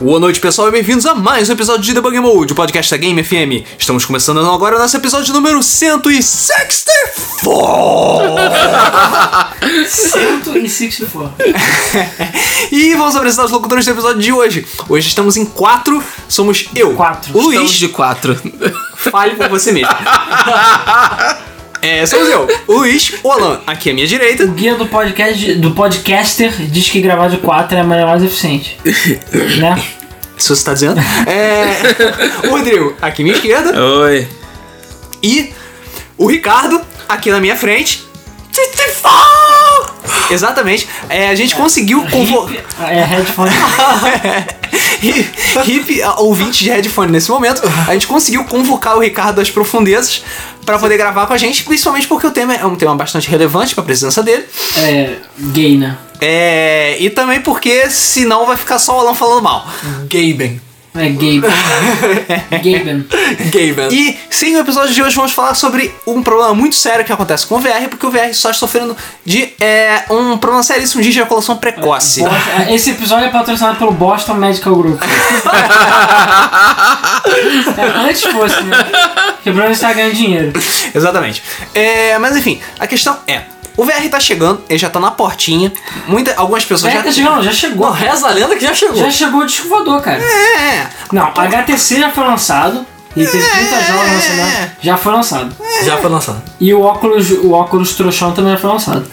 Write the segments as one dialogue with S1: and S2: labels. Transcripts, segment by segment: S1: Boa noite, pessoal, e bem-vindos a mais um episódio de Debug Mode, o podcast da Game FM. Estamos começando agora o nosso episódio número 164!
S2: 164.
S1: e vamos apresentar os locutores do episódio de hoje. Hoje estamos em quatro, somos eu,
S2: Quatro.
S1: o Luiz,
S3: Estamos de quatro.
S1: fale por você mesmo. é, somos eu, o Luiz, o Alan, aqui à minha direita,
S2: O guia do podcast do podcaster diz que gravar de 4 é a maneira mais eficiente. né?
S1: se você tá dizendo, é, o Rodrigo, aqui à minha esquerda,
S3: Oi.
S1: e o Ricardo, aqui na minha frente. Titifó! Exatamente. É, a gente conseguiu convocar.
S2: É headphone.
S1: Hip, ah, ouvinte de headphone nesse momento, a gente conseguiu convocar o Ricardo das profundezas para poder gravar com a gente, principalmente porque o tema é um tema bastante relevante para a presença dele.
S2: É. Gay, né?
S1: É, e também porque senão vai ficar só o Alan falando mal. Gaben.
S2: É gay. Gaben.
S1: Gaben. E sim, no episódio de hoje vamos falar sobre um problema muito sério que acontece com o VR, porque o VR está sofrendo de é, um problema seríssimo de ejaculação precoce.
S2: Bosta- Esse episódio é patrocinado pelo Boston Medical Group. É, antes fosse, né? Que o Bruno está tá ganhando dinheiro.
S1: Exatamente. É, mas enfim, a questão é. O VR tá chegando, ele já tá na portinha. Muita, algumas pessoas
S2: Já,
S1: já.
S2: chegou, não, É, tá já chegou.
S1: Não, tá reza a lenda que já chegou.
S2: Já chegou o disco voador, cara.
S1: É,
S2: Não, HTC já foi lançado. Ele teve 30 jogos lançado. Já foi lançado.
S1: é.
S3: Já foi lançado.
S2: E o óculos, o óculos trouxão também foi lançado.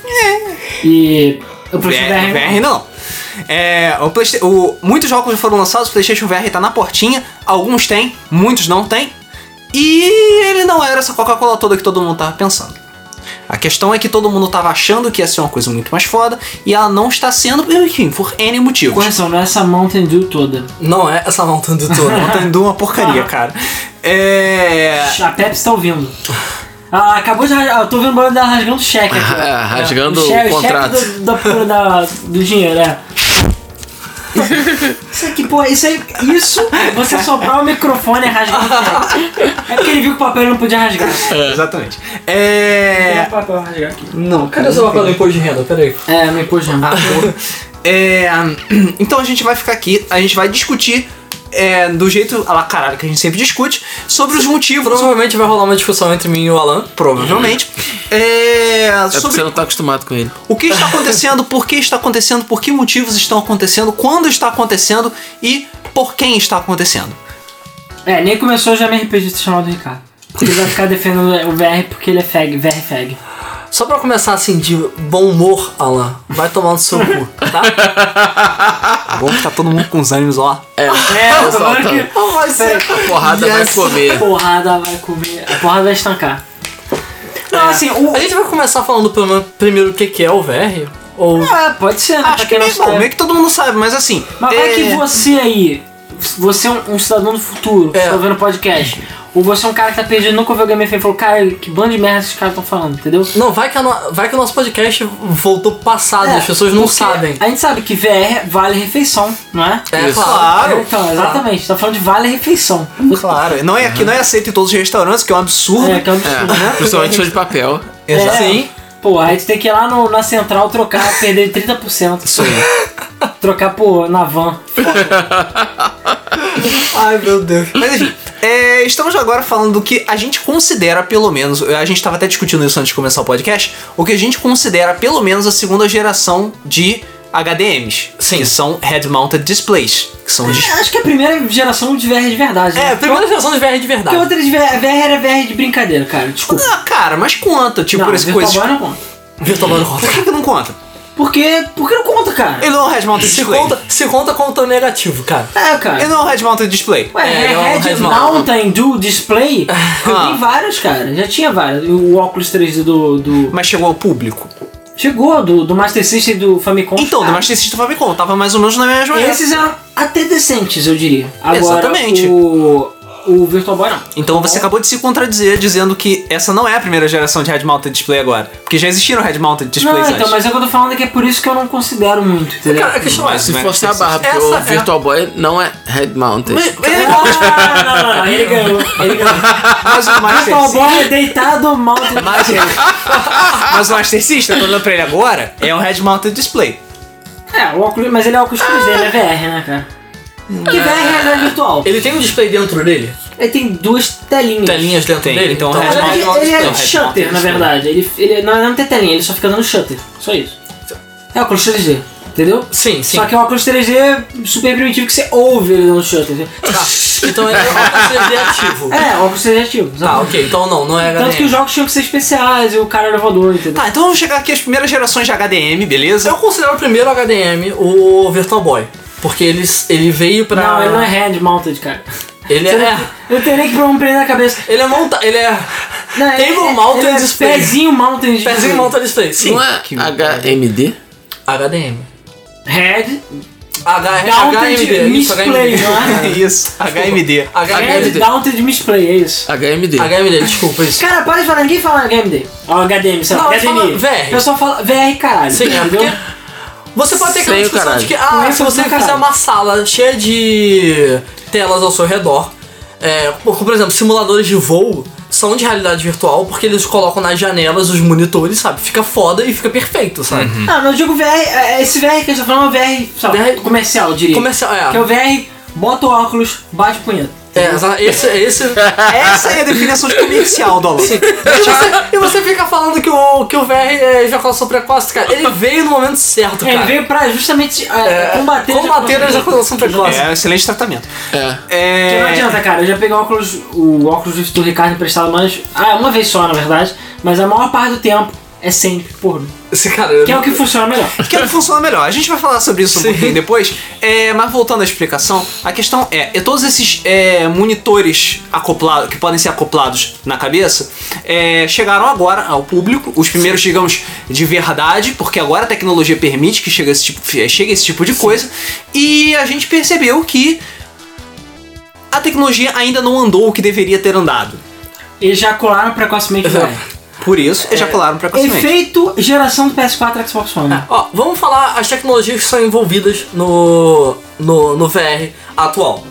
S2: E eu
S1: VR,
S2: prefiro VR.
S1: VR não. É, o Playsta- o- muitos jogos já foram lançados, o PlayStation VR tá na portinha. Alguns tem, muitos não tem. E ele não era essa Coca-Cola toda que todo mundo tava pensando. A questão é que todo mundo tava achando que ia ser uma coisa muito mais foda e ela não está sendo, enfim, por N motivos.
S2: Correção, não é essa Mountain Dew toda.
S3: Não é essa mountain do todo.
S1: Contando uma porcaria, cara. É.
S2: A Pepsi tá ouvindo. Ah, acabou de rasgar. Eu tô ouvindo o barulho dela rasgando cheque aqui. ó.
S3: Ah, rasgando
S2: O
S3: o,
S2: che- cheque
S3: contrato.
S2: do, da- da- do dinheiro, é. Isso aqui, pô, isso aí. Isso, você soprar o microfone e rasgar o cheque. É porque ele viu que o papel não podia rasgar.
S1: Exatamente.
S2: É.
S1: É.
S2: papel rasgar aqui.
S1: Não,
S3: Cadê essa papel do imposto de renda? Ah, Peraí.
S2: É, me pôs na
S1: É, então a gente vai ficar aqui, a gente vai discutir é, do jeito a lá caralho que a gente sempre discute, sobre os motivos,
S3: Provavelmente vai rolar uma discussão entre mim e o Alan.
S1: provavelmente, é,
S3: É porque
S1: sobre
S3: você não tá acostumado com ele.
S1: o que está acontecendo, por que está acontecendo, por que motivos estão acontecendo, quando está acontecendo e por quem está acontecendo.
S2: É, nem começou, eu já me arrependi de ter chamado o Ricardo. Porque ele vai ficar defendendo o VR porque ele é fag, VR fag.
S4: Só pra começar assim, de bom humor, Alan, vai tomar no seu cu, tá?
S1: É bom que tá todo mundo com os ânimos, ó. É,
S3: É,
S2: É,
S3: Exato.
S2: tomara que
S4: Não vai ser.
S3: a porrada
S4: Ah, Yes.
S3: vai
S2: a
S3: comer.
S2: porrada vai comer, a porrada vai estancar.
S4: Não,
S1: É.
S4: assim, o- a gente vai começar falando pelo- primeiro o que, que é o VR. Ou.
S2: É, pode ser, né?
S1: Acho que, meio, bom, meio que todo mundo sabe, mas assim.
S2: Mas vai
S1: é,
S2: que você aí, você é um, um cidadão do futuro, que
S4: É.
S2: tá ouvindo podcast, ou você é um cara que tá perdido, nunca ouviu o Game FM e falou, cara, que bando de merda esses caras estão falando, entendeu?
S4: Não, vai que, a no- vai que o nosso podcast voltou pro passado,
S2: É,
S4: as pessoas não
S2: porque
S4: sabem.
S2: A gente sabe que VR vale refeição, não é?
S4: É,
S1: claro.
S2: Então, exatamente, tá falando de vale refeição.
S1: Claro, não é aqui,
S4: Uhum.
S1: não é aceito em todos os restaurantes, que é um absurdo.
S2: É, que é um absurdo, né?
S3: É, principalmente show de papel.
S2: É.
S4: Sim.
S2: Pô, aí tu tem que ir lá no- na central trocar, perder 30%.
S3: Isso aí.
S2: Trocar por na van.
S4: Ai, meu Deus.
S1: Mas enfim, é, estamos agora falando do que a gente considera, pelo menos, a gente estava até discutindo isso antes de começar o podcast, o que a gente considera, pelo menos, a segunda geração de HDMs. Que são Head Mounted Displays. Que são dis-
S2: Acho que é a primeira geração de VR de verdade, né?
S4: É, a primeira geração de VR de
S2: Porque
S1: É.
S4: verdade.
S2: a outra de VR, era VR de brincadeira, cara. Desculpa.
S1: Ah, cara, mas conta, tipo, por esse
S2: Virtual
S1: coisa.
S2: Boy não conta.
S4: Virtual Boy não conta.
S1: Por que, que não conta?
S2: Porque, porque não conta, cara.
S1: Ele não é um Head Mounted
S4: Se
S1: Display.
S4: conta, se conta conta negativo, cara.
S2: É,
S1: Ele
S2: cara.
S1: não é um Head Mounted Display.
S2: Ué,
S4: É,
S2: é,
S4: não,
S2: Red
S4: Red
S2: Mountain Dew Display. Tem vários, cara. Já tinha vários. O óculos 3D do. do...
S1: Mas chegou ao público.
S2: Chegou, do, do Master System e do Famicom.
S1: Então, do
S2: cara.
S1: Master System Famicom, tava mais ou menos na mesma época.
S2: Esses eram até decentes, eu diria. Agora,
S1: Exatamente.
S2: O, o Virtual Boy não.
S1: Então você acabou de se contradizer dizendo que essa não é a primeira geração de Head Mounted Display agora. Porque já existiram Head Mounted Displays
S2: Não,
S1: antes.
S2: então, mas é o que eu tô falando que é por isso que eu não considero muito, entendeu?
S4: Cara, a questão é.
S1: Mas
S3: Se
S1: não é
S3: fosse a barra, porque
S4: Essa
S3: o
S4: é-
S3: Virtual Boy não é head mounted.
S2: Ah, não, não, não, ele ganhou, ele ganhou.
S1: Mas o Master
S2: Virtual
S1: System.
S2: Boy deitado mal.
S1: Mas, mas o Master System, eu tô olhando pra ele agora, é um Head Mounted Display.
S2: É, o óculos, mas ele é óculos 3D, ele é VR, né, cara? Que VR é realidade virtual.
S5: Ele tem um display dentro dele?
S2: Ele tem duas telinhas.
S5: Telinhas dentro
S6: Tem,
S5: dele?
S6: então
S2: Na
S6: é-
S2: verdade,
S3: um
S6: Então,
S2: ele é
S6: então,
S2: shutter, na verdade. Ele, ele não, não tem telinha, ele só fica dando shutter. Só isso. É óculos 3D, entendeu?
S5: Sim, sim.
S2: Só que é um óculos 3D super primitivo que você ouve ele dando shutter. entendeu?
S5: Então ele é um óculos 3D ativo.
S2: É, óculos 3D ativo.
S5: Tá,
S2: exato.
S5: ok. Então não, não é
S2: Tanto que os
S5: HDMI.
S2: jogos tinham que ser especiais e o cara era voador, entendeu?
S6: Tá, então vamos chegar aqui às primeiras gerações de HDMI, beleza?
S5: Eu considero o primeiro HDMI o Virtual Boy. Porque ele, ele veio pra...
S2: Não, ele não é hand mounted, cara.
S5: Ele
S2: Você
S5: Ah. é...
S2: não- Eu tenho nem que um prender na cabeça.
S5: Ele é monta... Ele é...
S2: Não,
S5: Table
S2: ele-
S5: mounted
S2: ele é
S5: display.
S2: Pezinho mounted display.
S5: Pezinho monta display. Sim.
S4: Não é
S6: que-
S4: HMD?
S5: HDMI.
S2: Head,
S5: HMD.
S2: mounted
S5: Isso,
S2: display,
S5: HMD.
S2: não é?
S6: Isso, HMD.
S2: Head
S5: HMD.
S2: mounted display, é isso.
S4: HMD.
S5: HMD, desculpa, isso.
S2: Cara, para de falar, ninguém fala HMD. Ó, HDM, sei lá,
S5: Não, eles
S2: HDMI.
S5: falam VR.
S2: O pessoal fala VR, caralho.
S5: Sim, é
S2: entendeu?
S5: porque você pode ter aquela
S4: Sei o
S5: discussão
S4: caralho.
S5: de que,
S2: Não
S5: ah,
S2: é
S5: se
S2: pra
S5: você
S2: caralho.
S5: fizer uma sala cheia de telas ao seu redor, é, por, por exemplo, simuladores de voo são de realidade virtual porque eles colocam nas janelas os monitores, sabe? Fica foda e fica perfeito, sabe?
S2: Não, mas eu digo VR, é, esse VR que a gente tá falando é um VR, sabe,
S5: VR
S2: comercial, eu diria.
S5: Comercial, é.
S2: Que é o VR, bota o óculos, bate punheta.
S5: É, exa- esse, esse.
S6: Essa é a definição de comercial, Dolo.
S5: E você, e você fica falando que o, que o VR é ejaculação precoce, cara. Ele veio no momento certo, cara.
S2: Ele veio pra justamente é, combater...
S5: combater a ejaculação precoce.
S6: É um excelente tratamento.
S4: É.
S2: Porque Tipo, não
S6: É.
S2: adianta, cara, eu já peguei o óculos, o óculos do Ricardo emprestado, mas... Ah, uma vez só, na verdade, mas a maior parte do tempo é sempre porno.
S5: Esse cara.
S2: Que é o que funciona melhor.
S6: Que ela funciona melhor. A gente vai falar sobre isso um pouquinho depois. É, mas voltando à explicação, a questão é, e todos esses é, monitores acoplados, que podem ser acoplados na cabeça, é, chegaram agora ao público, os primeiros, digamos, de verdade, porque agora a tecnologia permite que chegue esse tipo, chegue esse tipo de coisa. E a gente percebeu que a tecnologia ainda não andou o que deveria ter andado.
S2: Ejacularam precocemente o VR.
S6: Por isso, ejacularam precocemente.
S2: É, Efeito geração do PS4 e Xbox One.
S5: Ó, vamos falar as tecnologias que são envolvidas no, no, no VR atual.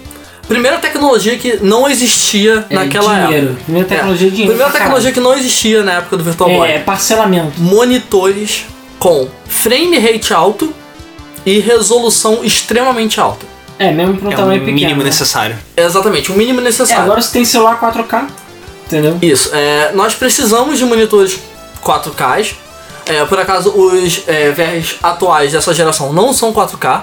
S5: Primeira tecnologia que não existia
S2: É,
S5: naquela
S2: dinheiro.
S5: época.
S2: Primeira tecnologia
S5: é.
S2: é dinheiro,
S5: Primeira
S2: cara.
S5: tecnologia que não existia na época do Virtual Boy.
S2: É, parcelamento.
S5: Monitores com frame rate alto e resolução extremamente alta.
S2: É, mesmo pra um
S6: É o
S2: tamanho pequeno.
S6: mínimo
S2: né?
S6: necessário.
S5: É Exatamente, o mínimo
S2: É,
S5: necessário.
S2: agora você tem celular 4K, entendeu?
S5: Isso, é, nós precisamos de monitores 4K. É, por acaso, os é, VRs atuais dessa geração não são 4K.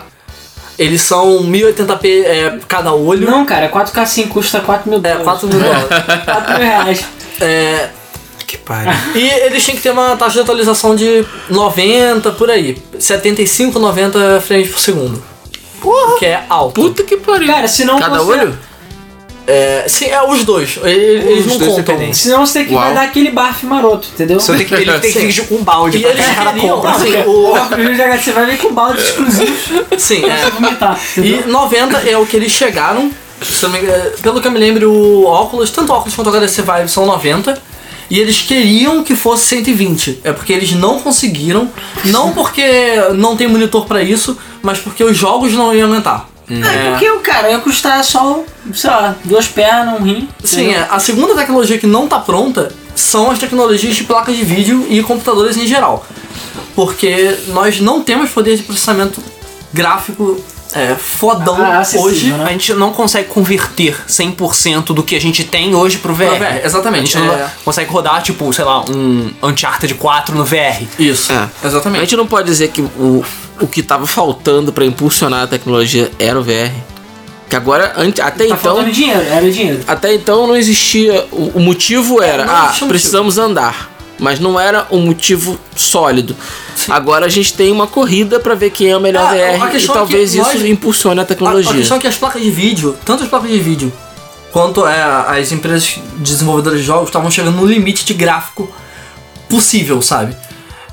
S5: Eles são 1080p é, cada olho.
S2: Não, cara, 4K sim custa 4 mil
S5: É,
S2: dólares.
S5: 4 mil dólares.
S2: 4 mil reais.
S5: É,
S6: Que pariu.
S5: e eles tinham que ter uma taxa de atualização de 90 por aí. 75, 90 frames por segundo. Porra! Que é alto.
S4: Puta que pariu.
S2: Cara, senão
S4: Cada
S2: você.
S4: olho?
S5: É, sim, é os dois. Eles, eles não
S6: dois
S5: contam.
S6: dependentes.
S2: Senão você tem que
S4: Uau.
S2: vai dar aquele barf maroto, entendeu?
S6: Você tem que, ele tem que
S5: Sim.
S6: dirigir com um balde
S5: E
S6: pra
S5: eles
S6: cada cara
S5: queriam,
S6: compra.
S5: assim,
S2: O
S5: o,
S2: óculos de HC vai vir com balde exclusivo
S5: sim, é.
S2: pra vomitar.
S5: E
S2: entendeu?
S5: 90 é o que eles chegaram. se eu não me engano, é, Pelo que eu me lembro, o óculos, tanto o óculos quanto o HDC Vive são 90. E eles queriam que fosse 120. É porque eles não conseguiram. Não porque não tem monitor pra isso, mas porque os jogos não iam aguentar.
S2: É porque o cara ia custar só, sei lá, duas pernas, um rim.
S5: Sim,
S2: entendeu?
S5: é. a segunda tecnologia que não tá pronta são as tecnologias de placas de vídeo e computadores em geral. Porque nós não temos poder de processamento gráfico é, fodão
S2: Ah, acessível,
S5: hoje.
S2: né?
S6: A gente não consegue converter 100% do que a gente tem hoje pro VR.
S5: Pro VR, exatamente,
S6: A gente
S5: é.
S6: não consegue rodar, tipo, sei lá, um Uncharted 4 no VR.
S5: Isso,
S4: É. A
S5: exatamente.
S4: gente não pode dizer que o, o que tava faltando pra impulsionar a tecnologia era o VR. Que agora, ante- até
S2: Tá
S4: então.
S2: faltando dinheiro, era dinheiro.
S4: Até então não existia. O, o motivo era,
S5: não
S4: ah,
S5: existia um
S4: precisamos andar. Mas não era um motivo sólido. Agora a gente tem uma corrida pra ver quem é o melhor
S5: É, a
S4: VR e
S5: questão é
S4: talvez
S5: que
S4: isso
S5: nós-
S4: impulsione a tecnologia.
S5: A, a questão é que as placas de vídeo, tanto as placas de vídeo quanto é, as empresas desenvolvedoras de jogos estavam chegando no limite de gráfico possível, sabe?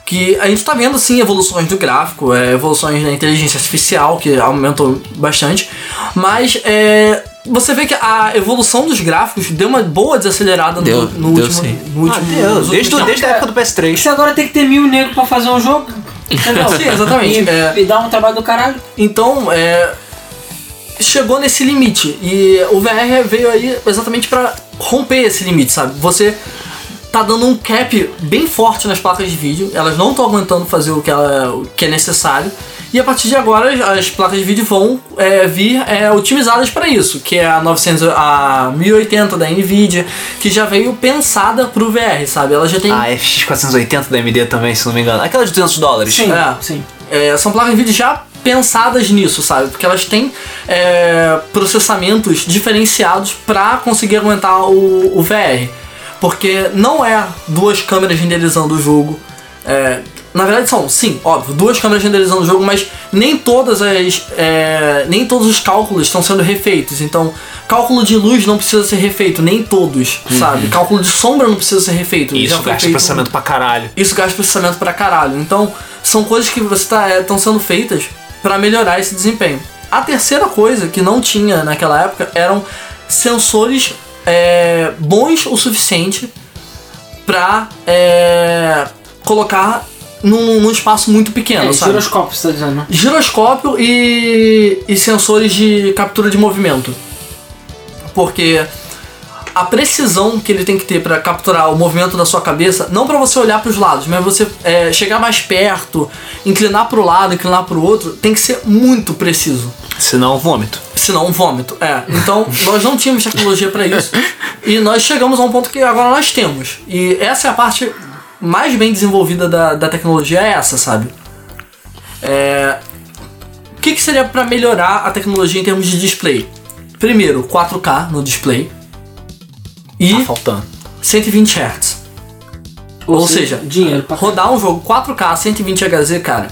S5: Que a gente tá vendo sim evoluções do gráfico, é, evoluções na inteligência artificial, que aumentou bastante, mas é, você vê que a evolução dos gráficos deu uma boa desacelerada no-
S4: Deu,
S5: no,
S4: deu
S5: último.
S4: sim.
S5: No último nos
S6: Ah, Desde,
S5: últimos
S6: o-
S5: tempos.
S6: desde a época do PS3.
S2: Você agora tem que ter mil negros pra fazer um jogo. Entendeu?
S5: Sim, exatamente,
S2: E,
S5: é.
S2: e dá um trabalho do caralho.
S5: Então, é, chegou nesse limite. E o VR veio aí exatamente pra romper esse limite, sabe? Você tá dando um cap bem forte nas placas de vídeo, elas não estão aguentando fazer o que, ela- o que é necessário. E a partir de agora, as- as placas de vídeo vão é, vir é, otimizadas para isso, que é a, 900, a 1080 da NVIDIA, que já veio pensada pro VR, sabe? Ela já tem.
S1: Ah,
S6: A FX480 da AMD também, se não me engano. Aquela de 200 dólares.
S2: Sim,
S5: É.
S2: sim.
S5: É, são placas de vídeo já pensadas nisso, sabe? Porque elas têm é, processamentos diferenciados para conseguir aguentar o, o VR. Porque não é duas câmeras renderizando o jogo. É, na verdade são, sim, óbvio, duas câmeras renderizando o jogo, mas nem todas as. é, nem todos os cálculos estão sendo refeitos. Então, cálculo de luz não precisa ser refeito, nem todos, sabe? Cálculo de sombra não precisa ser refeito. já
S6: Uhum. Isso
S5: foi
S6: gasta
S5: feito-
S6: processamento pra caralho.
S5: isso gasta processamento pra caralho. Então, são coisas que você tá estão sendo feitas pra melhorar esse desempenho. A terceira coisa que não tinha naquela época eram sensores é, bons o suficiente pra é, colocar num, num espaço muito pequeno,
S2: É,
S5: sabe?
S2: giroscópio, você tá dizendo, né?
S5: giroscópio e, e sensores de captura de movimento. Porque a precisão que ele tem que ter para capturar o movimento da sua cabeça, não para você olhar para os lados, mas você é, chegar mais perto, inclinar para o lado, inclinar para o outro, tem que ser muito preciso
S6: Senão, vômito.
S5: senão um vômito. É. Então, nós não tínhamos tecnologia para isso. E nós chegamos a um ponto que agora nós temos. E essa é a parte mais bem desenvolvida da, da tecnologia, é essa, sabe? É, O que, que seria para melhorar a tecnologia em termos de display? Primeiro, 4K no display. E
S6: Tá faltando.
S5: 120 Hz. Ou, seja,
S2: dinheiro pra
S5: rodar um jogo 4K 120 Hz, cara,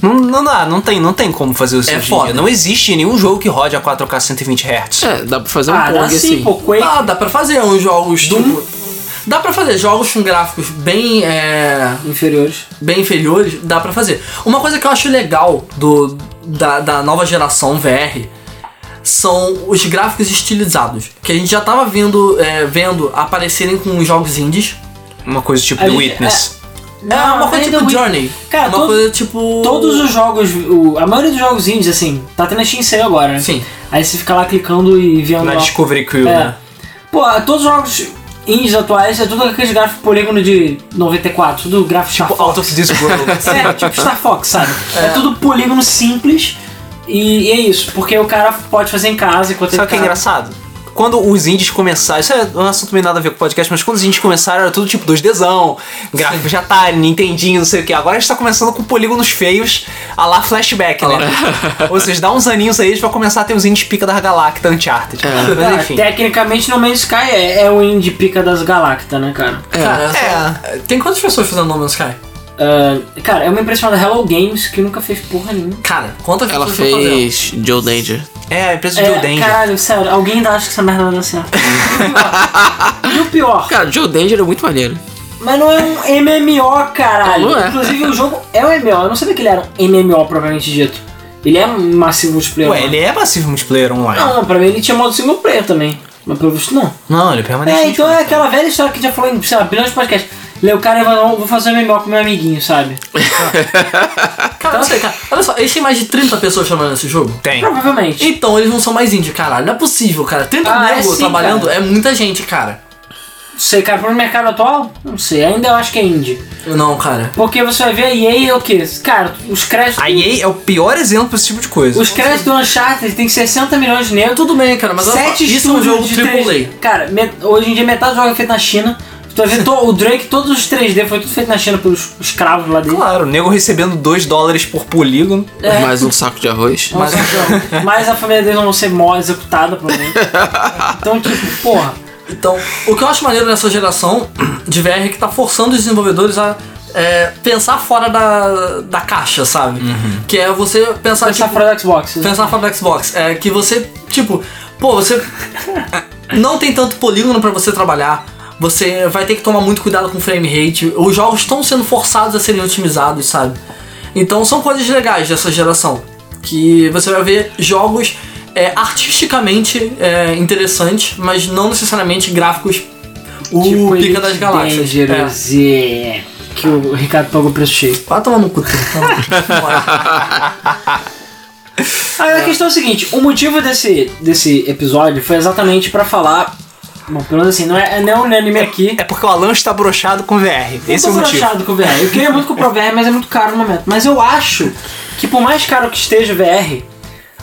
S6: Não, não dá, não tem, não tem como fazer isso
S5: É
S6: hoje em dia.
S5: foda.
S6: Não existe nenhum jogo que rode a 4K 120 Hz.
S4: É, dá pra fazer um
S2: Ah,
S4: Pong
S2: dá
S4: assim.
S2: sim, pô, Quake.
S5: Dá, dá pra fazer uns jogos tipo. Dá pra fazer jogos com gráficos bem. é,
S2: Inferiores.
S5: bem inferiores, dá pra fazer. Uma coisa que eu acho legal do, da, da nova geração VR são os gráficos estilizados. Que a gente já tava vendo, é, vendo aparecerem com jogos indies.
S6: Uma coisa tipo
S2: A
S6: The
S2: gente-
S6: Witness.
S5: É uma coisa tipo Journey.
S2: Ah, Cara,
S5: uma
S2: todo-
S5: coisa tipo.
S2: Todos os jogos, o- a maioria dos jogos indies, assim, tá tendo a Steam Sale agora, né?
S5: Sim.
S2: Aí você fica lá clicando e vendo...
S6: Na
S2: lá.
S6: Discovery Crew,
S2: É.
S6: né?
S2: Pô, todos os jogos indies atuais é tudo aquele gráfico polígono de 94, tudo gráfico Star Fox.
S6: Out of this world.
S2: É, tipo Star Fox, sabe? É, tudo polígono simples e, e é isso, porque o cara pode fazer em casa enquanto
S6: Sabe o
S2: ele
S6: que é
S2: tá-
S6: engraçado? Quando os indies começaram, isso é um assunto meio nada a ver com o podcast, mas quando os indies começaram era tudo tipo 2Dzão, gráfico de Atari, Nintendinho, não sei o que. Agora a gente tá começando com polígonos feios, a lá flashback, né? Ou seja, dá uns aninhos aí, a gente vai começar a ter os indies pica das Galacta Uncharted.
S2: Cara,
S6: Mas enfim.
S2: tecnicamente No Man's Sky é, é o indie pica das Galacta, né, cara?
S5: Cara,
S6: É.
S5: essa- tem quantas pessoas fazendo No Man's Sky?
S2: Ah, cara, é uma empresa chamada Hello Games que nunca fez porra nenhuma.
S5: Cara, quantas
S4: Ela
S5: pessoas estão fazendo?
S4: fez Joe Danger.
S6: É, a empresa de
S2: É,
S6: Joe Danger.
S2: Caralho, sério, alguém ainda acha que essa merda vai dar certo. E o pior,
S4: Cara, Joe Danger é muito maneiro.
S2: mas não é um MMO, caralho.
S4: Não é.
S2: Inclusive o jogo é um MMO, eu não sabia que ele era um MMO propriamente dito. Ele é um massivo multiplayer.
S6: Ué,
S2: né?
S6: ele é passivo multiplayer online.
S2: Não, não, pra mim ele tinha modo single player também. Mas pelo visto não.
S6: Não, ele permanece.
S2: É, então é aquela velha história que a gente já falou em, sei lá, bilhões de podcasts. Lê o cara e vai, "Não, vou fazer um MMO com meu amiguinho, sabe?
S5: Cara, não sei, cara. Olha só, eles têm mais de 30 pessoas trabalhando nesse jogo.
S2: É.
S6: Tem.
S2: Provavelmente.
S5: Então eles não são mais indie, caralho. Não é possível, cara. 30
S2: Ah, é
S5: nego
S2: sim,
S5: trabalhando
S2: cara.
S5: é muita gente, cara.
S2: Não sei, cara, pro mercado atual, não sei. Ainda eu acho que é indie.
S5: Não, cara.
S2: Porque você vai ver a EA é o quê? Cara, os créditos.
S6: A EA é o pior exemplo pra esse tipo de coisa.
S2: Os créditos do Uncharted tem 60 milhões de negros.
S5: Tudo bem, cara, mas olha
S2: Sete
S5: só, isso é um
S2: estúdios
S5: jogo
S2: de 3D.
S5: AAA.
S2: Cara, met- hoje em dia metade do jogo é feito na China. Tu vai ver to- o Drake, todos os 3D foi tudo feito na China pelos escravos lá dentro.
S6: Claro, o nego recebendo 2 dólares por polígono.
S2: É.
S4: Mais um saco de arroz.
S2: Mas, então, mas a família deles não vão ser mó executada, provavelmente. Então, tipo, porra.
S5: Então, o que eu acho maneiro nessa geração de VR é que tá forçando os desenvolvedores a é, pensar fora da, da caixa, sabe? Que é você pensar,
S2: Uhum. Pensar
S5: tipo,
S2: tá fora do Xbox.
S5: pensar fora do Xbox. É que você, tipo, pô, você não tem tanto polígono pra você trabalhar. Você vai ter que tomar muito cuidado com o frame rate. Os jogos estão sendo forçados a serem otimizados, sabe? Então são coisas legais dessa geração. Que você vai ver jogos é, artisticamente é, interessantes, mas não necessariamente gráficos o
S2: tipo,
S5: Pica
S2: Elite
S5: das Galáxias. É.
S2: Dangerous, é. Que o Ricardo pagou preço cheio.
S5: Vai tomar no cu. tu. Vambora.
S2: Aí a questão é a seguinte: o motivo desse, desse episódio foi exatamente pra falar. Bom, pelo menos assim, não é, não é unânime aqui.
S6: É porque o Alan está brochado com VR. Esse é
S2: eu
S6: o
S2: tô
S6: motivo.
S2: broxado com o VR. Eu queria muito comprar o VR, mas é muito caro no momento. Mas eu acho que por mais caro que esteja o VR,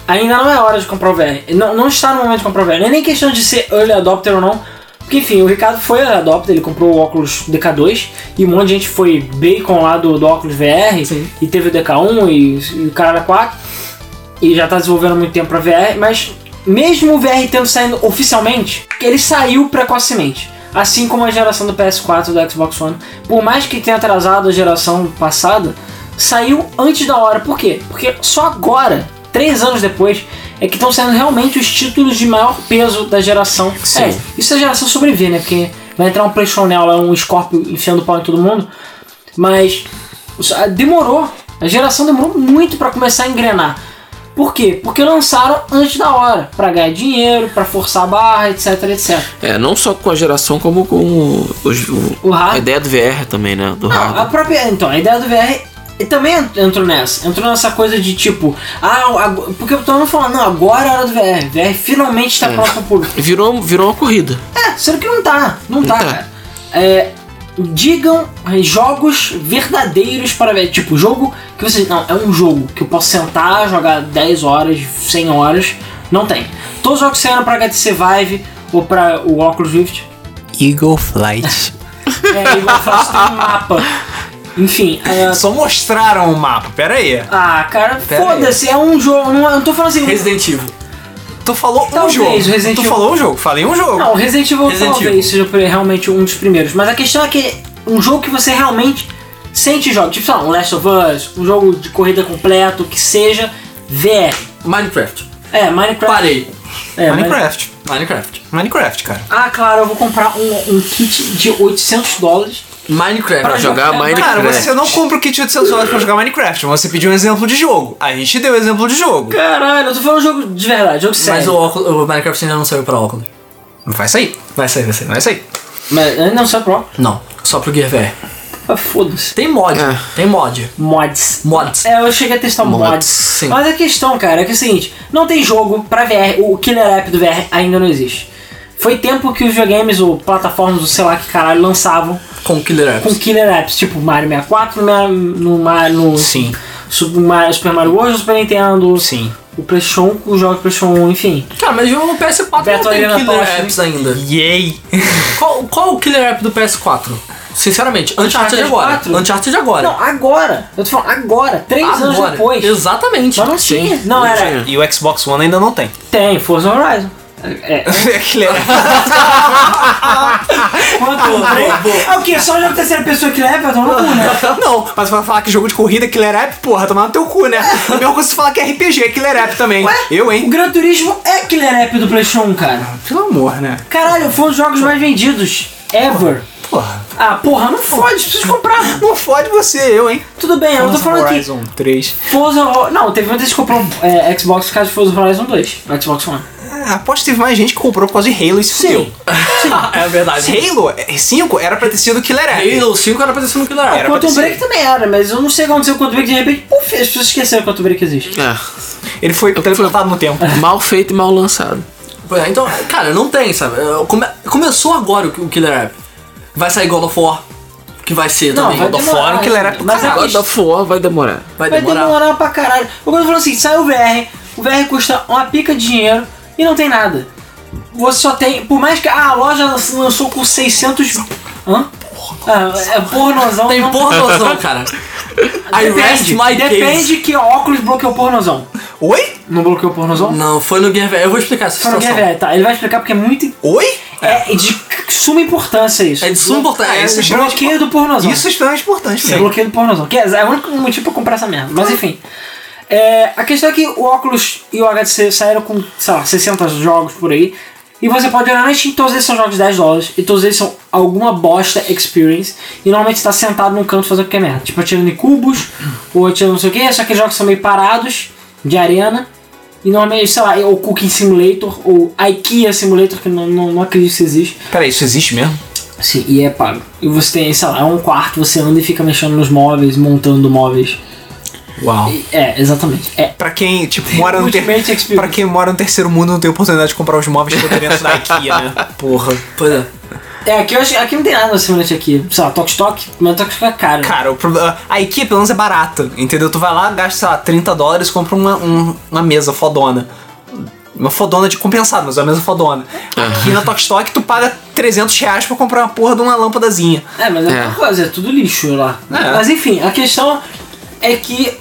S2: ainda não é hora de comprar o VR. Não, não está no momento de comprar o VR. Não é nem questão de ser early adopter ou não. Porque, enfim, o Ricardo foi early adopter, ele comprou o óculos DK2 e um monte de gente foi bacon lá do, do óculos VR
S5: Sim.
S2: e teve o DK1 e, e o cara 4 e já tá desenvolvendo há muito tempo pra VR, mas mesmo o VR tendo saindo oficialmente, ele saiu precocemente. Assim como a geração do PS4 e do Xbox One. Por mais que tenha atrasado a geração passada, saiu antes da hora. Por quê? Porque só agora, três anos depois, é que estão saindo realmente os títulos de maior peso da geração.
S4: Sim.
S2: É, isso é a geração sobreviver, né? Porque vai entrar um PlayStation lá, um Scorpio enfiando pau em todo mundo. Mas os- ah, demorou. A geração demorou muito pra começar a engrenar. Por quê? Porque lançaram antes da hora, pra ganhar dinheiro, pra forçar a barra, etc, etc.
S4: É, não só com a geração, como com o, os- o-
S2: O hardware.
S4: a É ideia do VR também, né? Do
S2: Não, a
S4: hardware.
S2: própria. Então, a ideia do VR também entrou nessa. Entrou nessa coisa de tipo, ah, ag- porque eu tô não falando, não, agora é a hora do VR. VR finalmente tá pronto pro público.
S4: Virou, virou uma corrida.
S2: É, sendo que não tá. Não, tá,
S4: tá.
S2: cara. É, digam é, jogos verdadeiros para ver. Tipo, jogo que você. Não, é um jogo que eu posso sentar, jogar 10 horas, 100 horas. Não tem. Todos os jogos que saíram pra HTC Vive ou pra o Oculus Rift.
S6: Eagle Flight.
S2: É, igual eu faço, tem um mapa. Enfim, é,
S6: Só mostraram o mapa, pera aí.
S2: Ah, cara,
S6: Pera
S2: foda-se, é um jogo. Não, eu não tô falando assim.
S5: Resident Evil.
S6: Tu falou um
S2: Talvez,
S6: jogo.
S2: Resident
S6: tu
S2: Evil.
S6: falou um jogo, falei um jogo.
S2: Não, Resident Evil
S5: Resident Evil.
S2: talvez seja realmente um dos primeiros. Mas a questão é que é um jogo que você realmente sente joga. Tipo, sei lá, um Last of Us, um jogo de corrida completo, que seja VR.
S5: Minecraft.
S2: É, Minecraft.
S5: Parei.
S2: É, Minecraft.
S6: Minecraft.
S5: Minecraft.
S6: Minecraft, cara.
S2: Ah, claro, eu vou comprar um, um kit de 800 dólares.
S5: Minecraft.
S4: Pra jogar
S6: Cara,
S4: Minecraft.
S6: você não compra o kit de 800 dólares pra jogar Minecraft, mas você pediu um exemplo de jogo. A gente deu exemplo de jogo.
S2: Caralho, eu tô falando um jogo de verdade, jogo sério.
S5: Mas o, óculos, o Minecraft ainda não saiu pra óculos.
S6: Vai sair,
S5: Vai sair, vai sair.
S6: vai sair.
S2: Mas ainda não saiu pro.
S5: Não, só pro Gear VR.
S2: Ah, foda-se.
S5: Tem mod,
S4: É.
S5: tem mod.
S2: Mods.
S5: Mods.
S2: É, eu cheguei a testar mods. mods.
S5: sim.
S2: Mas a questão, cara, é que é o seguinte: não tem jogo pra VR, o killer app do VR ainda não existe. Foi tempo que os videogames ou plataformas, ou sei lá que caralho, lançavam
S5: Com Killer Apps.
S2: com killer apps, tipo Mario 64 no, no, Mario- no
S6: Sim.
S2: Super Mario, Super Mario World, Super Nintendo,
S6: Sim.
S2: o PlayStation, um, os jogos PlayStation 1, enfim.
S5: Cara, mas o PS4
S2: Beto
S5: não tem
S2: Arena
S5: Killer
S2: Tocha,
S5: Apps ainda.
S6: Yay!
S5: Qual, qual o Killer App do PS4? Sinceramente, Uncharted agora.
S2: 4?
S5: Uncharted agora.
S2: Não, agora! Eu tô falando agora, três anos
S5: Agora.
S2: depois.
S5: Exatamente.
S2: Mas não tinha. Não,
S4: não
S2: era.
S4: tinha.
S6: E o Xbox One ainda não tem.
S2: Tem, Forza Horizon. É, é, Quanto? É o quê? Só o jogo terceira pessoa que leva? Eu tô louco, né?
S6: não, mas pra falar que jogo de corrida é killer app, porra, tomar no teu cu, né? A mesma coisa que você falar que é RPG é killer app também.
S2: Ué?
S6: Eu,
S2: O
S6: hein?
S2: Gran Turismo é killer app do PlayStation 1, cara.
S6: Pelo amor, né?
S2: Caralho, foi um dos jogos mais vendidos. Ever.
S6: Porra.
S2: Ah, porra, não fode, preciso
S1: né?
S2: comprar.
S6: Não fode você, eu, hein?
S2: Tudo bem, eu não tô falando que.
S6: Horizon 3.
S2: Forza. Ho- Não, teve muita gente que comprou é, Xbox por causa de Forza Horizon 2. no Xbox One.
S6: Ah, aposto que teve mais gente que comprou por causa de Halo e se fudeu.
S5: É verdade.
S6: Halo é, 5 era pra ter sido Killer App.
S5: Halo 5 era pra ter sido um Killer App.
S6: Era pra
S2: Quantum
S6: ter
S2: Break também era, mas eu não sei o que aconteceu com o Quantum Break. De repente, puf, as pessoas esqueceram que o Quantum Break existe.
S4: É.
S6: Ele foi teleportado no tempo.
S4: Mal feito e mal lançado.
S5: Pois é, Então, cara, não tem, sabe? Eu come- Começou agora o o Killer App. Vai sair God of War, que vai ser
S2: Não,
S5: também.
S2: vai
S5: God of
S2: demorar.
S6: War, o Killer App do
S2: Mas é a
S4: God
S2: questão-
S4: of War vai demorar.
S5: Vai
S2: Vai
S5: demorar.
S2: demorar. pra caralho. Eu quando falo assim, sai o VR, o VR custa uma pica de dinheiro e não tem nada. Você só tem, por mais que ah, a loja lanç- lançou com 600... Hã? Ah, é pornozão.
S5: Tem
S2: não-
S5: pornozão, cara. I rest
S2: Depende,
S5: my case.
S2: depende que óculos bloqueou pornozão.
S6: Oi?
S2: Não bloqueou pornozão?
S5: Não, foi no Gear VR. Eu vou explicar essa
S2: Foi no
S5: situação.
S2: VR, tá. Ele vai explicar porque é muito...
S6: Oi?
S2: É, de suma importância isso.
S5: É de suma importância.
S6: É,
S5: Esse
S6: esse
S5: jogo-
S2: Bloqueio do pornozão.
S6: Isso é extremamente importante,
S2: É
S6: sim.
S2: bloqueio do pornozão. Que é, é o único motivo pra comprar essa merda. Mas enfim. É, a questão é que o óculos e o HTC saíram com, sei lá, 60 jogos por aí. E você pode olhar na Steam, todos eles são jogos de 10 dólares. E todos eles são alguma bosta experience. E normalmente você tá sentado num canto fazendo qualquer merda. Tipo atirando em cubos, ou atirando não sei o que. Só que jogos são meio parados, de arena. E normalmente, sei lá, ou Cooking Simulator, ou IKEA Simulator, que eu não, não, não acredito que isso existe.
S6: Peraí, isso existe mesmo?
S2: Sim, e é pago. E você tem, sei lá, é um quarto, você anda e fica mexendo nos móveis, montando móveis.
S5: Uau.
S2: E- É, exatamente. É.
S6: Pra quem, tipo, mora no ter...
S2: Ultimate Experience.
S6: Pra quem mora no terceiro mundo não tem oportunidade de comprar os móveis que eu tô dentro da IKEA, né? Porra.
S5: Pois é.
S2: É, aqui, eu acho, aqui não tem nada semelhante aqui. Sei lá, Tokstok, mas Tokstok é caro.
S6: Cara, o problema- a equipe pelo menos é barata, entendeu? Tu vai lá, gasta, sei lá, 30 dólares, compra uma, um- uma mesa fodona. Uma fodona de compensado, mas é uma mesa fodona. Aqui na Tokstok tu paga 300 reais pra comprar uma porra de uma lâmpadazinha.
S2: É, mas é,
S4: É.
S2: outra coisa, é tudo lixo lá.
S6: É.
S2: Mas enfim, a questão é que,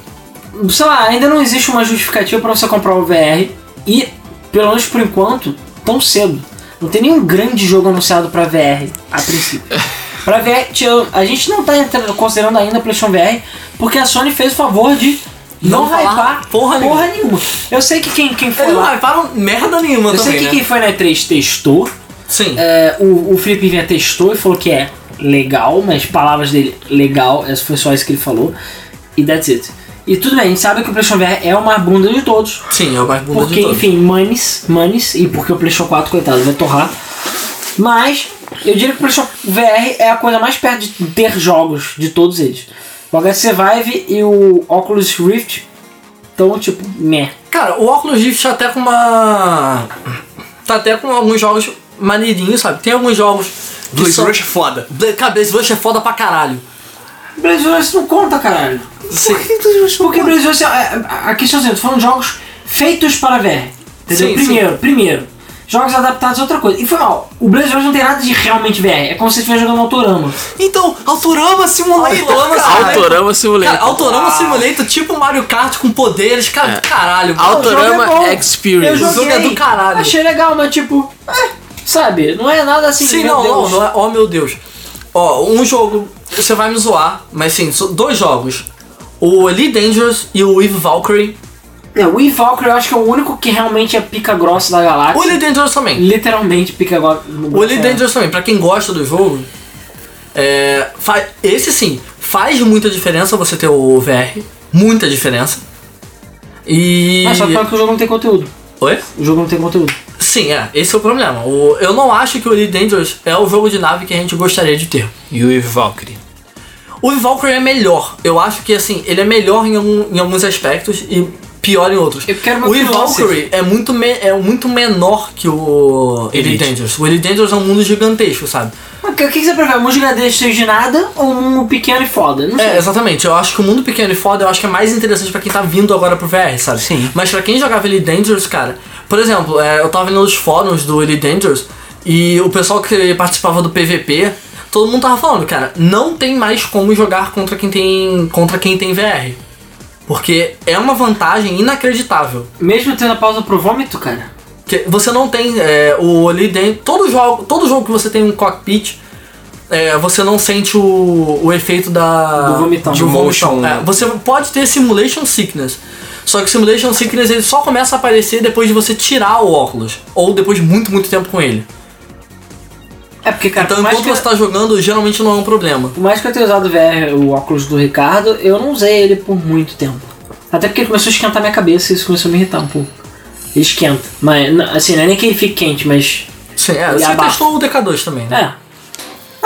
S2: sei lá, ainda não existe uma justificativa pra você comprar o VR e, pelo menos por enquanto, tão cedo. Não tem nenhum grande jogo anunciado pra VR, a princípio. pra VR, tio, a gente não tá entrando- considerando ainda a PlayStation VR, porque a Sony fez o favor de não,
S5: Não falar
S2: hypar
S5: porra nenhuma.
S2: nenhuma. Eu sei que quem, quem foi
S5: Eles
S2: lá...
S5: não falam merda nenhuma
S2: Eu sei
S5: também,
S2: que
S5: né?
S2: quem foi na E3 testou,
S5: Sim.
S2: é, o, o Felipe Vinha testou e falou que é legal, mas palavras dele, legal, essa foi só isso que ele falou. E that's it. E tudo bem, a gente sabe que o PlayStation VR é uma bunda de todos.
S5: Sim, é o mais bunda
S2: Porque,
S5: de todos.
S2: enfim, manes, manes, e porque o PlayStation 4, coitado, vai torrar. Mas, eu diria que o PlayStation VR é a coisa mais perto de ter jogos de todos eles. O HTC Vive e o Oculus Rift estão, tipo, meh.
S5: Cara, o Oculus Rift tá até com uma... Tá até com alguns jogos maneirinhos, sabe? Tem alguns jogos... que
S6: Blaze
S5: são-
S6: Rush é foda.
S5: Bla- Cara, Blaze Rush é foda pra caralho.
S2: Brasil, isso não conta, caralho.
S5: Sim.
S2: Porque Brasil, assim, a- a a questão é, assim, foram jogos feitos para VR. Entendeu?
S5: Sim,
S2: primeiro, primeiro. Jogos adaptados é outra coisa. E foi mal. O Blaze Bros não tem nada de realmente VR. É como se você estivesse jogando Autorama.
S6: Então, Autorama Simulator.
S5: Autorama
S6: cara.
S5: Simulator.
S4: Autorama Simulator. É
S5: Cara,
S2: Ah.
S5: Autorama Simulator, tipo Mario Kart com poderes, cara, do caralho. mano.
S4: Auto- Autorama
S2: O jogo é bom.
S4: Experience.
S2: Eu
S5: O jogo é
S2: joguei,
S5: do caralho.
S2: Achei legal, mas tipo... é, sabe? Não é nada assim...
S5: Sim,
S2: meu
S5: não, não,
S2: Deus.
S5: não é. Oh, meu Deus. Ó, um jogo, você vai me zoar, mas sim, so- dois jogos. O Elite Dangerous e o Eve Valkyrie.
S2: É, o Eve Valkyrie eu acho que é o único que realmente é pica grossa da galáxia.
S5: O Elite Dangerous também.
S2: Literalmente pica grossa.
S5: O Elite Dangerous também, pra quem gosta do jogo, é, fa- esse sim, faz muita diferença você ter o VR. Muita diferença. E.
S2: Ah, só que o jogo não tem conteúdo.
S5: Oi?
S2: O jogo não tem conteúdo.
S5: Sim, é, esse é o problema. O- eu não acho que o Elite Dangerous é o jogo de nave que a gente gostaria de ter.
S6: E o Eve Valkyrie.
S5: O Valkyrie é melhor. Eu acho que assim, ele é melhor em, algum- em alguns aspectos e pior em outros.
S2: Eu quero uma
S5: o
S2: Philosophy.
S5: Valkyrie é muito, me- é muito menor que o Elite,
S6: Elite.
S5: Dangerous. O Elite Dangerous é um mundo gigantesco, sabe?
S2: Mas O que, o que você prefere? Um mundo gigantesco cheio de nada ou um mundo pequeno e foda? Não sei.
S5: É, exatamente. Eu acho que o mundo pequeno e foda, eu acho que é mais interessante pra quem tá vindo agora pro VR, sabe?
S6: Sim.
S5: Mas pra quem jogava Elite Dangerous, cara, por exemplo, é, eu tava vendo os fóruns do Elite Dangerous e o pessoal que participava do PVP, todo mundo tava falando, cara, não tem mais como jogar contra quem tem contra quem tem VR. Porque é uma vantagem inacreditável.
S2: Mesmo tendo a pausa pro vômito, cara.
S5: Que você não tem é, o ali dentro. Todo jogo, todo jogo que você tem um cockpit, é, você não sente o, o efeito da.
S2: Do vomitão.
S5: De um vomitão.
S6: Motion, né?
S5: É, você pode ter simulation sickness. Só que o simulation sickness ele só começa a aparecer depois de você tirar o óculos. Ou depois de muito, muito tempo com ele.
S2: É porque, cara,
S5: Então
S2: por, mais
S5: enquanto
S2: que, eu-
S5: você tá jogando, geralmente não é um problema.
S2: por mais que eu tenha usado o VR, o óculos do Ricardo, eu não usei ele por muito tempo. Até porque ele começou a esquentar minha cabeça e isso começou a me irritar um pouco. Ele esquenta. Mas, não- assim, não é nem que ele fique quente, mas.
S5: Sim, é,
S2: E
S5: você
S2: abafa.
S5: testou o DK2 também, né?
S2: É.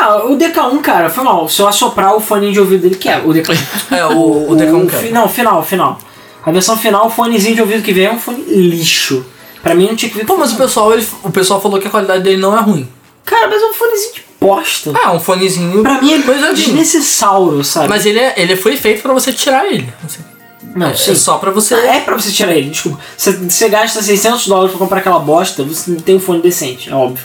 S2: Ah, o DK1, cara, foi mal. Se eu assoprar o foninho de ouvido dele, que é o DK1.
S5: É, o, o DK1 quebra.
S2: fi- Não, final, final. A versão final, o fonezinho de ouvido que vem é um fone lixo. Pra mim não tinha que vir
S5: Pô, mas o pessoal, ele- o pessoal falou que a qualidade dele não é ruim.
S2: Cara, mas é um fonezinho de bosta.
S5: Ah, um fonezinho.
S2: Pra mim ele é
S5: coisadinho.
S2: desnecessário, sabe?
S5: Mas ele, é- ele foi feito pra você tirar ele. assim.
S2: não,
S5: É só pra você.
S2: É pra você tirar ele, desculpa. Você, você gasta 600 dólares pra comprar aquela bosta, você não tem um fone decente, é óbvio.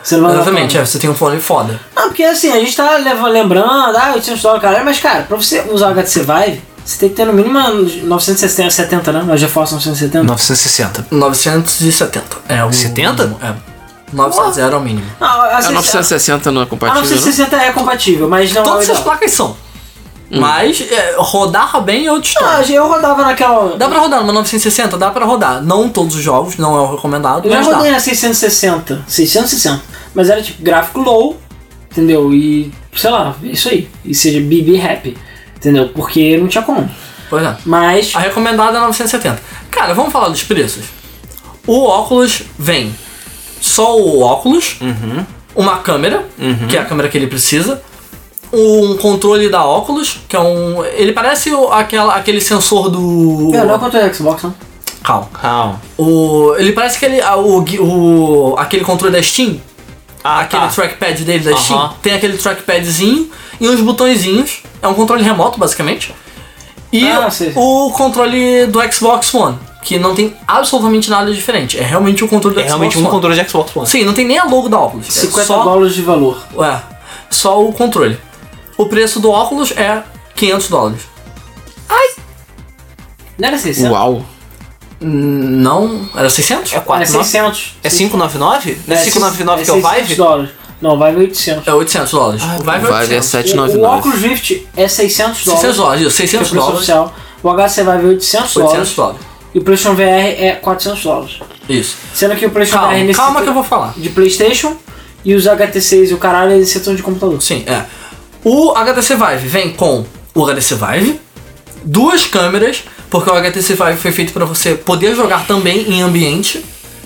S2: Você não vai levar
S5: Exatamente,
S2: pra-
S5: é, você tem um fone foda.
S2: Não, porque assim, a gente tá leva- lembrando, ah, 800 dólares, caralho, mas cara, pra você usar o HTC Vive, você tem que ter no mínimo uma 970, né? A GeForce 970.
S6: 960.
S5: 970. É o.
S6: 70?
S5: É. 900 era o mínimo.
S2: Não, a,
S4: A 960 não é
S2: a
S4: compatível. não?
S2: 960 é compatível, mas não
S5: Todas
S2: é o
S5: essas
S2: ideal.
S5: placas são. Mas é, rodar bem é outra história.
S2: Ah, eu rodava naquela...
S5: Dá pra rodar numa 960? Dá pra rodar. Não todos os jogos, não é o recomendado,
S2: Eu já
S5: mas dá.
S2: rodei na 660. 660. Mas era tipo gráfico low, entendeu? E sei lá, isso aí. E seja BB happy, entendeu? Porque não tinha como.
S5: Pois é.
S2: Mas.
S5: A recomendada é 970. Cara, vamos falar dos preços. O óculos vem só o óculos, uma câmera, que é a câmera que ele precisa, um controle da óculos, que é um. Ele parece o- aquela, aquele sensor do.
S2: Não, não é contra o Xbox, não.
S5: Calma.
S6: Calma.
S5: O, ele parece aquele, a- o, gui- o, aquele controle da Steam,
S6: Ah,
S5: aquele
S6: tá.
S5: trackpad dele da Steam.
S6: Aham.
S5: Tem aquele trackpadzinho e uns botõezinhos. É um controle remoto, basicamente. E
S2: Ah, sei, sei.
S5: o controle do Xbox One, que não tem absolutamente nada diferente. É realmente o controle do
S6: É realmente um
S5: Xbox One.
S6: controle de Xbox One.
S5: Sim, não tem nem a logo da Oculus. É
S2: 50
S5: só-
S2: dólares de valor.
S5: é, só o controle. O preço do óculos é 500 dólares.
S2: Não era 600?
S4: Uau.
S5: Não, era 600?
S6: É
S2: Era
S6: 4,
S2: 600.
S6: É 599? Não é 599 que é o
S2: 600
S6: Vive?
S2: dólares. Não, o Vive é 800.
S5: É 800 dólares.
S6: Ah,
S5: o Vive é
S4: Vai ver
S5: 800.
S4: 799.
S2: O, o Oculus Rift é 600 dólares.
S5: 600 dólares, isso,
S2: que é o
S5: 600
S6: Tipo,
S2: preço
S5: dólares.
S2: oficial. O HC Vive é 800
S5: 800
S2: dólares.
S5: dólares.
S2: E o PlayStation VR é 400 dólares.
S5: Isso.
S2: Sendo que o PlayStation
S5: Calma,
S2: VR necessita
S5: calma que eu vou falar.
S2: de PlayStation e os HT6 e o caralho eles necessitam de computador.
S5: Sim, é. O HTC Vive vem com o HTC Vive, duas câmeras, porque o HTC Vive foi feito para você poder jogar também em ambiente.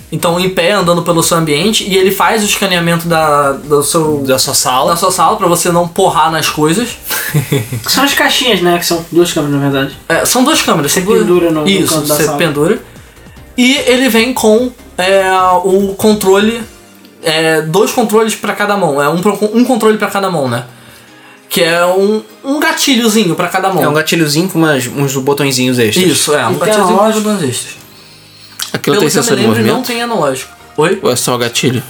S5: Então, em pé, andando pelo seu ambiente, e ele faz o escaneamento da, do seu,
S6: Da sua
S5: da
S6: sala.
S5: sua sala para você não porrar nas coisas.
S2: Que São as caixinhas, né? Que são duas câmeras, na verdade.
S5: É, são duas câmeras. Você
S2: pendura no- no
S5: Isso,
S2: canto da
S5: você
S2: sala.
S5: pendura. E ele vem com é, o controle... é, dois controles pra cada mão. É um, pro- um controle pra cada mão, né? Que é um, um gatilhozinho pra cada mão.
S6: É um gatilhozinho com umas- uns botõezinhos extras.
S5: Isso, é.
S2: E
S5: Um
S2: tem
S5: gatilhozinho
S2: analógico?
S5: pra extras.
S4: Aquilo tem
S5: Pelo que eu me
S4: sensor de
S5: lembro, ele não
S4: movimento?
S5: tem analógico. Oi?
S4: Ou é só o gatilho?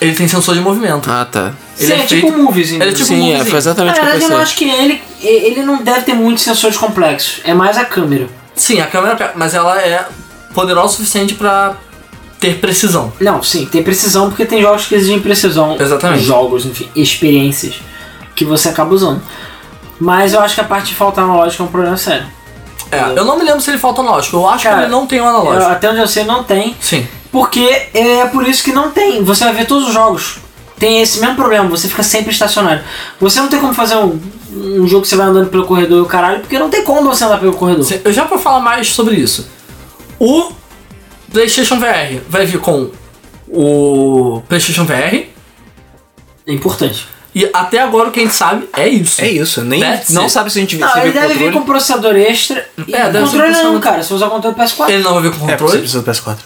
S5: Ele tem sensor de movimento.
S4: Ah, tá.
S5: Ele
S2: Sim,
S5: é
S2: é, tipo
S5: feito-
S2: um moviezinho.
S5: ele é tipo um
S4: Sim, é,
S5: moviezinho.
S4: foi
S2: Na
S4: exatamente o que eu
S2: verdade, eu não
S4: pensei.
S2: acho que ele, ele não deve ter muitos sensores complexos. É mais a câmera.
S5: Sim, a câmera... pega, Mas ela é poderosa o suficiente pra ter precisão.
S2: Não, sim, tem precisão porque tem jogos que exigem precisão.
S5: Exatamente.
S2: Jogos, enfim, experiências que você acaba usando. Mas eu acho que a parte de faltar analógico é um problema sério.
S5: É, eu não me lembro se ele falta analógico. Eu acho que
S2: Cara,
S5: ele não tem um
S2: Eu-
S5: analógico.
S2: até onde eu sei, não tem.
S5: Sim.
S2: Porque é por isso que não tem. Você vai ver todos os jogos. Tem esse mesmo problema, você fica sempre estacionário. Você não tem como fazer um, um jogo que você vai andando pelo corredor e o caralho, porque não tem como você andar pelo corredor.
S5: Sim, Eu já vou falar mais sobre isso. O PlayStation VR vai vir com o PlayStation VR.
S2: É importante.
S5: E até agora o que a gente sabe é isso.
S6: É isso, nem
S5: That's
S6: não
S5: it.
S6: sabe se a gente
S2: Não,
S6: se
S2: ele
S6: viu o
S2: deve
S6: controle.
S2: vir com um processador extra. E um
S5: É, deve
S2: controle
S5: vir com
S2: não,
S5: processador-
S2: cara. Se você usar o controle PS4,
S5: Ele não vai vir com
S6: É, você
S5: controle.
S6: precisa do PS4.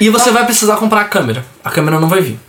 S5: e você vai precisar comprar a câmera. A câmera não vai vir.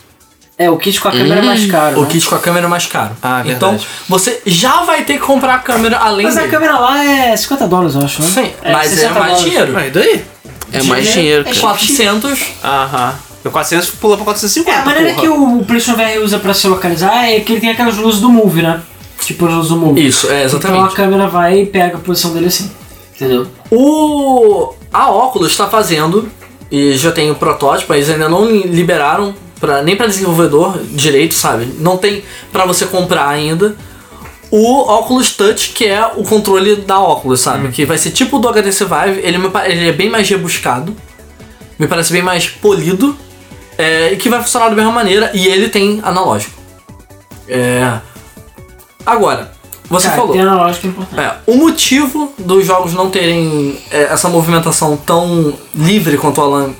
S2: É, o kit com a câmera é mais caro.
S5: Hum, O
S2: né?
S5: kit com a câmera é mais caro.
S6: Ah, verdade.
S5: então você já vai ter que comprar a câmera além
S2: Mas a
S5: dele.
S2: câmera lá é 50 dólares, eu acho, né?
S5: Sim, mas é
S2: 60
S5: mais
S2: dólares.
S5: dinheiro.
S6: Ah, e daí?
S4: É mais dinheiro,
S2: é
S4: cara.
S5: 400.
S6: Aham. E o 400 pula pra 450.
S2: É, a maneira
S6: porra.
S2: que o PlayStation VR usa pra se localizar é que ele tem aquelas luzes do Move, né? Tipo as luzes do Move.
S5: Isso, é
S2: Então a câmera vai e pega a posição dele assim. Entendeu?
S5: O a Oculus está fazendo e já tem o protótipo, eles ainda não liberaram para nem para desenvolvedor direito, sabe? Não tem para você comprar ainda. O Oculus Touch, que é o controle da Oculus,
S2: Hum.
S5: sabe? Que vai ser tipo o do HTC Vive, ele, me pa- ele é bem mais rebuscado, me parece bem mais polido, é, e que vai funcionar da mesma maneira, e ele tem analógico. É. Agora, você
S2: Cara,
S5: falou.
S2: Tem analógico é importante.
S5: É, o motivo dos jogos não terem é, essa movimentação tão livre quanto o Alan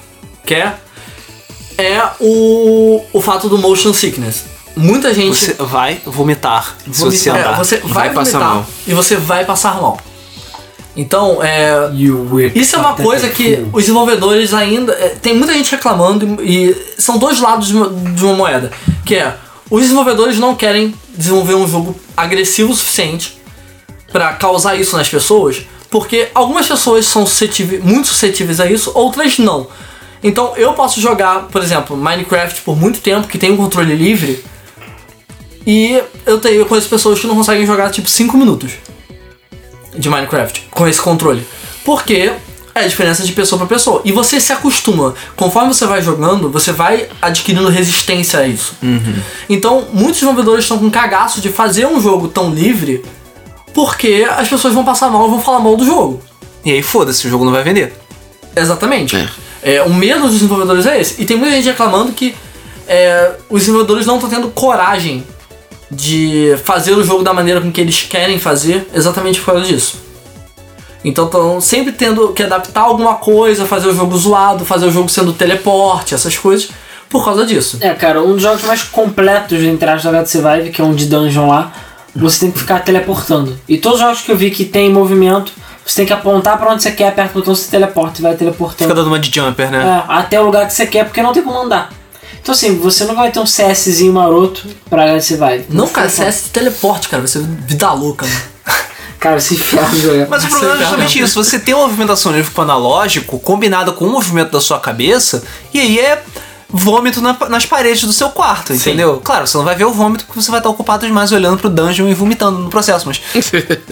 S5: quer é o, o fato do motion sickness. Muita gente
S6: Você vai vomitar se você
S5: é,
S6: andar.
S5: você vai,
S4: Vai passar
S5: vomitar
S4: mal.
S5: e você vai passar mal. Então, é, isso é uma coisa que os desenvolvedores ainda. é, tem muita gente reclamando e, e são dois lados de uma, de uma moeda. Que é, os desenvolvedores não querem desenvolver um jogo agressivo o suficiente pra causar isso nas pessoas, porque algumas pessoas são suscetíveis, muito suscetíveis a isso, outras não. Então eu posso jogar, por exemplo, Minecraft por muito tempo, que tem um controle livre, e eu, tenho, eu conheço pessoas que não conseguem jogar tipo 5 minutos de Minecraft com esse controle. Porque é a diferença de pessoa pra pessoa. E você se acostuma. Conforme você vai jogando, você vai adquirindo resistência a isso. Então, muitos desenvolvedores estão com cagaço de fazer um jogo tão livre porque as pessoas vão passar mal e vão falar mal do jogo.
S6: E aí foda-se, o jogo não vai vender.
S5: Exatamente. É, o medo dos desenvolvedores é esse. E tem muita gente reclamando que é, os desenvolvedores não estão tendo coragem de fazer o jogo da maneira com que eles querem fazer, exatamente por causa disso. Então estão sempre tendo que adaptar alguma coisa, fazer o jogo zoado, fazer o jogo sendo teleporte, essas coisas, por causa disso.
S2: É, cara, um dos jogos mais completos entre as da HTC Vive, que é um de dungeon lá, você tem que ficar teleportando. E todos os jogos que eu vi que tem movimento, você tem que apontar pra onde você quer, aperta o botão, se teleporta e vai
S6: Fica
S2: teleportando.
S6: dando uma de jumper, né?
S2: É, até o lugar que você quer, porque não tem como andar. Então assim, você não vai ter um CSzinho maroto pra galera que você vai.
S5: Não, cara, CS teleporte, cara. Você é vida louca, mano.
S2: Cara, se enfiar no jogo.
S1: Mas o
S5: Você
S1: problema é
S5: já
S1: justamente isso. Você tem uma movimentação de livro analógico combinada com o movimento da sua cabeça, e aí é vômito na- nas paredes do seu quarto, entendeu? Claro, você não vai ver o vômito porque você vai estar ocupado demais olhando pro dungeon e vomitando no processo, mas.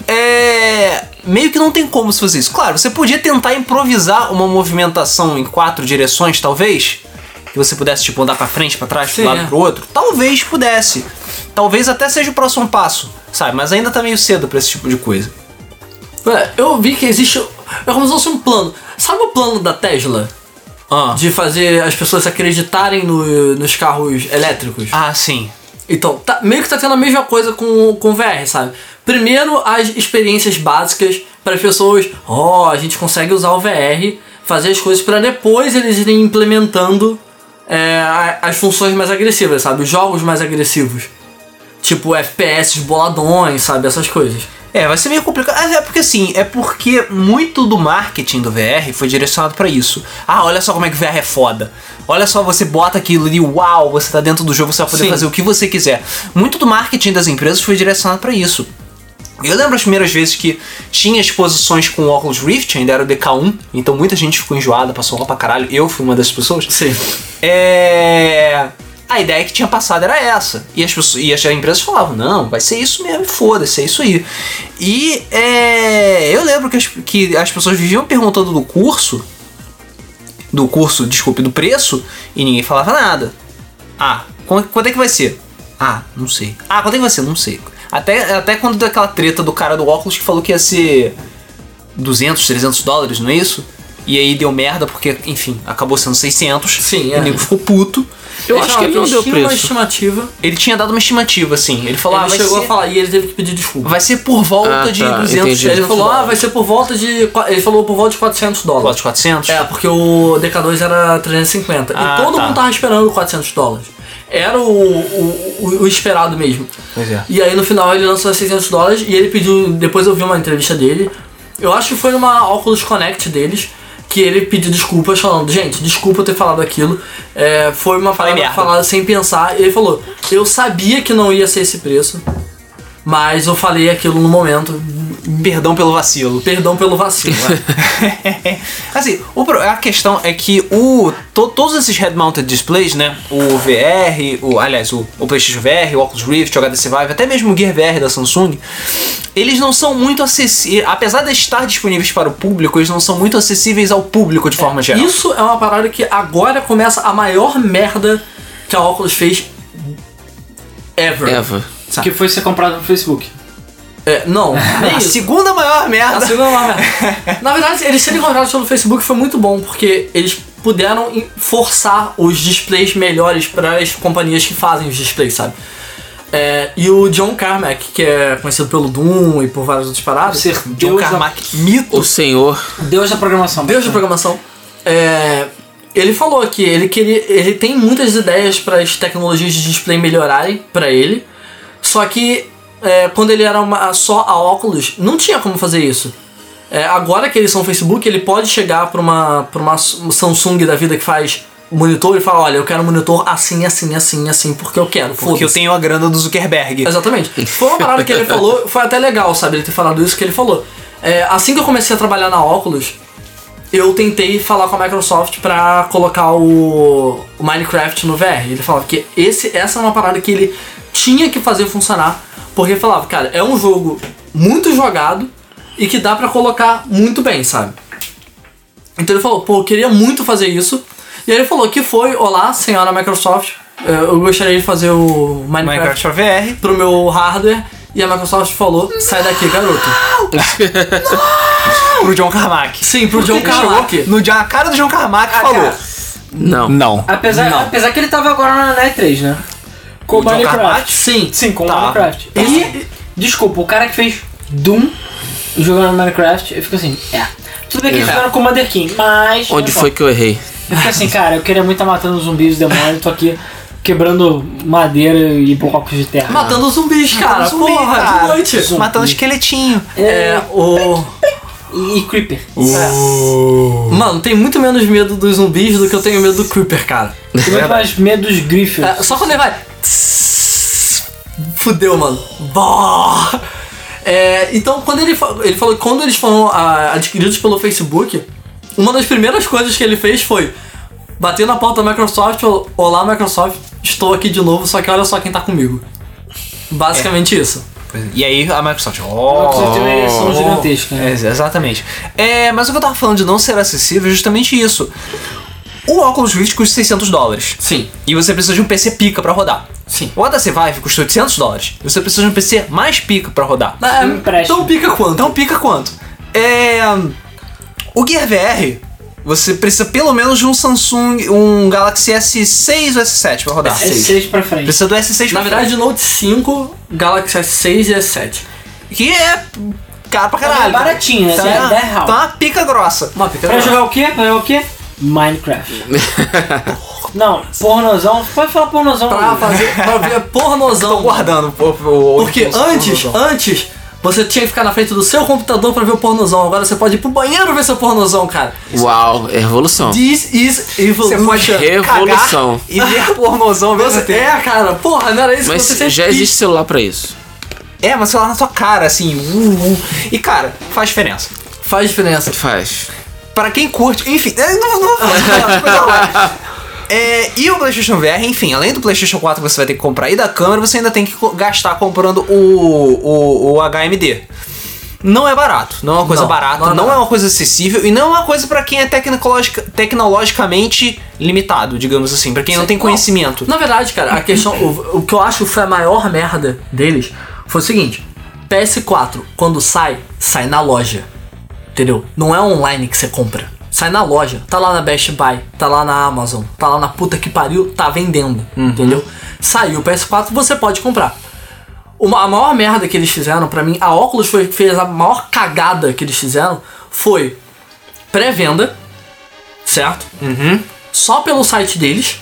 S1: é. Meio que não tem como se fazer isso. Claro, você podia tentar improvisar uma movimentação em quatro direções, talvez. Que você pudesse, tipo, andar pra frente, pra trás, pro
S5: Sim,
S1: lado,
S5: é.
S1: pro outro. Talvez pudesse. Talvez até seja o próximo passo, sabe? Mas ainda tá meio cedo pra esse tipo de coisa.
S5: Ué, Eu vi que existe. É como se fosse um plano. Sabe o plano da Tesla?
S1: Ah.
S5: De fazer as pessoas acreditarem no- nos carros elétricos?
S1: Ah, sim.
S5: Então, tá- meio que tá tendo a mesma coisa com com o VR, sabe? Primeiro, as experiências básicas para as pessoas, ó, a gente consegue usar o VR, fazer as coisas para depois eles irem implementando é, a- as funções mais agressivas, sabe? Os jogos mais agressivos. Tipo FPS boladões, sabe? Essas coisas.
S1: É, vai ser meio complicado. Ah, É porque assim, é porque muito do marketing do VR foi direcionado pra isso. Ah, olha só como é que o VR é foda. Olha só, você bota aquilo ali, uau, você tá dentro do jogo, você vai poder
S5: Sim.
S1: fazer o que você quiser. Muito do marketing das empresas foi direcionado pra isso. Eu lembro as primeiras vezes que tinha exposições com o Oculus Rift, ainda era o DK1, então muita gente ficou enjoada, passou mal pra caralho. Eu fui uma dessas pessoas.
S5: Sim.
S1: É. A ideia que tinha passado era essa. E as, pessoas, e as empresas falavam, não, vai ser isso mesmo, foda-se, é isso aí. E é, eu lembro que as, que as pessoas viviam perguntando do curso, do curso, desculpe, do preço, e ninguém falava nada. Ah, qu- quando é que vai ser? Ah, não sei. Ah, quando é que vai ser? Não sei. Até, até quando deu aquela treta do cara do óculos que falou que ia ser 200, 300 dólares, não é isso? E aí deu merda porque, enfim, acabou sendo 600.
S5: Sim,
S1: e
S5: é.
S1: O nego ficou puto.
S4: Eu
S5: Eles
S4: acho que
S5: falaram
S4: ele não
S5: eles
S4: deu
S5: tinham uma
S4: preço.
S5: estimativa.
S1: Ele tinha dado uma estimativa, assim. Ele falou,
S5: Ele
S1: ah, vai
S5: chegou
S1: ser,
S5: a falar e ele teve que pedir desculpa.
S1: vai ser por volta
S4: Ah,
S1: de
S4: tá,
S1: 200,
S4: entendi.
S1: 300
S5: Ele falou, ah,
S1: dólares.
S5: vai ser por volta de. qua- Ele falou por volta de 400 dólares.
S1: 400?
S5: É, porque o DK2 era 350.
S1: Ah,
S5: e todo
S1: tá.
S5: mundo tava esperando 400 dólares. Era o, o, o- o esperado mesmo.
S1: Pois é.
S5: E aí no final ele lançou 600 dólares e ele pediu. Depois eu vi uma entrevista dele. Eu acho que foi numa Oculus Connect deles. Que ele pediu desculpas, falando: Gente, desculpa eu ter falado aquilo. É, foi uma parada
S1: merda."
S5: falada sem pensar. Ele falou: Eu sabia que não ia ser esse preço. Mas eu falei aquilo no momento.
S1: Perdão pelo vacilo.
S5: Perdão pelo vacilo. né?
S1: assim, o pro- a questão é que o, to- todos esses head-mounted displays, né? O VR, o, aliás, o, o PlayStation VR, o Oculus Rift, o HTC Vive, até mesmo o Gear VR da Samsung, eles não são muito acessíveis. Apesar de estar disponíveis para o público, eles não são muito acessíveis ao público de forma geral.
S5: Isso é uma parada que agora começa a maior merda que a Oculus fez ever.
S4: Eva.
S2: Que foi ser comprado no Facebook.
S5: É, não, nem
S1: A
S5: isso.
S1: segunda maior merda.
S5: A segunda maior merda. Na verdade, eles serem comprados pelo Facebook foi muito bom, porque eles puderam em- forçar os displays melhores para as companhias que fazem os displays, sabe? É, e o John Carmack, que é conhecido pelo Doom e por várias outras paradas,
S2: Ser
S1: John
S2: Deus, da,
S1: é Carmack, mito.
S4: O senhor.
S2: Deus da programação.
S5: Deus da programação. É, ele falou que ele queria, ele tem muitas ideias para as tecnologias de display melhorarem para ele. Só que é, quando ele era uma- só a óculos, não tinha como fazer isso. É, agora que eles são Facebook, ele pode chegar para uma, pra uma Samsung da vida que faz monitor e falar, olha, eu quero um monitor assim, assim, assim, assim, porque eu quero.
S1: Porque eu
S5: foda-se."
S1: tenho a grana do Zuckerberg.
S5: Exatamente. Foi uma parada que ele falou, foi até legal, sabe, ele ter falado isso que ele falou. É, assim que eu comecei a trabalhar na Oculus, eu tentei falar com a Microsoft pra colocar o, o Minecraft no VR. Ele falava que esse, essa é uma parada que ele tinha que fazer funcionar, porque ele falava, cara, é um jogo muito jogado e que dá pra colocar muito bem, sabe? Então ele falou, pô, eu queria muito fazer isso. E aí ele falou que foi, olá, senhora Microsoft, é, eu gostaria de fazer o Minecraft
S1: Minecraft VR.
S5: pro meu hardware e a Microsoft falou: sai daqui, garoto.
S1: Pro Ah, John Carmack.
S5: Sim, pro John
S1: Ele chegou
S5: Carmack.
S1: no dia, a cara do John Carmack e
S5: cara.
S1: falou:
S4: Não.
S1: Não.
S2: Apesar,
S5: Não.
S2: apesar que ele tava agora na- na E3, né? Com o
S1: John
S2: Minecraft.
S1: Carmack?
S5: Sim.
S2: Sim, com o
S1: Tá.
S2: Minecraft. E, desculpa, o cara que fez Doom jogando Minecraft, eu fico assim, é. Tudo bem que eles
S4: É.
S2: fizeram com o Commander King, mas.
S4: Onde
S2: olha só.
S4: foi que eu errei?
S2: Eu fico assim, cara, eu queria muito estar matando zumbis e demônios, tô aqui quebrando madeira e blocos de terra.
S5: Matando zumbis, cara.
S1: Zumbi,
S5: Porra,
S1: cara.
S5: de noite.
S1: Matando esqueletinho.
S5: É, o.
S2: e, e Creeper.
S5: Mano, tem muito menos medo dos zumbis do que eu tenho medo do Creeper, cara.
S2: Tem muito mais medo dos Griffins.
S5: É, só quando ele vai. Fudeu, mano. Bó! É, então, quando ele, fa- ele falou que quando eles foram ah, adquiridos pelo Facebook, uma das primeiras coisas que ele fez foi bater na porta da Microsoft e falou, Olá, Microsoft, estou aqui de novo, só que olha só quem tá comigo. Basicamente isso.
S1: E aí a Microsoft.
S2: Só que
S1: Oh,
S2: Você tem uma ereção gigantesca.
S1: É,
S2: né?
S1: exatamente. É, mas o que eu tava falando de não ser acessível é justamente isso. O óculos Rift custa 600 dólares.
S5: Sim,
S1: E você precisa de um PC pica pra rodar.
S5: sim.
S1: O Odyssey Vive custa 800 dólares. E você precisa de um PC mais pica pra rodar.
S5: É,
S2: Empréstimo.
S5: então pica quanto?
S1: Então pica quanto? É. O Gear VR, você precisa pelo menos de um Samsung, um Galaxy S6 ou S7 pra rodar.
S2: É seis pra frente.
S1: Precisa do S6
S5: Na
S1: pra
S5: verdade, Note 5, Galaxy S6 e S7.
S1: frente, Que é caro pra caralho.
S2: É baratinho, né?
S1: Tá,
S2: É 10 real.
S1: tá uma pica grossa.
S5: Uma pica
S2: Pra jogar o quê? Pra jogar o quê? Minecraft. Não, pornozão. Pode falar pornozão.
S4: Ah,
S5: pra fazer pra ver pornozão.
S1: Tô guardando o, o, o
S5: Porque
S1: impulso,
S5: antes,
S1: pornozão.
S5: antes, você tinha que ficar na frente do seu computador pra ver o pornozão. Agora você pode ir pro banheiro ver seu pornozão, cara.
S4: Uau, é revolução.
S5: This is evolution.
S1: Você pode né,
S4: Revolução.
S1: cagar E ver pornozão ao mesmo
S5: Você-
S1: tempo.
S5: é, cara, porra, não era isso
S4: Mas
S5: que você
S4: já
S5: sempre
S4: existe celular pra isso.
S1: É, mas sei lá na sua cara, assim. Uh, uh. E cara, faz diferença.
S5: quis. Faz diferença.
S4: Faz.
S1: Pra quem curte, enfim, é, não, não, não, É, e o PlayStation VR, enfim, além do PlayStation 4 que você vai ter que comprar e da câmera, você ainda tem que co- gastar comprando o, o, o HMD. Não é barato, não é uma coisa
S5: Não,
S1: barata,
S5: não
S1: não,
S5: é
S1: é
S5: barato.
S1: uma coisa acessível e não é uma coisa pra quem é tecnologica- tecnologicamente limitado, digamos assim, pra quem não tem conhecimento.
S5: Na verdade, cara, a questão. O, o que eu acho que foi a maior merda deles foi o seguinte: PS4, quando sai, sai na loja. Entendeu? Não é online que você compra. Sai na loja. Tá lá na Best Buy, tá lá na Amazon, tá lá na puta que pariu, tá vendendo.
S1: Uhum.
S5: Entendeu? Saiu o PS4, você pode comprar. Uma- a maior merda que eles fizeram, pra mim, a Oculus foi, fez a maior cagada que eles fizeram foi pré-venda, certo?
S1: Uhum.
S5: Só pelo site deles.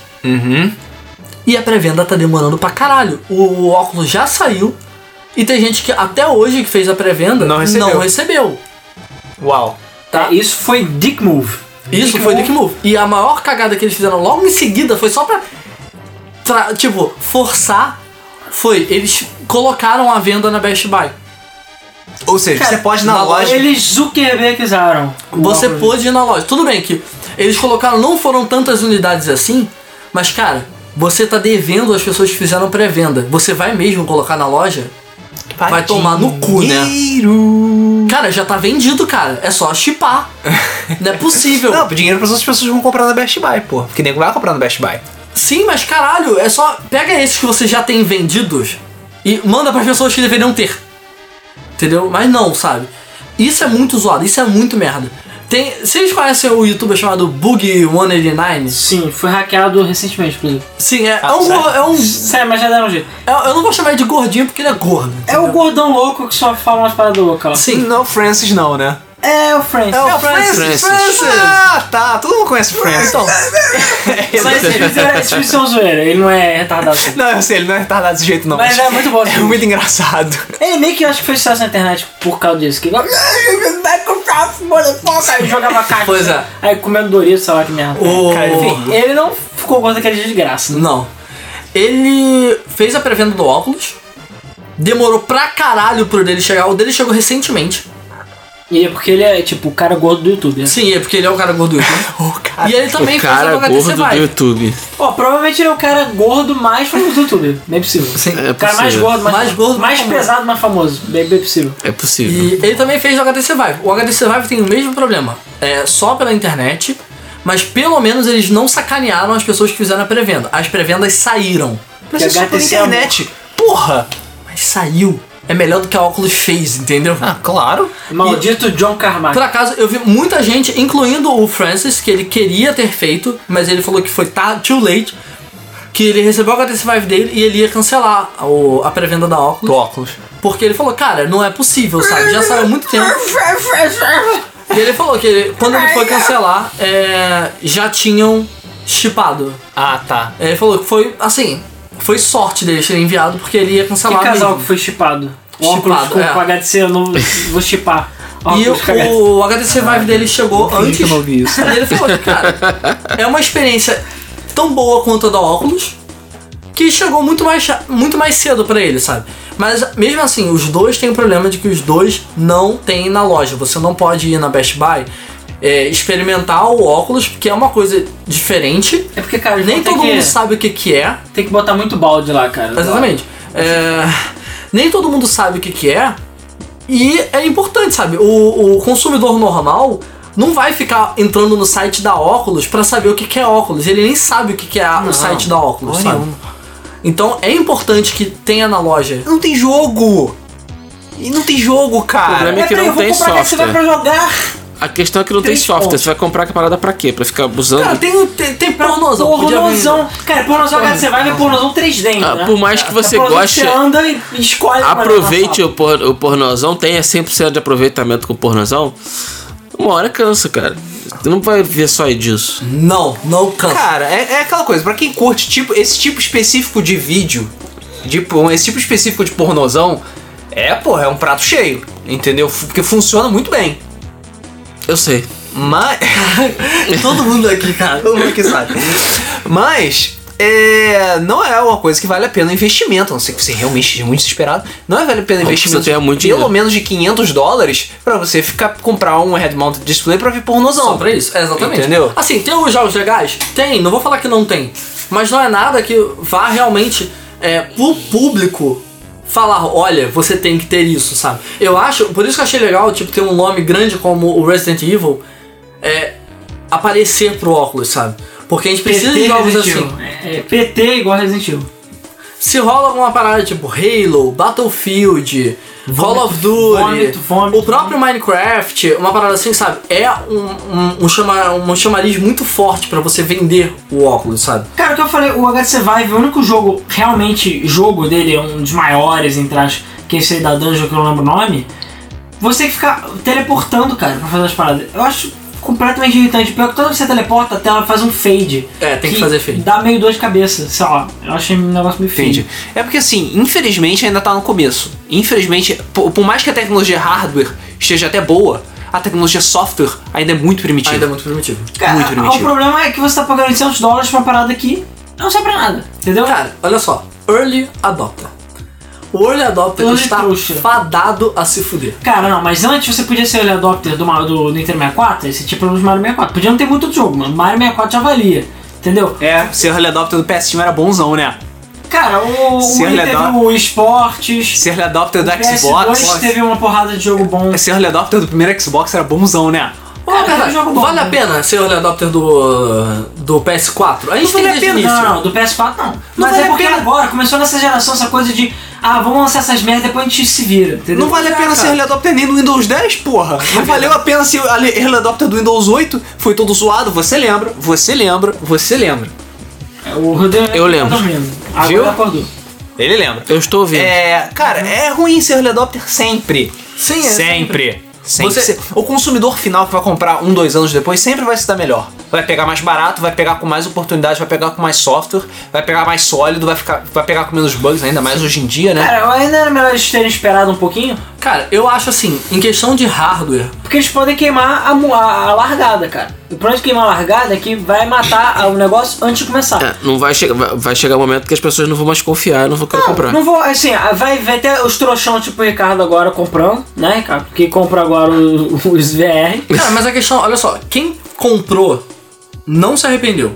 S5: E a pré-venda tá demorando pra caralho. O óculos já saiu e tem gente que até hoje que fez a pré-venda
S1: Não recebeu.
S5: recebeu.
S1: Uau.
S2: Tá, Isso foi Dick Move.
S5: Isso foi Dick Move. E a maior cagada que eles fizeram logo em seguida foi só pra, tra- tipo, forçar. Foi, eles colocaram a venda na Best Buy.
S1: Ou seja,
S2: Cara,
S1: você pode ir na,
S5: na
S1: loja.
S2: Eles Zuckerbergizaram. o
S5: Você
S2: óculos.
S5: pôde ir na loja. Tudo bem que eles colocaram, não foram tantas unidades assim, mas cara, você tá devendo às pessoas que fizeram pré-venda. Você vai mesmo colocar na loja? vai tomar no cu, né?
S1: Dinheiro.
S5: Cara, já tá vendido, cara. É só chipar. Não é possível.
S1: Não, dinheiro pra essas pessoas que vão comprar na Best Buy, pô. Porque nego vai comprar na Best Buy.
S5: Sim, mas caralho, é só. Pega esses que você já tem vendidos e manda pras pessoas que deveriam ter. Entendeu? Mas não, sabe? Isso é muito zoado, isso é muito merda. Tem, vocês conhecem o youtuber chamado Bug189?
S2: Sim, foi hackeado recentemente, inclusive.
S5: Sim, é, é
S1: Ah,
S5: um.
S1: sério?
S5: É um
S2: Sério, mas já deram um jeito.
S5: é- eu não vou chamar ele de gordinho porque ele é gordo.
S2: É o gordão louco que só fala umas paradas loucas lá.
S5: Sim.
S1: Não, Francis não, né?
S2: É o Francis.
S1: É o
S5: Francis.
S1: Francis.
S5: Francis.
S1: Ah, tá. Todo mundo conhece o Francis. É,
S5: Então,
S2: Mas esse filme é um zoeiro, ele não é retardado. assim.
S1: Não, eu sei, ele não é retardado desse jeito, não.
S2: Mas é muito bom esse
S1: É
S2: filme.
S1: muito engraçado.
S2: Ele meio que eu acho que foi sucesso na internet por causa disso. Que ele Aí jogava caixa.
S5: Pois é.
S2: Aí comendo Doritos, sei lá que merda.
S5: o.
S1: Cara, enfim.
S2: Ele não ficou contra aquele desgraça. né?
S5: Não. Ele fez a pré-venda do óculos. Demorou pra caralho pro dele chegar. O dele chegou recentemente.
S2: E é porque ele é tipo o cara gordo do YouTube. né?
S5: Sim, é porque ele é um cara gorducho.
S1: Ô, cara.
S5: E ele também
S4: o cara
S5: fez a
S4: gordo
S5: HTC
S4: do
S5: Vive.
S4: YouTube.
S2: Ó, provavelmente ele é o cara gordo mais famoso do YouTube. Bem possível.
S5: Sim.
S4: É
S2: O cara mais
S4: possível.
S2: gordo, mais,
S5: Mais gordo, mais
S2: mais
S5: famoso.
S2: pesado, mais famoso. Bem, bem possível.
S4: É possível.
S5: E ele também fez o HTC Vive. O HTC Vive tem o mesmo problema. É só pela internet, mas pelo menos eles não sacanearam as pessoas que fizeram a pré-venda. As pré-vendas saíram.
S1: Mas
S2: Que
S1: isso é pela
S2: HTC é muito-
S1: internet. Porra.
S5: Mas saiu. É melhor do que a óculos fez, entendeu?
S1: Ah, claro.
S2: Maldito John Carmack.
S5: Por acaso, eu vi muita gente, incluindo o Francis, que ele queria ter feito, mas ele falou que foi ta- too late, que ele recebeu o HTC Vive dele e ele ia cancelar o- a pré-venda da óculos.
S1: óculos.
S5: Porque ele falou, cara, não é possível, sabe? Já saiu há muito tempo. E ele falou que ele- quando ele foi cancelar, é, já tinham chipado.
S1: Ah, tá.
S5: Ele falou que foi, assim, foi sorte dele ter enviado, porque ele ia
S2: Que
S5: cancelar
S2: casal que
S5: mesmo.
S2: foi chipado? Um O
S5: Chipado,
S2: óculos ficou
S5: é.
S2: com HDC, eu não vou chipar.
S5: E
S2: Óculos cagados.
S5: o, o HD Survive dele chegou
S7: finge Ah, que
S5: antes.
S7: eu não vi isso.
S5: E ele falou que, cara, é uma experiência tão boa quanto a da óculos que chegou muito mais, muito mais cedo pra ele, sabe? Mas mesmo assim, os dois têm o problema de que os dois não tem na loja. Você não pode ir na Best Buy é, experimentar o óculos, porque é uma coisa diferente.
S2: É porque, cara,
S5: Nem todo mundo sabe o que, que é.
S2: Tem que botar muito balde lá, cara.
S5: Exatamente. É, nem todo mundo sabe o que, que é. E é importante, sabe? O, o consumidor normal não vai ficar entrando no site da óculos pra saber o que, que é óculos. Ele nem sabe o que, que é o site da óculos,
S7: porra
S5: sabe?
S7: nenhuma.
S5: Então é importante que tenha na loja.
S1: Não tem jogo! E não tem jogo,
S4: O
S1: cara!
S4: problema é que
S2: peraí,
S4: não
S2: eu vou
S4: tem
S2: comprar que você vai pra
S4: software.
S2: jogar.
S4: A questão é que não tem
S2: Três
S4: software.
S2: pontos.
S4: Você vai comprar que parada pra quê? Pra ficar abusando?
S5: Cara, tem, tem, tem pornozão. podia vender.
S2: Pornozão. Cara, pornozão HD, você vai ver pornozão 3D,
S4: Ah,
S2: né?
S4: por mais que
S2: É
S4: você
S2: pornozão
S4: goste-
S2: Você anda e e escolhe. pra
S4: Aproveite
S2: levar
S4: o, por, o pornozão, é tenha 100% de aproveitamento com o pornozão. Uma hora cansa, cara. Tu não vai ver só disso.
S5: Não, não cansa.
S1: Cara, é, é aquela coisa, pra quem curte tipo, esse tipo específico de vídeo, de, por- esse tipo específico de pornozão, é, porra, é um prato cheio, entendeu? Fu- Porque funciona muito bem.
S4: Eu sei.
S1: Mas.
S5: todo mundo aqui, cara.
S1: Todo mundo que sabe. Mas. É, não é uma coisa que vale a pena o investimento, a não sei que você realmente esteja muito desesperado. Não é vale a pena o
S4: Ou que
S1: investimento
S4: você tenha muito
S1: pelo
S4: dinheiro.
S1: menos de 500 dólares pra você ficar comprar um head mount display pra ver pornozão.
S5: Só pra isso, é, exatamente.
S1: Entendeu?
S5: Assim, tem os jogos legais? Tem, não vou falar que não tem. Mas não é nada que vá realmente é, pro público falar, olha, você tem que ter isso, sabe? Eu acho, por isso que eu achei legal, tipo, ter um nome grande como o Resident Evil é, aparecer pro óculos, sabe? Porque a gente precisa
S2: PT
S5: de jogos
S2: Resident
S5: assim.
S2: Evil. É, é, PT igual Resident Evil.
S5: Se rola alguma parada tipo Halo, Battlefield, Call of Duty,
S2: vômito, vômito,
S5: o próprio Minecraft, uma parada assim, sabe? É um, um, um, chama, um chamariz muito forte pra você vender o óculos, sabe?
S2: Cara, o que eu falei, o HC Vive, o único jogo, realmente jogo dele, é um dos maiores, entre as que é esse aí da dungeon que eu não lembro o nome, você tem que ficar teleportando, cara, pra fazer as paradas. Eu acho completamente irritante. Pior que toda vez que você teleporta, a tela faz um fade.
S5: É, tem que fazer fade.
S2: Dá meio dor de cabeça, sei lá. Eu achei um negócio meio feio.
S1: Entende? É porque assim, infelizmente ainda tá no começo. Infelizmente, por, por mais que a tecnologia hardware esteja até boa, a tecnologia software ainda é muito primitiva.
S5: Ainda é muito primitivo.
S2: Cara,
S1: Muito
S2: o
S1: primitivo.
S2: problema é que você tá pagando 800 dólares pra uma parada que não serve pra nada, entendeu?
S5: Cara, olha só, Early Adopter. O Early Adopter
S2: Early
S5: está
S2: trouxa.
S5: fadado a se fuder.
S2: Cara, não, mas antes você podia ser early adopter do, Ma- do Nintendo 64, esse tipo de Mario 64. Podia não ter muito jogo, mano. Mario 64 já valia, entendeu?
S1: É, ser early adopter do PS Team era bonzão, né?
S2: Cara, o, o
S1: Ser
S2: Wii
S1: early
S2: teve
S1: adop-
S2: o Esportes,
S1: Ser early adopter do
S2: o PS2
S1: Xbox. É
S2: teve uma porrada de jogo bom.
S1: Ser early adopter do primeiro Xbox era bonzão, né?
S5: Ô,
S2: Cara,
S5: cara,
S2: tem jogo bom,
S5: vale a
S2: né?
S5: pena ser Early Adopter do, do PS4? A gente tem
S2: vale a
S5: desde o
S2: pena.
S5: início.
S2: Não, não, do PS4 não. mas
S1: vale
S2: é
S1: a
S2: porque
S1: pena.
S2: agora começou nessa geração essa coisa de, ah, vamos lançar essas merdas depois a gente se vira, entendeu?
S1: Não vale a pena
S5: cara.
S1: ser early adopter nem do Windows 10, porra. Não valeu a pena ser early early adopter do Windows 8. Foi todo zoado, você lembra, você lembra, você lembra.
S2: O Rodrigo
S4: Eu lembro.
S2: tá dormindo. Agora
S1: Viu?
S2: acordou.
S1: Ele lembra.
S4: Eu estou ouvindo.
S1: É, cara, é ruim ser early adopter sempre.
S5: Sim, é
S1: sempre. Sempre.
S5: Você-
S1: Se- O consumidor final que vai comprar um, dois anos depois sempre vai se dar melhor. Vai pegar mais barato, vai pegar com mais oportunidade, vai pegar com mais software, vai pegar mais sólido, vai, ficar, vai pegar com menos bugs, ainda mais hoje em dia, né?
S2: Cara, ainda era melhor eles terem esperado um pouquinho,
S5: Cara, eu acho assim, em questão de hardware,
S2: Porque eles podem queimar a, mo- a- a largada, cara. O problema de queimar a largada é que vai matar a- o negócio antes de começar.
S4: É, não vai chegar. Vai, vai chegar um momento que as pessoas não vão mais confiar, não vão querer comprar.
S2: Não vou, assim, ah, vai, vai ter os trouxão tipo o Ricardo agora comprando, né, Ricardo? Que compra agora o- os VR.
S5: Cara, mas a questão, olha só, quem comprou não se arrependeu.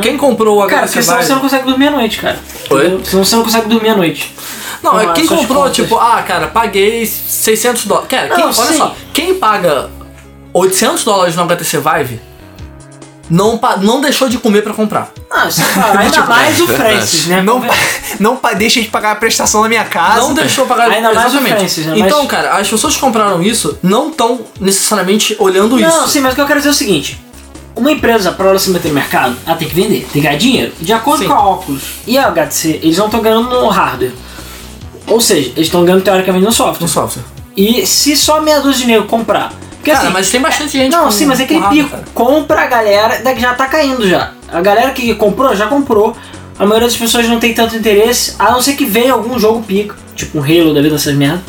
S5: Quem comprou o
S2: Uhum. Cara, porque
S5: HC
S2: senão você não
S5: Vive.
S2: consegue dormir à noite, cara.
S5: Oi?
S2: Entendeu? Senão você não consegue dormir à noite.
S5: Não, é
S2: Com
S5: quem
S2: as suas
S5: comprou,
S2: contas.
S5: tipo, ah, cara, paguei 600 dólares. Cara, quem,
S2: Não,
S5: olha
S2: sim.
S5: só, quem paga 800 dólares no HTC Vive não, pa- não deixou de comer pra comprar.
S2: Ah, isso é claro. Ainda mais o Francis, né?
S1: Não, pa- não pa- deixa de pagar a prestação na minha casa.
S5: não deixou pagar
S2: Ah, Ainda mais
S5: exatamente.
S2: ofensas, né?
S5: Então,
S2: Mas-
S5: cara, as pessoas que compraram isso não estão necessariamente olhando
S2: Não,
S5: isso.
S2: sim, mas o que eu quero dizer é o seguinte. Uma empresa, pra ela se manter no mercado, ela tem que vender, tem que ganhar dinheiro. De acordo
S5: Sim.
S2: com a Oculus e a HTC, eles não estão ganhando no hardware. Ou seja, eles estão ganhando teoricamente no software.
S5: No software.
S2: E se só meia dúzia de nego comprar... Porque,
S5: Cara,
S2: assim,
S5: mas tem bastante gente.
S2: Não,
S5: com-
S2: sim, mas é aquele
S5: com rabo,
S2: pico.
S5: cara.
S2: Compra a galera da que já tá caindo já. A galera que comprou, já comprou. A maioria das pessoas não tem tanto interesse, a não ser que venha algum jogo pico, tipo um Halo da vida, essas merda.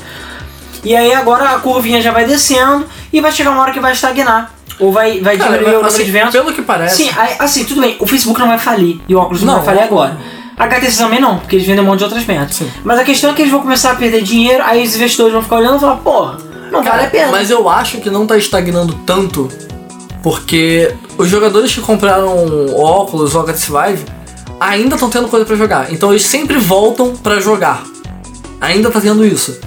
S2: E aí agora a curvinha já vai descendo e vai chegar uma hora que vai estagnar. Ou vai, vai
S5: Cara,
S2: diminuir o número
S5: assim,
S2: de vendas.
S5: pelo que parece-
S2: Sim, aí, assim, tudo bem. O Facebook não vai falir e o óculos não,
S5: Não.
S2: vai falir agora. A HTC também não, porque eles vendem um monte de outras merdas.
S5: Sim.
S2: Mas a questão é que eles vão começar a perder dinheiro, aí os investidores vão ficar olhando e falar, pô, não vale a pena.
S5: Mas eu acho que não tá estagnando tanto, porque os jogadores que compraram o óculos, o HTC Vive, ainda estão tendo coisa pra jogar. Então eles sempre voltam pra jogar. Ainda tá tendo isso.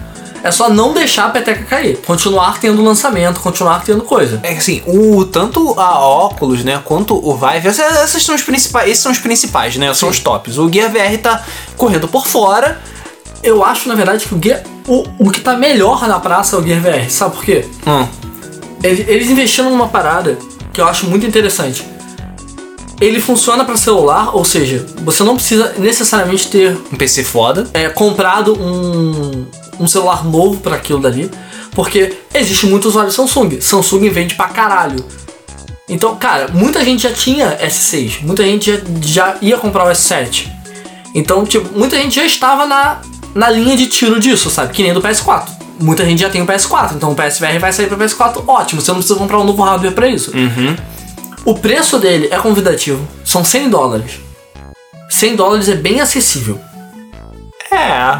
S5: É só não deixar a peteca cair. Continuar tendo lançamento, continuar tendo coisa.
S6: É que assim, o, tanto a óculos, né, quanto o Vive, essa- essas, são os principais, esses são os principais, né? São os tops. O Gear VR tá correndo por fora.
S5: Eu acho, na verdade, que o, Gear, o, o que tá melhor na praça é o Gear VR. Sabe por quê?
S6: hum,
S5: Eles, eles investiram numa parada que eu acho muito interessante. Ele funciona para celular, ou seja, você não precisa necessariamente ter
S6: um PC foda.
S5: é, comprado um, um celular novo para aquilo dali, porque existe muito usuário Samsung. Samsung vende pra caralho. Então, cara, muita gente já tinha S6, muita gente já, já ia comprar o S7. Então, tipo, muita gente já estava na, na linha de tiro disso, sabe? Que nem do PS4. Muita gente já tem o PS4, então o PSVR vai sair para PS4, ótimo, você não precisa comprar um novo hardware para isso. O preço dele é convidativo, são 100 dólares. 100 dólares é bem acessível.
S6: É.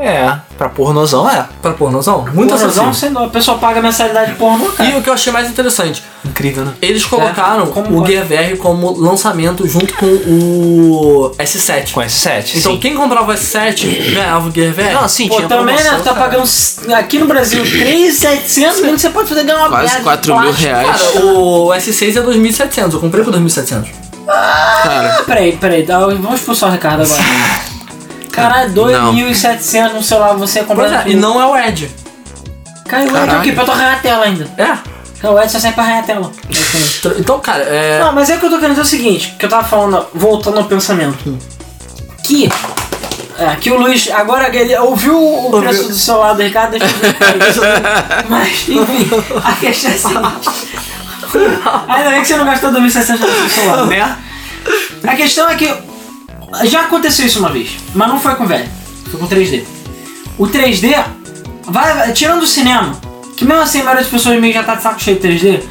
S6: É. Pra pornozão, é.
S5: Pra pornozão? Muito
S2: Pornozão,
S5: acessível.
S2: sendo, a pessoa paga mensalidade porno, cara.
S5: E o que eu achei mais interessante,
S6: Incrível, né?
S5: eles colocaram
S2: É. Como
S5: o Gear VR como lançamento junto com o S7.
S6: Com S7.
S5: então
S6: sim.
S5: quem comprava o S7 ganhava o Gear VR.
S6: Não, assim,
S2: Pô,
S6: tinha
S2: também, né?
S6: promoção,
S2: Tá
S6: cara.
S2: pagando s- aqui no Brasil 3,700, menos você pode poder ganhar uma merda
S4: Quase
S2: de
S4: 4 mil
S2: plástico.
S4: reais.
S5: Cara, o S6 é 2.700, eu comprei por 2.700.
S4: Cara,
S2: Ah, Peraí, peraí, dá- vamos expulsar o Ricardo agora. Caralho, 2.700 no celular, você
S5: Pois
S2: comprar.
S5: é, e não é o Edge.
S2: Caiu o Ed
S4: Caralho.
S2: aqui pra eu arranhar a tela ainda.
S5: É.
S2: O Ed só serve pra arranhar a tela. Basicamente.
S5: Tr- Então, cara, é...
S2: Não, mas é que eu tô querendo dizer o seguinte, que eu tava falando, voltando ao
S5: Hum.
S2: pensamento. Que. É, que o Luiz, agora ele ouviu o
S5: Ouviu.
S2: preço do celular do Ricardo, deixa eu Mas, enfim, a questão é a seguinte. Ainda bem que você não gastou 2.600 no celular.
S6: Né?
S2: A questão é que já aconteceu isso uma vez, mas não foi com velho, foi com 3D. O 3D, vai, vai- tirando o cinema, que mesmo assim a maioria das pessoas meio já tá de saco cheio de 3D,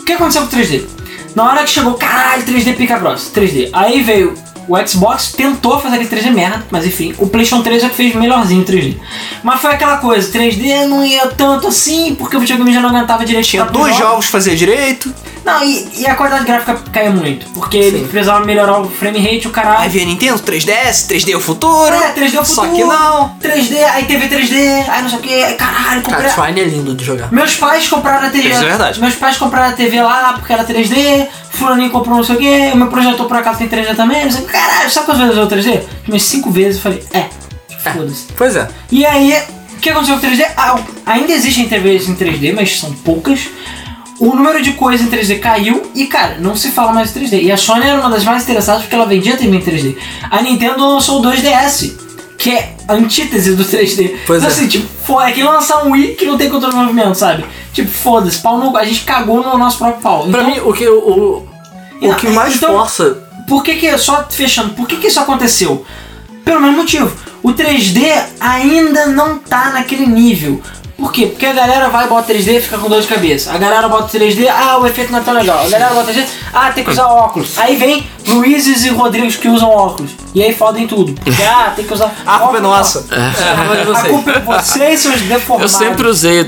S2: o que aconteceu com o 3D? Na hora que chegou, caralho, 3D pica grossa, 3D. Aí veio o Xbox, tentou fazer aquele 3D merda, mas enfim, o PlayStation 3 é que fez melhorzinho o 3D. Mas foi aquela coisa, 3D não ia tanto assim, porque o videogame já não aguentava direitinho.
S6: Tinha
S2: Tá
S6: dois
S2: pior.
S6: jogos fazer direito.
S2: Não, e, e a qualidade gráfica caiu muito, porque ele precisava melhorar o frame rate, o caralho.
S6: Aí vem a Nintendo, 3DS, 3D é o futuro.
S2: É, 3D é o
S6: Só
S2: futuro.
S6: que não.
S2: 3D, aí teve 3D, aí não sei o que, aí caralho, comprei.
S5: Cara, Trine é lindo de jogar.
S2: Meus pais compraram a TV.
S6: Isso é verdade.
S2: Meus pais compraram a TV lá porque era 3D, Fulaninho comprou não sei o que, o meu projetor por acaso tem 3D também, não sei o que, caralho, sabe quantas vezes eu usei o 3D? Umas 5 vezes eu falei, é, foda-se.
S5: Pois é.
S2: E aí, o que aconteceu com o 3D? Ah, ainda existem TVs em 3D, mas são poucas. O número de coisas em 3D caiu e, cara, não se fala mais em 3D. E a Sony era uma das mais interessadas porque ela vendia TV em 3D. A Nintendo lançou o 2DS, que é a antítese do 3D.
S5: Pois
S2: Então,
S5: é.
S2: assim, tipo, fo- é que lançar um Wii que não tem controle de movimento, sabe? Tipo, foda-se, pau no... a gente cagou no nosso próprio pau.
S5: Pra
S2: Então,
S5: mim, o que, o, o que mais
S2: Então-
S5: força
S2: por que que, só fechando, por que que isso aconteceu? Pelo mesmo motivo, o 3D ainda não tá naquele nível. Por quê? Porque a galera vai, bota 3D e fica com dor de cabeça. A galera bota 3D, ah, o efeito não é tão legal. A galera bota 3D, ah, tem que usar óculos. Aí vem Luizes e Rodrigues que usam óculos. E aí fodem tudo. Porque, ah, tem que usar
S6: A culpa é
S2: óculos.
S6: nossa.
S5: é, a culpa de
S2: A
S5: vocês.
S2: culpa é vocês, seus
S4: eu
S2: deformados.
S4: sempre usei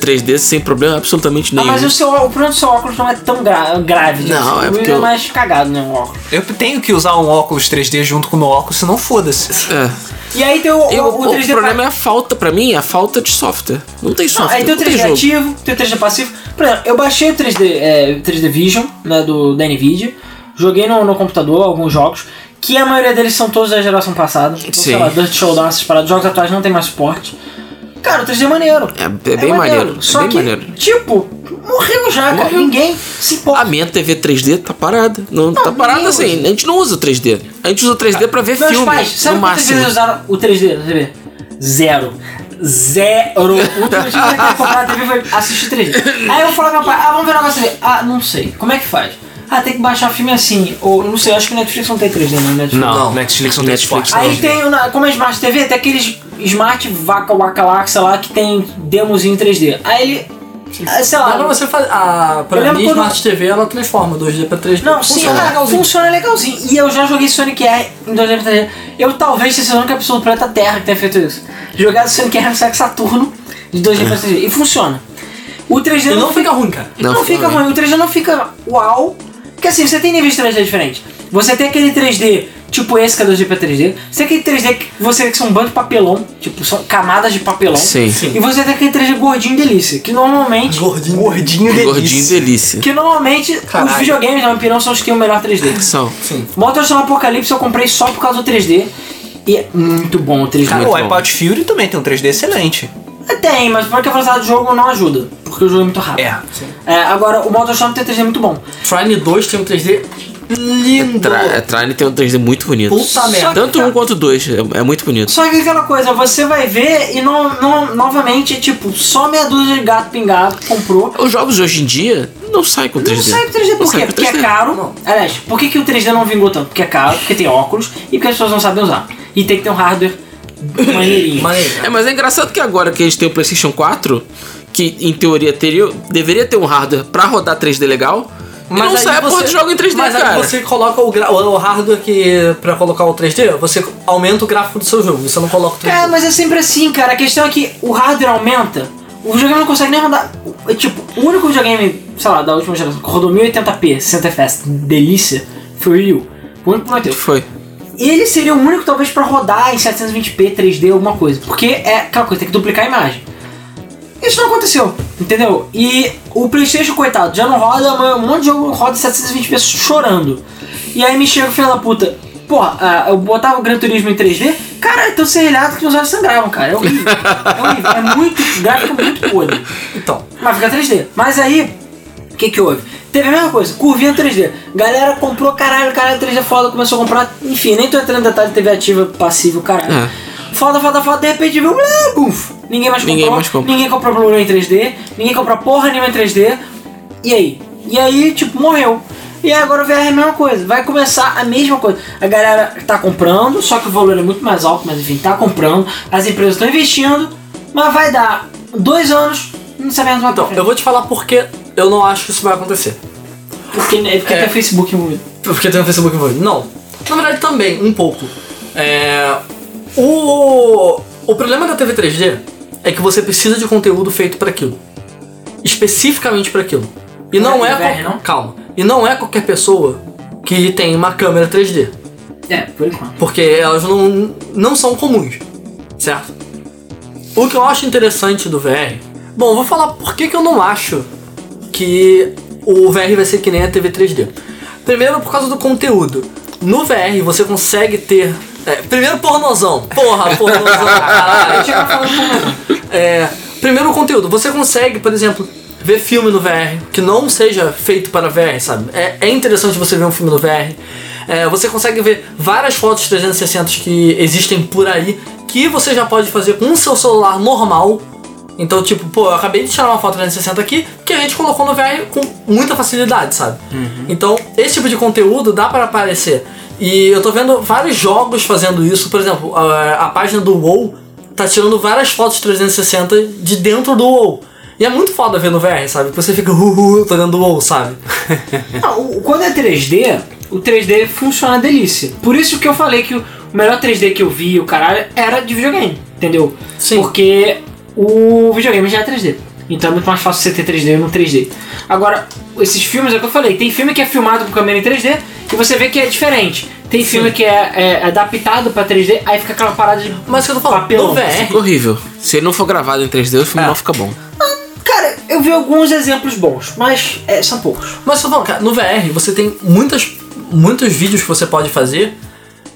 S4: 3D sem problema absolutamente
S2: Ah,
S4: nenhum.
S2: mas o, seu, ó- o problema do seu óculos não é tão gra- grave, gente.
S4: Não, é
S2: o Luiz
S4: porque
S2: é
S4: eu-
S2: mais cagado, né, o óculos.
S6: Eu tenho que usar um óculos 3D junto com o meu óculos, senão foda-se.
S4: É.
S2: E aí tem o,
S4: Eu-
S2: o,
S4: o,
S2: 3D
S4: problema é a falta, pra mim, é a falta de software. Não tem
S2: Não,
S4: software.
S2: aí tem o tipo-
S4: não tem
S2: 3D
S4: jogo.
S2: ativo, tem o 3D passivo. Por exemplo, eu baixei o 3D, é, 3D Vision, né, do, da Nvidia. Joguei no, no computador alguns jogos, que a maioria deles são todos da geração passada. Então, sei
S4: Sim.
S2: lá, Dirt Showdown, essas paradas. Jogos atuais não tem mais suporte. Cara, o 3D é maneiro.
S4: É- é bem maneiro, é
S2: Só
S4: bem
S2: que,
S4: maneiro.
S2: tipo, morreu já, cara.
S4: Morreu.
S2: Ninguém se
S4: A
S2: importa.
S4: minha TV 3D tá parada. Não, tá parada
S2: nem
S4: assim. A gente não usa o 3D. A gente usa o 3D pra ver
S2: Ah, Meus
S4: filme.
S2: pais, sabe
S4: no
S2: quantas
S4: máximo.
S2: vezes usaram o 3D na TV? Zero. Zero. O último dia que eu comprei a TV foi assistir 3D. Aí eu falo pro meu pai, ah, vamos ver o negócio ali. Ah, não sei. Como é que faz? ah, tem que baixar filme assim. Ou não sei, acho que o Netflix não tem 3D, né? Netflix.
S6: Não,
S5: Não.
S6: Netflix não tem esse
S4: Netflix
S6: suporte.
S2: Aí tem, o na- como é Smart TV, tem aqueles Smart Vaca Waka lá, sei lá, que tem demozinho em 3D. Aí ele. ah, Sei lá.
S5: Dá pra você fazer. A,
S2: Eu
S5: pra
S2: lembro
S5: mim,
S2: quando-
S5: Smart TV ela transforma 2D pra 3D.
S2: Não, sim,
S5: Funciona
S2: cara,
S5: legalzinho.
S2: funciona legalzinho. E eu já joguei Sonic R em 2003. Eu talvez seja a única pessoa do planeta Terra que tenha feito isso. Jogado Sonic R no Sega Saturno de 2003 e funciona. O 3D
S5: E não fica ruim, cara.
S2: Não,
S4: Não,
S2: fica
S4: fica
S2: ruim. O 3D não fica uau. Porque assim, você tem níveis de 3D diferentes. Você tem aquele 3D tipo esse que é 2D pra 3D. Você tem aquele 3D que você vê que são um bando de papelão. Tipo, são camadas de papelão.
S4: Sim.
S2: E você tem aquele 3D gordinho delícia. Que normalmente...
S5: Gordinho.
S6: Gordinho delícia.
S4: Gordinho delícia.
S2: Que normalmente os
S5: Caralho.
S2: videogames, na minha opinião, são os que têm o melhor 3D.
S4: São.
S5: Sim.
S2: Motors no Apocalipse eu comprei só por causa do 3D. E é muito bom o 3D.
S6: Cara,
S4: Muito
S6: Ah, o
S4: bom.
S6: iPod Fury também tem um 3D excelente.
S2: Tem, mas porque a velocidade do jogo não ajuda. Porque o jogo é muito rápido.
S6: É.
S2: É, agora, o Motors Storm tem 3D é muito bom.
S5: Trine 2 tem um 3D lindo.
S4: Tra- A Trine tem um 3D muito bonito.
S5: Puta merda.
S4: Tanto um quanto dois. É, é muito bonito.
S2: Só que aquela coisa, você vai ver e não, não, novamente, tipo, só meia dúzia de gato pingado comprou.
S4: Os jogos de hoje em dia não saem com 3D.
S2: Não sai com 3D por quê?
S4: sai com
S2: Porque é
S4: 3D.
S2: caro. Aliás, por que, que o 3D não vingou tanto? Porque é caro, porque tem óculos e porque as pessoas não sabem usar. E tem que ter um hardware maneirinho.
S5: Maneiro.
S4: É, mas é engraçado que agora que a gente tem o PlayStation 4, que em teoria teria, deveria ter um hardware pra rodar 3D legal, mas não
S5: aí
S4: sai a porra do jogo em 3D,
S5: mas aí
S4: cara.
S5: você coloca o, gra- o hardware que pra colocar o 3D, você aumenta o gráfico do seu jogo, você não coloca o 3D.
S2: É, mas é sempre assim, cara. A questão é que o hardware aumenta, o videogame não consegue nem rodar. É, Tipo, o único videogame, sei lá, da última geração que rodou 1080p, 60 FPS, delícia, foi o Wii U. O único que prometeu.
S4: Foi.
S2: Ele seria o único, talvez, pra rodar em 720p, 3D, alguma coisa. Porque é aquela coisa, tem que duplicar a imagem. Isso não aconteceu, entendeu? E o PlayStation, coitado, já não roda, mas um monte de jogo roda em 720p chorando. E aí me chega o filho da puta. Porra, ah, eu botava o Gran Turismo em 3D, cara, é tão serrilhado que meus olhos sangravam, cara. É horrível. É horrível. É muito gráfico, muito podre.
S5: Então,
S2: Mas fica 3D. Mas aí, o que que houve? Teve a mesma coisa, curvinha 3D. Galera comprou, caralho, caralho, 3D foda, começou a comprar. Enfim, nem tô entrando em detalhe, teve ativa, passivo, caralho.
S4: É.
S2: Foda, foda, foda, de repente viu, blá, buf, ninguém mais comprou.
S4: Ninguém mais compra.
S2: Ninguém comprou Blu-ray em 3D, ninguém comprou porra nenhuma em 3D. E aí? E aí, tipo, morreu. E aí agora o VR é a mesma coisa, vai começar a mesma coisa. A galera tá comprando, só que o valor é muito mais alto, mas enfim, tá comprando. As empresas estão investindo, mas vai dar dois anos, não sabemos mais pra
S5: então,
S4: É.
S2: frente.
S5: eu vou te falar porque eu não acho que isso vai acontecer.
S2: Porque, é porque
S5: É.
S2: tem Facebook envolvido.
S5: Porque tem o Facebook envolvido. Não. Na verdade, também, um pouco. É, O... O problema da TV 3D é que você precisa de conteúdo feito pra aquilo. Especificamente pra aquilo. E não
S2: é
S5: é...
S2: do VR,
S5: qual-
S2: não?
S5: Calma. E não é qualquer pessoa que tem uma câmera 3D.
S2: É, por enquanto.
S5: Porque elas não, não são comuns, certo? O que eu acho interessante do VR. Bom, eu vou falar por que, que eu não acho que o VR vai ser que nem a TV 3D. Primeiro, por causa do conteúdo. No VR você consegue ter. é, primeiro, pornozão. Porra, pornozão. caralho. tá
S2: Chega falando com
S5: É, primeiro o conteúdo. Você consegue, por exemplo, ver filme no VR que não seja feito para VR, sabe? É, é interessante você ver um filme no VR. É, você consegue ver várias fotos 360 que existem por aí que você já pode fazer com o seu celular normal. Então, tipo, pô, eu acabei de tirar uma foto 360 aqui que a gente colocou no VR com muita facilidade, sabe? Então, esse tipo de conteúdo dá para aparecer. E eu tô vendo vários jogos fazendo isso. Por exemplo, a, a página do WoW tá tirando várias fotos 360 de dentro do WoW. E é muito foda ver no VR, sabe? Porque você fica, uhul, eu tô dentro do WoW, sabe?
S2: Não, o- quando é 3D, o 3D funciona delícia. Por isso que eu falei que o melhor 3D que eu vi, o caralho, era de videogame, entendeu?
S5: Sim.
S2: Porque o videogame já é 3D. Então é muito mais fácil você ter 3D no 3D. Agora, esses filmes é o que eu falei. Tem filme que é filmado com câmera em 3D e você vê que é diferente. Tem filme que é, é adaptado pra 3D, aí fica aquela parada de.
S5: Mas o que eu tô falando,
S2: Papelão.
S5: no
S4: Fica
S5: VR...
S4: horrível. Se ele não for gravado em 3D, o
S5: É.
S4: filme não fica bom.
S2: Cara, eu vi alguns exemplos bons, mas é, são poucos.
S5: Mas o que eu tô falando, cara, no VR você tem muitas, muitos vídeos que você pode fazer.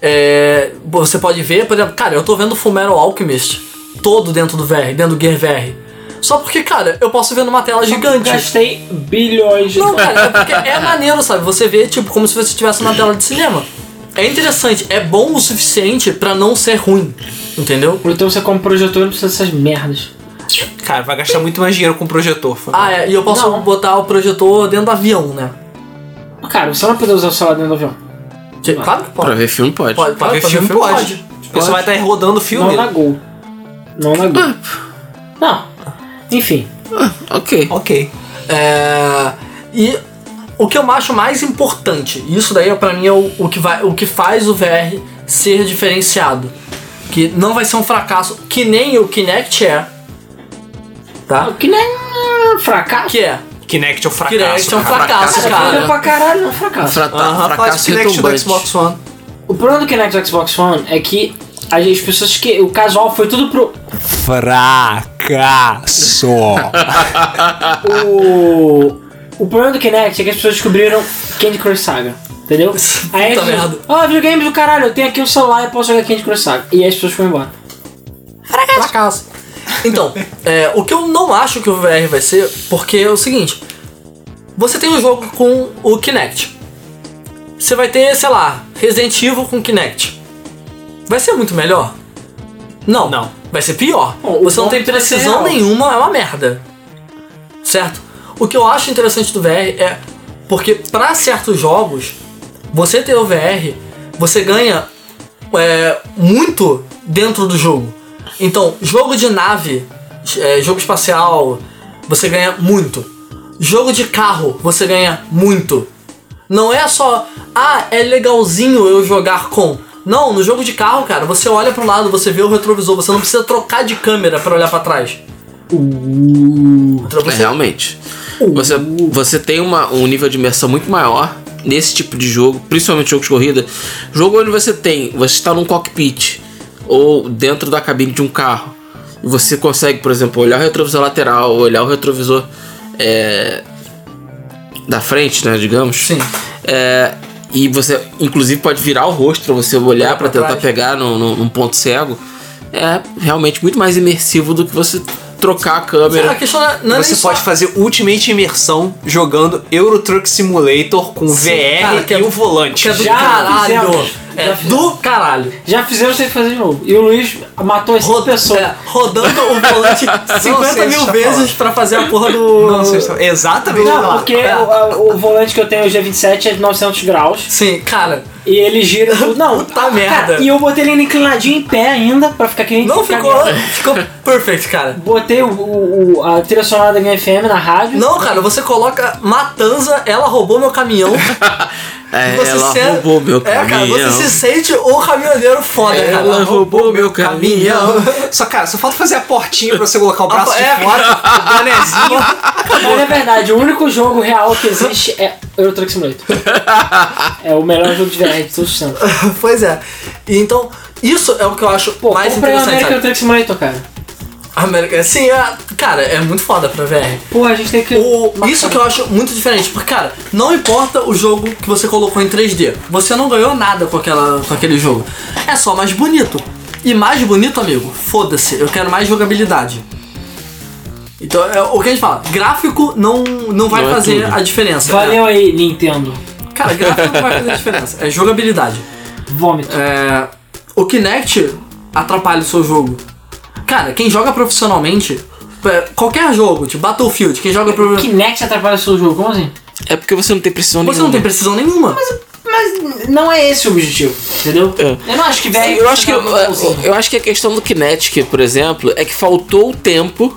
S5: É, você pode ver, por exemplo, cara, eu tô vendo Fumero Alchemist todo dentro do VR, dentro do Gear VR. Só porque, cara, eu posso ver numa tela gigante.
S2: Gastei bilhões de
S5: Não, cara, é porque é maneiro, sabe? Você vê, tipo, como se você estivesse na tela de cinema. É interessante, é bom o suficiente pra não ser ruim, entendeu?
S2: Ou então você como projetor não precisa dessas merdas.
S6: Cara, vai gastar muito mais dinheiro com um projetor. fã.
S5: Ah, é, e eu posso
S2: Não.
S5: botar o projetor dentro do avião, né?
S2: Cara, você não poder usar o celular dentro do avião.
S5: Claro que
S4: Pra
S5: pode.
S4: ver filme pode.
S5: Pode,
S6: Pra
S5: pode,
S6: ver
S5: pra
S6: filme, pode. Você vai estar rodando o
S2: Não
S6: filme.
S2: na Gol. Não na Gol. Não. Enfim.
S4: Ok.
S6: Ok.
S5: É, e o que eu acho mais importante, isso daí é, pra mim é o, o que vai, o que faz o VR ser diferenciado. Que não vai ser um fracasso, que nem o Kinect é. Tá?
S2: O que nem é fracasso.
S5: Que é.
S6: Kinect é um fracasso.
S5: Kinect é um
S6: cara.
S5: fracasso,
S2: Cara,
S5: cara.
S2: pra caralho, é um fracasso.
S4: Frata-
S6: Aham, faz
S4: fracasso
S6: Kinect do
S4: retumbante.
S6: Xbox One.
S2: O problema do Kinect do Xbox One é que as as pessoas que. O casual foi tudo pro.
S6: Fracasso.
S2: O. O problema do Kinect é que as pessoas descobriram Candy Crush Saga. Entendeu? Aí
S5: Puta
S2: as pessoas,
S5: merda.
S2: Ah, videogame do caralho, eu tenho aqui um celular e posso jogar Candy Crush Saga. E aí as pessoas foram embora.
S5: Fracasso. Então, é, o que eu não acho que o VR vai ser, porque é o seguinte: você tem um jogo com o Kinect. Você vai ter, sei lá, Resident Evil com Kinect. Vai ser muito melhor? Não.
S6: Não.
S5: Vai ser pior.
S2: Bom, o
S5: você não
S2: bom
S5: tem
S2: é que vai ser
S5: precisão
S2: real.
S5: nenhuma, é uma merda. Certo? O que eu acho interessante do VR é porque pra certos jogos, você ter o VR, você ganha é, muito dentro do jogo. Então, jogo de nave, é, jogo espacial, você ganha muito. Jogo de carro, você ganha muito. Não é só, ah, é legalzinho eu jogar com. Não, no jogo de carro, cara, você olha pro lado, você vê o retrovisor, você não precisa trocar de câmera pra olhar pra trás. Então,
S4: É,
S5: você- Uh.
S4: realmente. Você, você tem uma, um nível de imersão muito maior nesse tipo de jogo, principalmente jogos de corrida. Jogo onde você tem, você está num cockpit ou dentro da cabine de um carro. E você consegue, por exemplo, olhar o retrovisor lateral, olhar o retrovisor é, da frente, né, digamos.
S5: Sim.
S4: É, e você, inclusive, pode virar o rosto para você olhar, para
S5: pra
S4: tentar
S5: trás.
S4: pegar num, num- num ponto cego. É realmente muito mais imersivo do que você trocar a câmera.
S5: A questão não é, não é
S6: Você
S5: nem só-
S6: pode fazer Ultimate Imersão jogando Euro Truck Simulator com VR
S5: cara, que é-
S6: e o volante.
S5: que é do
S2: Já
S5: caralho.
S2: fizemos.
S5: É
S2: Já fizemos.
S5: do caralho.
S2: Já fizeram sem fazer de novo. E o Luiz matou essa
S5: Ro-
S2: pessoa.
S5: é, rodando o volante 50
S6: sei
S5: mil
S6: deixa eu
S5: vezes pra fazer a porra do.
S6: Não, vocês estão- Exatamente.
S2: Não, porque o, a- o volante que eu tenho, o G27, é de 900 graus.
S5: Sim, cara.
S2: E ele gira tudo. Não, ah,
S5: Puta merda.
S2: E eu botei ele ainda inclinadinho em pé ainda, pra ficar que nem
S5: Não
S2: ficar
S5: ficou.
S2: mesmo.
S5: Ficou perfect, cara.
S2: Botei o, o- o- a trilha sonora da minha FM na rádio.
S5: Não, cara, você coloca Matanza, ela roubou meu caminhão.
S4: É,
S5: você
S4: ela
S5: se-
S4: roubou meu
S5: É, cara,
S4: caminhão. É.
S5: você se sente o caminhoneiro foda, cara.
S4: Ela roubou meu caminhão.
S6: Só, cara, só falta fazer a portinha pra você colocar o braço
S5: é,
S6: de fora, o bonezinho.
S2: Mas é verdade, o único jogo real que existe é Euro Truck Simulator. é o melhor jogo de VR de todos os tempos.
S5: pois é. E Então, isso é o que eu acho
S2: Pô,
S5: mais
S2: comprei o
S5: interessante.
S2: American Euro
S5: sabe?
S2: Truck Simulator, cara.
S5: América, sim, é- cara, é muito foda pra VR.
S2: Pô, a gente tem que.
S5: O- isso que eu acho muito diferente, porque, cara, não importa o jogo que você colocou em 3D, você não ganhou nada com, aquela, com aquele jogo. É só mais bonito. E mais bonito, amigo, foda-se, eu quero mais jogabilidade. Então, é o que a gente fala, gráfico não, não vai
S4: Não é
S5: fazer
S4: tudo.
S5: a diferença.
S2: Valeu aí, Nintendo.
S5: É, cara, gráfico não vai fazer a diferença, é jogabilidade.
S2: Vômito.
S5: É, o Kinect atrapalha o seu jogo. Cara, quem joga profissionalmente, é, qualquer jogo, tipo Battlefield, quem joga
S2: O
S5: profissionalmente.
S2: Kinect atrapalha o seu jogo, como assim?
S4: É porque você não tem precisão
S5: Você não
S4: nenhuma.
S5: tem precisão nenhuma.
S2: Mas não é esse o objetivo, entendeu?
S4: É.
S2: Eu não acho que VR.
S4: Eu acho que, é, eu,
S2: funciona sozinho.
S4: eu acho que a questão do Kinetic, por exemplo, é que faltou o tempo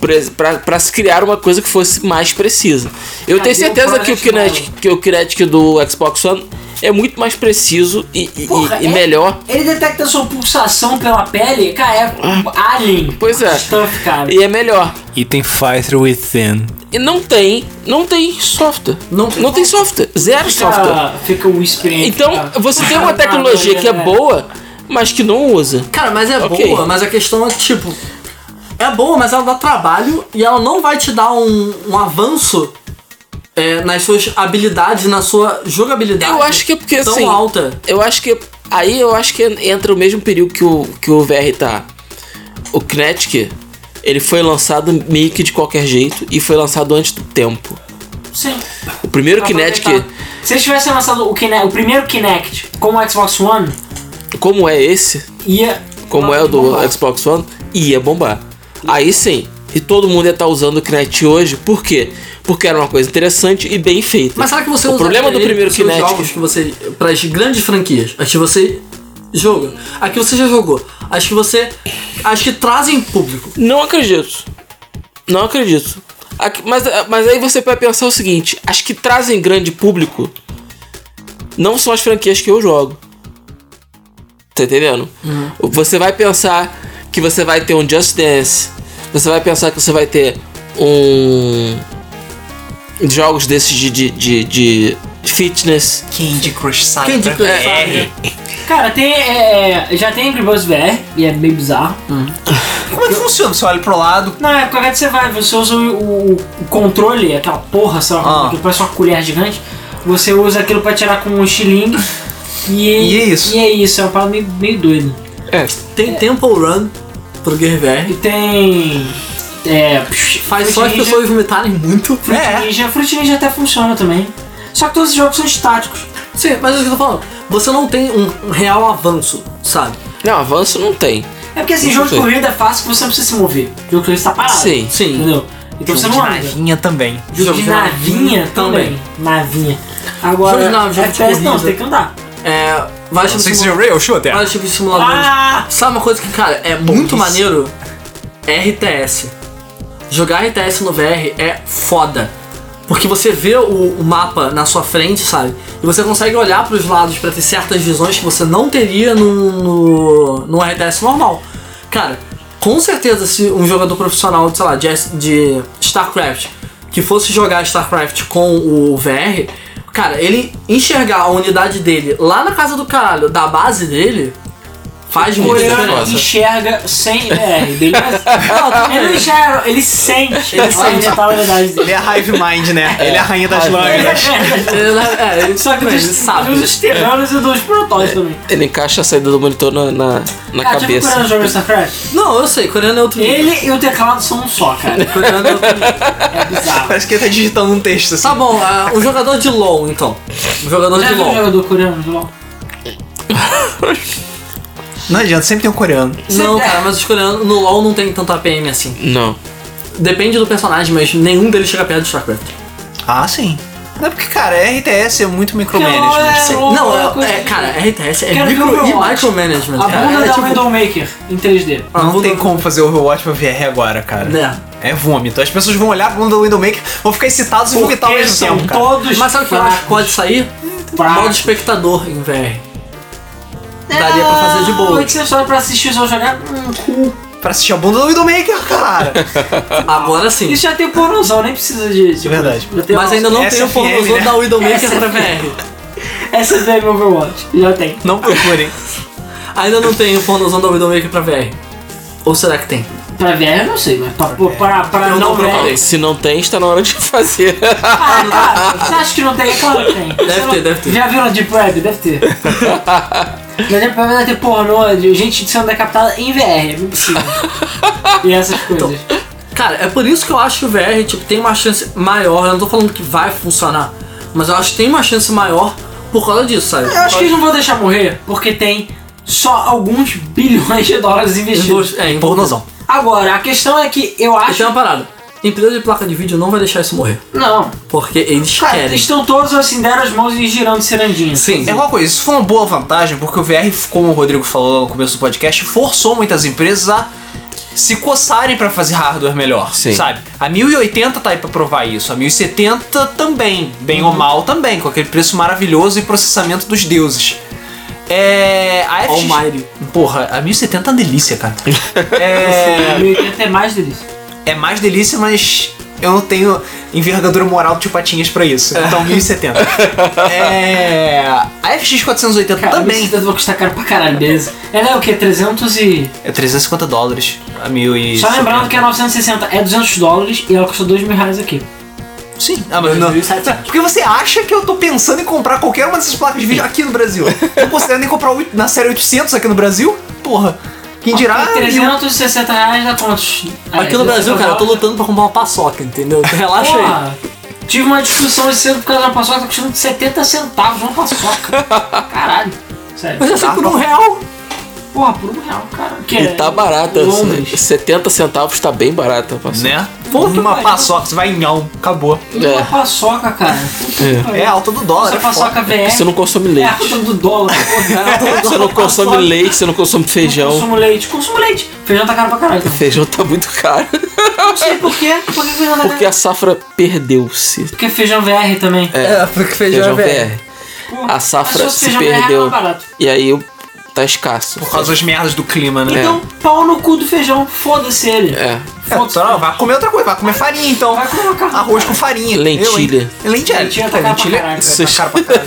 S4: pre- pra pra se criar uma coisa que fosse mais precisa. Eu
S2: Cadê
S4: tenho
S2: o
S4: certeza que o,
S2: Project
S4: Kinetic, que o Kinetic do Xbox One é muito mais preciso e, e-
S2: Porra,
S4: e- e
S2: é-
S4: melhor.
S2: Ele detecta a sua pulsação pela pele, cara, é alien.
S4: Pois é.
S2: Stuff, cara.
S4: E é melhor.
S6: E tem Fighter Within.
S4: E não tem, não tem software. Não, não tem software. Zero software.
S2: Fica, fica o tá. whispering.
S4: tá. Então,
S2: fica- né?
S4: você tem uma tecnologia que é boa, mas que não usa.
S5: Cara, mas é
S4: Ok.
S5: boa, mas a questão é tipo. É boa, mas ela dá trabalho e ela não vai te dar um, um avanço é, nas suas habilidades, na sua jogabilidade.
S2: Ah,
S4: Eu acho que é porque
S5: tão
S4: assim.
S5: alta.
S4: Eu acho que. Aí eu acho que entra o mesmo perigo que o, que o VR tá. O Kinetic, ele foi lançado meio que de qualquer jeito e foi lançado antes do tempo.
S2: Sim.
S4: O primeiro Kinetic,
S2: Aproveitar. Se eles tivessem lançado o, Kine- o primeiro Kinect como o Xbox One,
S4: como é esse,
S2: ia.
S4: como
S2: Nossa,
S4: é o do
S2: bombar.
S4: Xbox One, ia bombar. Aí sim, E todo mundo ia estar usando o Kinect hoje. Por quê? Porque era uma coisa interessante e bem feita.
S5: Mas será que você
S4: O
S5: usa
S4: problema do
S5: ele
S4: primeiro
S5: pros seus
S4: Kinect-
S5: jogos que você para as grandes franquias, as que você joga, as que você já jogou, as que você as que trazem público.
S4: Não acredito. Não acredito. Aqui- Mas, mas aí você vai pensar o seguinte: as que trazem grande público não são as franquias que eu jogo. Tá entendendo? Você vai pensar que você vai ter um Just Dance. Você vai pensar que você vai ter um. Jogos desses de, de, de, de fitness. É,
S1: Candy Crush Saga.
S5: Candy Crush Saga.
S2: Cara, tem. é, já tem Angry Birds VR, e é meio bizarro.
S1: Como é que funciona? Você olha pro lado.
S2: Na época que é, você vai, você usa o, o- o controle, aquela porra, sei lá,
S1: Ah.
S2: que parece uma colher gigante. Você usa aquilo pra tirar com um xilingue. E,
S1: E é isso.
S2: E é isso, é uma parada meio, meio doida.
S4: É.
S5: Tem Temple Run pro Game
S2: E
S5: VR.
S2: tem. É.
S5: Faz só as
S2: Fruit Ninja.
S5: pessoas vomitarem muito.
S2: Fruit
S1: É.
S2: Ninja. Fruit Ninja até funciona também. Só que todos os jogos são estáticos.
S5: Sim, mas é o que eu tô falando. Você não tem um real avanço, sabe?
S4: Não, avanço não tem.
S2: É porque assim,
S4: Não
S2: jogo de
S4: sei.
S2: corrida é fácil que você não precisa se mover. Jogo de corrida está parado.
S4: Sim.
S5: Sim.
S2: Entendeu? Então você
S1: Jogo
S2: não
S1: de
S2: anda.
S1: navinha também.
S2: Jogo de navinha também. Navinha. Agora,
S5: Jogo de nave, jogo de
S2: FPS não,
S5: corrida.
S2: você tem que andar.
S5: É, vários
S1: Não sei
S5: tipos de
S1: se é
S5: simuladores.
S1: real shooter.
S5: Vários tipos de simuladores.
S2: Ah!
S5: Sabe uma coisa que, cara, é muito maneiro? É RTS. Jogar RTS no VR é foda. Porque você vê o, o mapa na sua frente, sabe? E você consegue olhar pros lados pra ter certas visões que você não teria no, no, no RTS normal. Cara, com certeza se um jogador profissional, sei lá, de, S- de StarCraft, que fosse jogar StarCraft com o VR, cara, ele enxergar a unidade dele lá na casa do caralho, da base dele, faz muita
S2: Coreano
S5: diferença.
S2: enxerga sem VR, beleza? ele não enxerga, ele sente. Ele sente a verdade dele.
S1: Ele é a Hive Mind, né? Ele é a rainha das lâminas.
S5: Ele- é, ele-
S2: Só que
S5: ele
S2: dos,
S5: sabe. É.
S2: dos terranos e dos protótipos também.
S4: Ele encaixa a saída do monitor na, na, na
S2: Cara, já viu o
S4: cabeça.
S2: Coreano jogando StarCraft?
S5: Não, eu sei, coreano é outro nível.
S2: Ele e o teclado são um só, cara.
S5: Coreano é outro nível.
S2: É bizarro.
S1: Parece que ele tá digitando um texto assim.
S5: Tá bom, ah, um jogador de LOL então. Um jogador
S2: Já
S5: de
S2: viu o
S5: LOL.
S2: jogador coreano de LOL?
S1: Não adianta, sempre tem um coreano.
S5: Não, cara, mas os coreanos no LOL não tem tanto APM assim.
S4: Não.
S5: Depende do personagem, mas nenhum deles chega perto do StarCraft.
S1: Ah, sim. Não é porque, cara, RTS é muito
S2: Não, é-
S1: micromanagement. Sim.
S2: Oh,
S5: não,
S2: coisa
S5: é, é,
S2: de-
S5: cara, RTS é
S2: Quero ver
S5: micro
S2: o
S5: e
S2: Overwatch.
S5: micromanagement.
S2: A
S5: cara.
S2: bunda
S5: é,
S2: da
S5: tipo,
S2: Widowmaker em 3D.
S5: a
S1: Não
S5: bunda-
S1: tem como fazer Overwatch pra VR agora, cara.
S5: Né.
S1: É vômito. As pessoas vão olhar pro mundo do Windowmaker, vão ficar excitados e vomitar ao
S2: Porque
S1: mesmo
S2: são
S1: tempo, cara.
S2: todos
S5: Mas sabe o que eu acho que pode sair? Modo
S2: fracos.
S5: espectador em VR.
S2: É.
S5: Daria pra fazer de boa.
S2: Oito só pra assistir só jogar. Hum, cu.
S1: Pra assistir a bunda do Widowmaker, cara.
S5: Agora sim.
S2: Isso já tem pornozão, nem precisa de. de
S1: É Verdade.
S2: coisa. Já tem
S5: Mas ainda não tem o
S1: SFM,
S5: pornozão
S1: né?
S5: da Widowmaker
S2: SFM.
S5: pra VR.
S2: Essa é do Overwatch. Já tem.
S1: Não procurem.
S5: Ainda não tem o pornozão da Widowmaker pra VR. Ou será que tem?
S2: Pra VR eu não sei, mas pra, pra, pra, pra
S5: Eu
S2: não
S5: não
S2: VR.
S5: procurei.
S4: Se não tem, está na hora de fazer.
S2: Ah, cara, você acha que não tem? Claro que tem. Você não-
S5: ter, deve ter.
S2: Já viu na Deep Web? Deve ter. é Na Deep Web deve ter tipo, pornô de gente sendo decapitada em VR, é impossível. e essas
S5: Então,
S2: coisas.
S5: Cara, é por isso que eu acho que o VR tipo, tem uma chance maior. Eu não tô falando que vai funcionar, mas eu acho que tem uma chance maior por causa disso, sabe?
S2: Eu acho que eles não vão deixar morrer, porque tem só alguns bilhões de dólares investidos.
S5: É, em
S1: Pornozão.
S2: Agora, a questão é que eu
S5: E tem
S2: acho.
S5: uma parada. Empresa de placa de vídeo não vai deixar isso morrer.
S2: Não.
S5: Porque eles
S2: Cara,
S5: Então, querem.
S2: estão todos assim, deram as mãos e girando cirandinha.
S5: Sim.
S1: É uma coisa, isso foi uma boa vantagem, porque o VR, como o Rodrigo falou no começo do podcast, forçou muitas empresas a se coçarem pra fazer hardware melhor,
S4: Sim.
S1: sabe? A 1080 tá aí pra provar isso, a 1070 também, bem ou mal também, com aquele preço maravilhoso e processamento dos deuses. É. A
S5: Oh
S1: FX...
S5: Almighty.
S1: Porra, a 1070 é uma delícia, cara. é.
S2: É. Meio que até mais delícia.
S1: É mais delícia, mas eu não tenho envergadura moral de patinhas pra isso. Então 1070. é. A FX 480
S2: Cara,
S1: também.
S2: Também. vai custar caro pra caralho, beleza? Ela é o que? 300 e.
S1: É 350 dólares a 1000 e.
S2: Só lembrando que a 960 é 200 dólares e ela custa 2 mil reais aqui.
S1: Sim. Ah, mas não.
S2: 2.700.
S1: Porque você acha que eu tô pensando em comprar qualquer uma dessas placas de vídeo aqui no Brasil? Não considero nem comprar oito- na série 800 aqui no Brasil? Porra. Quem dirá.
S2: E 360 reais dá quantos?
S5: Aqui no Brasil,
S4: tá
S5: cara, eu tô lutando pra comprar uma paçoca, entendeu? Então Relaxa aí.
S2: Porra, tive uma discussão esse ano por causa de uma paçoca, tá custando 70 centavos uma paçoca. Caralho. Sério.
S5: é Mas eu sei por um real.
S2: Porra, por um real, cara. Que
S4: E
S2: é
S4: tá barata.
S2: Londres.
S4: 70 centavos tá bem barata. parceiro.
S1: Né?
S2: Puta que
S1: uma
S2: pariu.
S1: paçoca, você vai em alma, acabou.
S2: Uma
S4: É.
S2: paçoca, cara. Puta que pariu.
S1: É alta do dólar.
S2: Essa
S1: é foda.
S2: paçoca VR.
S4: Você não consome
S2: É a
S4: leite.
S2: fruta do dólar. porra.
S4: Você não consome leite, você não consome
S2: Não
S4: feijão.
S2: Consumo leite. Consumo leite. Feijão tá caro pra caralho.
S4: Feijão tá muito caro.
S2: Não sei por quê. Por que feijão tá caro?
S4: Porque a safra perdeu-se.
S2: Porque feijão VR também.
S5: É, porque feijão
S4: Feijão
S5: é velho.
S4: VR.
S2: Porra,
S4: A safra
S2: mas
S4: se
S2: feijão
S4: perdeu.
S2: VR tá barato.
S4: E aí o- tá escasso.
S1: Por causa das merdas do clima, né?
S2: Então, pau no cu do feijão. Foda-se ele.
S4: É.
S1: É,
S2: Foda-se.
S1: então, vai comer outra coisa, vai comer farinha então.
S2: Vai comer macarrão,
S1: Arroz
S2: cara.
S1: com farinha.
S4: Lentilha.
S1: Eu, hein? lentilha.
S2: Lentilha tá
S1: Pô,
S2: cara pra
S1: lentilha.
S2: caralho.
S1: Isso, tá cara pra caralho.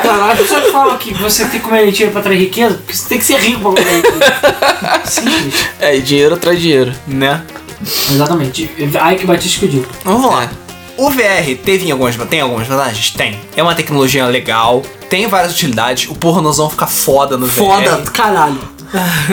S2: Cara, eu É, só te falo que você tem que comer lentilha pra trazer riqueza, porque você tem que ser rico pra comer lentilha. Simples.
S4: É, e dinheiro atrai dinheiro.
S1: né?
S2: Exatamente. Aí que Batista que eu digo.
S1: Vamos lá. O VR teve em algumas, tem algumas vantagens? Tem. É uma tecnologia legal, tem várias utilidades, o pornozão fica foda no
S5: Foda,
S1: VR.
S5: caralho.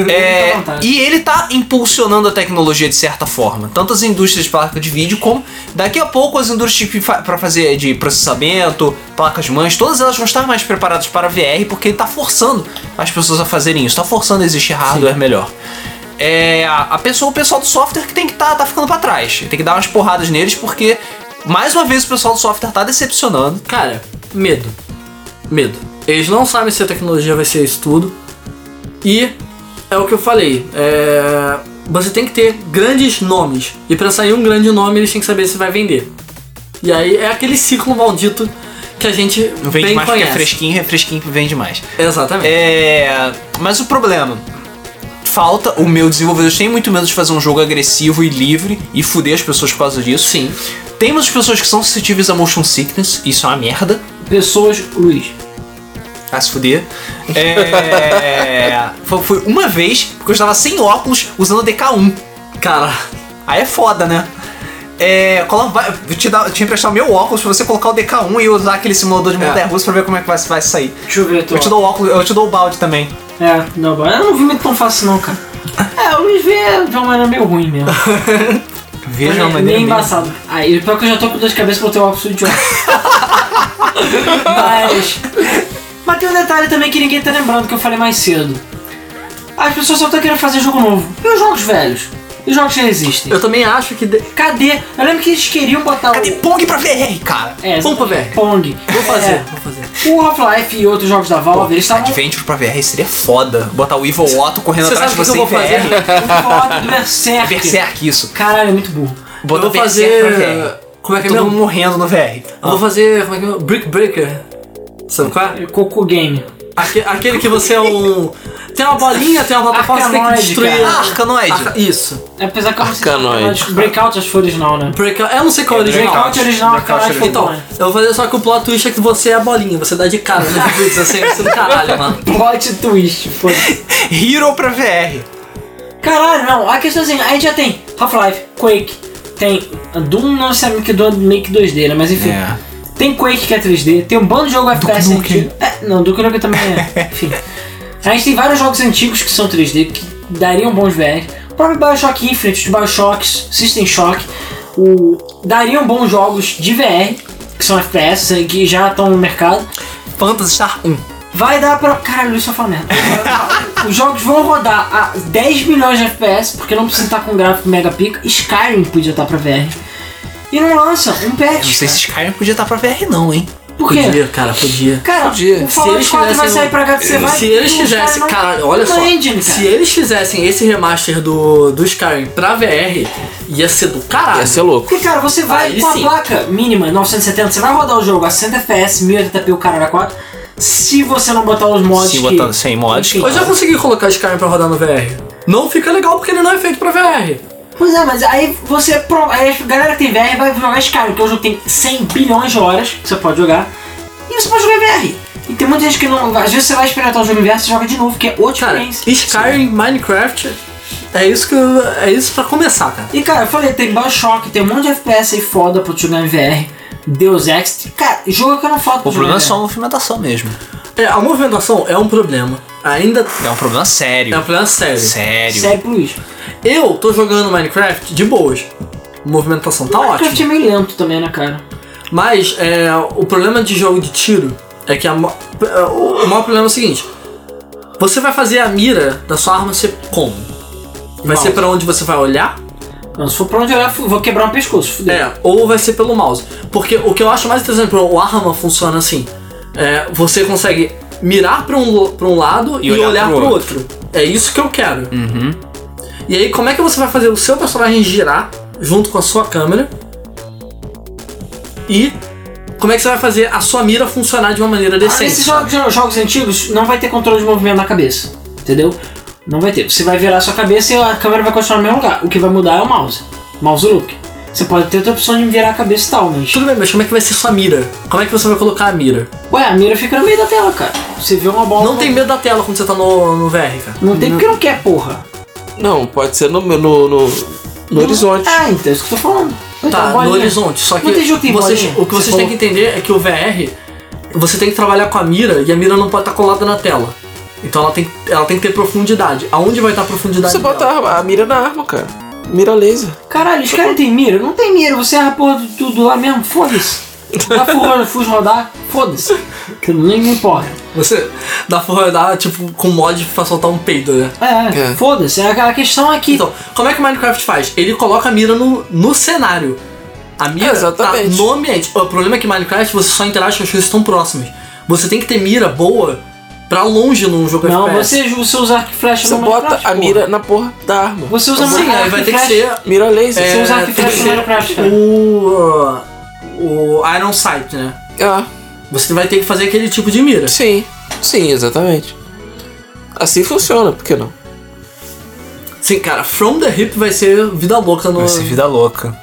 S1: É,
S2: Muita vontade.
S1: e ele tá impulsionando a tecnologia de certa forma. Tanto as indústrias de placa de vídeo como daqui a pouco as indústrias que fa- pra fazer de processamento, placas mães, todas elas vão estar mais preparadas para VR porque ele tá forçando as pessoas a fazerem isso, tá forçando a existir hardware melhor. É, a a pessoa, o pessoal do software que tem que tá, tá ficando pra trás. Tem que dar umas porradas neles porque mais uma vez o pessoal do software tá decepcionando.
S5: Cara, medo. Medo. Eles não sabem se a tecnologia vai ser isso tudo. E é o que eu falei. é, Você tem que ter grandes nomes. E pra sair um grande nome, eles têm que saber se vai vender. E aí é aquele ciclo maldito que a gente
S1: Vende
S5: bem
S1: mais porque é
S5: conhece.
S1: fresquinho, é fresquinho que vende mais.
S5: Exatamente.
S1: É. Mas o problema. Falta, o meu desenvolvedor tem muito medo de fazer um jogo agressivo e livre e fuder as pessoas por causa disso.
S5: Sim.
S1: Temos as pessoas que são suscetíveis a motion sickness, isso é uma merda.
S2: Pessoas, Luiz.
S1: A se fuder. É. foi, foi uma vez porque eu estava sem óculos usando DK1.
S5: Cara,
S1: Aí é foda, né? É. Coloca, vai- vou te, dar, te emprestar o meu óculos pra você colocar o DK1 e usar aquele simulador de montanha russa pra ver como é que vai, vai sair.
S2: Deixa eu ver a tua.
S1: Eu te dou o óculos, eu te dou o balde também.
S2: É, não, eu não vi muito tão fácil não, cara. É, o Luiz vê de uma maneira meio ruim mesmo.
S1: Veja
S5: é
S2: meio, meio é embaçado. Aí, pior que eu já tô com dor de cabeça pra eu ter o óculos de óculos. Mas. Mas tem um detalhe também que ninguém tá lembrando que eu falei mais cedo. As pessoas só estão querendo fazer jogo novo. E os jogos velhos? E os jogos que já
S1: É.
S2: existem?
S5: eu também acho que. de-
S2: Cadê? Eu lembro que eles queriam botar
S1: Cadê
S2: o.
S1: Tá Pong pra VR, cara?
S2: É,
S5: Vamos pra ver.
S2: Pong.
S5: Vou fazer,
S2: É.
S5: vou fazer.
S2: O Half-Life e outros jogos da Valve, eles estavam.
S1: Adventure pra VR seria foda. Botar o Evil Otto correndo
S5: Você
S1: atrás de
S5: sabe
S1: você
S5: o que
S1: em
S5: eu vou fazer?
S1: VR.
S2: Foda do Berserk.
S1: Berserk, isso.
S2: Caralho, é muito burro.
S5: Eu
S1: Botar
S5: vou
S1: o Berserk pra
S5: fazer.
S1: VR.
S5: Como é que é
S1: Todo Ah. mundo
S5: meu?
S1: morrendo no VR.
S5: Eu vou fazer. Como é que é meu? Brick Breaker. Sabe qual é?
S2: É Coco Game.
S5: Aque- aquele que você é um. Tem uma bolinha, tem uma plataforma, você tem que
S2: Arcanoide,
S5: destruir.
S2: cara.
S5: Ah,
S1: Arcanoide.
S5: Arca- Isso.
S2: Apesar que eu não sei
S4: Arcanoide.
S2: se- Breakout acho que foi original, né?
S5: Breakout. Eu não sei qual é o original.
S2: Breakout original,
S1: Breakout
S2: Arcanoide foi
S5: Então,
S2: bom, né?
S5: eu vou fazer só que o plot twist é que você é a bolinha, você dá de cara né? Putz, assim, você do caralho, mano.
S2: Plot twist, foi.
S1: Hero pra VR.
S2: Caralho, não. A questão é assim, a gente já tem Half-Life, Quake, tem a Doom, não sabe que Doom é meio que 2D, né? Mas enfim.
S1: É.
S2: Tem Quake que é 3D, tem um bando de jogo FPS
S1: Nukem.
S2: antigo. É, não, Duke Nukem também é. enfim. A gente tem vários jogos antigos que são 3D, que dariam bons VR. O próprio Bioshock Infinite, os Bioshocks, System Shock, o... dariam bons jogos de VR, que são FPS, eh, que já estão no mercado.
S1: Phantasy Star 1.
S2: Vai dar pra. Caralho, isso é uma merda. Os jogos vão rodar a 10 milhões de FPS, porque não precisa estar com gráfico mega pica. Skyrim podia estar pra VR. E não lança um
S1: Não
S2: patch.
S1: sei se Skyrim podia estar pra VR, não, hein?
S2: Por quê?
S5: Podia, cara, podia.
S2: Cara,
S4: Podia.
S2: o Fallout
S5: Se
S2: 4 vai
S5: eles um-
S2: sair pra HTC, vai.
S5: Se eles
S2: e os caras
S5: fizessem,
S2: não-
S5: cara, olha
S2: não
S5: só.
S2: Engine, cara.
S5: Se eles fizessem esse remaster do, do Skyrim pra VR, ia ser do caralho.
S4: Ia ser um é louco.
S2: Porque, cara, você vai
S5: Aí
S2: com a
S5: sim.
S2: placa mínima 970, você vai rodar o jogo a 60 FPS, 1080p, o cara 4. Se você não botar os mods.
S1: Se
S2: que-
S1: botando sem mods,
S2: Enfim.
S5: Eu já consegui colocar Skyrim pra rodar no VR. Não fica legal porque ele não é feito pra VR.
S2: Pois é, mas aí você. pro- Aí a galera que tem VR vai jogar Skyrim, porque o é um jogo tem 100 bilhões de horas que você pode jogar. E você pode jogar VR. E tem muita gente que não. Às vezes você vai experimentar o jogo em VR e você joga de novo, que é outra
S5: Cara,
S2: experiência.
S5: Skyrim, Minecraft, é isso que eu, é isso pra começar, cara.
S2: E cara, eu falei, tem Bioshock, tem um monte de FPS aí foda pra tu jogar em VR. Deus Ex. Cara, jogo que eu não falo
S1: O problema é só a movimentação mesmo.
S5: É, a movimentação é um problema. Ainda
S1: É um problema
S5: é um
S1: sério.
S5: problema sério.
S1: Sério.
S2: Sério, Luiz.
S1: Tá
S5: Eu tô jogando Minecraft de boas. A movimentação tá
S2: Minecraft é
S5: ótima.
S2: meio lento também, né, cara?
S5: Mas é, o problema de jogo de tiro é que a, mo- é, o, o maior problema é o seguinte. Você vai fazer a mira da sua arma ser como? Vai
S2: Mouse.
S5: ser pra onde você vai olhar?
S2: Não, se for pra onde eu olhar, fu- vou quebrar um pescoço. Fudeu.
S5: É, ou vai ser pelo mouse. Porque o que eu acho mais interessante pro o arma funciona assim. É, você consegue mirar pra um, lo- pra um lado e, olhar, pro, outro. Uhum. É isso que eu quero. E aí, como é que você vai fazer o seu personagem girar junto com a sua câmera? E como é que você vai fazer a sua mira funcionar de uma maneira
S2: Ah,
S5: decente?
S2: Nesses jogos, jogos antigos não vai ter controle de movimento na cabeça, entendeu? Não vai ter. Você vai virar sua cabeça e a câmera vai continuar no mesmo lugar. O que vai mudar é o mouse. Mouse look. Você pode ter outra opção de virar a cabeça e tal, mas.
S5: Tudo bem, mas como é que vai ser sua mira? Como é que você vai colocar a mira?
S2: Ué, a mira fica no meio da tela, cara. Você vê uma bola.
S5: Não tem medo da tela quando você tá no, no VR, cara.
S2: Não tem porque não quer, porra.
S4: Não, pode ser no, no, no, no horizonte.
S2: Ah, então é isso que eu tô falando. Vai ter
S5: Tá,
S2: uma
S5: no
S2: bolinha.
S5: horizonte. Só que
S2: Não tem jogo que tem
S5: vocês-
S2: bolinha.
S5: o que
S2: Você
S5: vocês têm
S2: coloca-
S5: que entender é que o VR, você tem que trabalhar com a mira e a mira não pode estar colada na tela. Então ela tem, ela tem que ter profundidade. Aonde vai estar a profundidade?
S4: Você bota
S5: dela?
S4: a, a mira na arma, cara. Mira laser.
S2: Caralho, os caras têm mira? Não tem mira, você erra a porra de tudo lá mesmo, foda-se. Dá furro, fujo rodar, foda-se. Que nem me importa.
S5: Você dá pra dá, tipo, com mod pra soltar um peido, né?
S2: É,
S4: É.
S2: foda-se. A a questão é que.
S5: Então, como é que o Minecraft faz? Ele coloca a mira no, no cenário. A mira
S4: Exatamente.
S5: tá no ambiente. O problema é que Minecraft você só interage com as coisas que estão próximas. Você tem que ter mira boa pra longe num jogo
S2: não,
S5: FPS.
S2: você, você usa arco e flecha
S4: Você
S2: no
S4: bota
S2: Minecraft,
S4: a
S2: porra.
S4: mira na porra da arma.
S2: Você usa
S5: Sim,
S2: arco
S5: aí
S2: e
S5: vai ter que
S2: flecha.
S5: ser
S4: Mira laser.
S2: Você usa arco e
S5: É, tem que
S2: flecha no
S5: ser
S2: Minecraft, cara.
S5: o, uh, o Iron Sight, né?
S4: Ah,
S5: Você vai ter que fazer aquele tipo de mira.
S4: sim. Sim, exatamente. Assim funciona, por que não?
S5: Sim, cara, From the Hip vai ser vida louca no.
S1: Vai ser vida louca.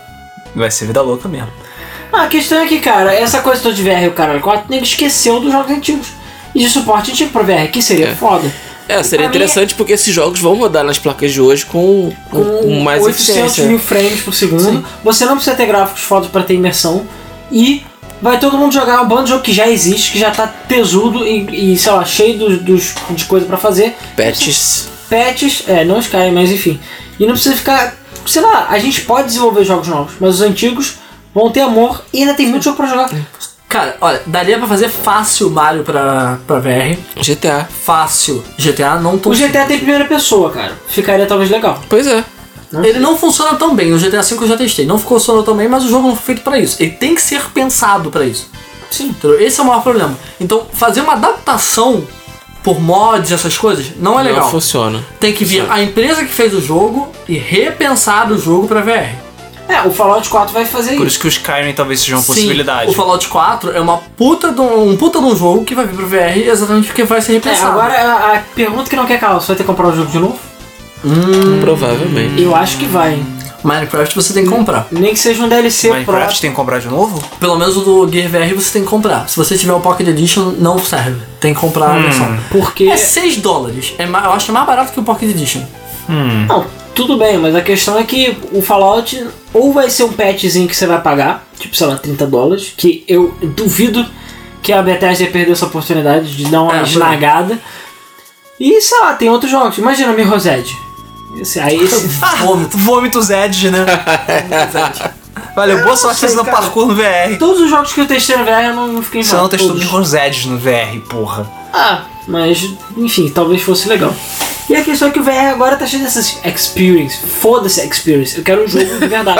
S1: Vai ser vida louca mesmo.
S2: Ah, a questão é que, cara, essa coisa toda de VR e o caralho 4, nego esqueceu dos jogos antigos. E de suporte antigo pra VR, que seria
S4: É.
S2: foda.
S4: É, seria
S2: Pra mim,
S4: interessante porque esses jogos vão rodar nas placas de hoje com, com, com mais é.
S2: 800
S4: eficiência.
S2: Um mil frames por segundo. Você não precisa ter gráficos fotos pra ter imersão. E vai todo mundo jogar um bando de jogo que já existe, que já tá tesudo e, e, sei lá, cheio dos, dos- de coisa pra fazer.
S4: Patches.
S2: Patches, é, não Sky, mas enfim. E não precisa ficar. Sei lá, a gente pode desenvolver jogos novos, mas os antigos vão ter amor e ainda tem muito jogo pra jogar.
S1: É,
S5: Cara, olha, daria pra fazer fácil Mario pra, pra VR.
S4: GTA.
S5: Fácil. GTA não tô. assim.
S2: O
S1: assim?
S2: GTA tem primeira pessoa, cara. Ficaria talvez legal.
S4: Pois é.
S5: Ele não funciona tão bem. O GTA V eu já testei. Não funcionou tão bem, mas o jogo não foi feito pra isso. Ele tem que ser pensado pra isso. Sim. Entendeu? Esse é o maior problema. Então, fazer uma adaptação por mods, essas coisas, não é legal.
S4: Não funciona.
S5: Tem que vir a empresa que fez o jogo e repensar o jogo pra VR.
S2: É, o Fallout 4 vai fazer
S1: Por
S2: isso.
S1: isso que o Skyrim talvez seja uma possibilidade.
S5: Sim, o Fallout 4 é uma puta de um, um puta de um jogo que vai vir pro VR exatamente porque vai ser
S2: É,
S5: repensado.
S2: agora a, a pergunta que não quer calar, você vai ter que comprar o jogo de novo?
S5: Hum.
S4: Provavelmente.
S1: Hum.
S2: Eu acho que vai, hein?
S5: Minecraft você tem que comprar.
S2: Nem que seja um
S5: é
S2: DLC
S1: Minecraft tem que comprar de novo?
S5: Pelo menos o do Gear VR você tem que comprar. Se você tiver o Pocket Edition, não serve. Tem que comprar
S1: Hum.
S5: a versão.
S2: próprio, porque...
S5: É 6 dólares. É, ma- eu acho que é mais barato que o Pocket Edition.
S2: Não, tudo bem, mas a questão é que o Fallout ou vai ser um patchzinho que você vai pagar, tipo, sei lá, 30 dólares, que eu duvido que a Bethesda perdeu essa oportunidade de dar uma
S5: É, foi.
S2: esnagada. E, sei lá, tem outros jogos. Imagina Mirror's Edge. Esse, aí esse...
S1: Vômito. Ah, Vômitos Edge, né? Valeu, boa sorte fazendo parkour no VR.
S2: Todos os jogos que eu testei no VR eu não, não fiquei
S1: Você não
S2: enjoado,
S1: testou
S2: todos.
S1: Mirror's Edge no VR, porra.
S2: Ah, mas enfim, talvez fosse legal. E a questão é que o VR agora tá cheio dessas experience. Foda-se a experience. Eu quero um jogo de verdade.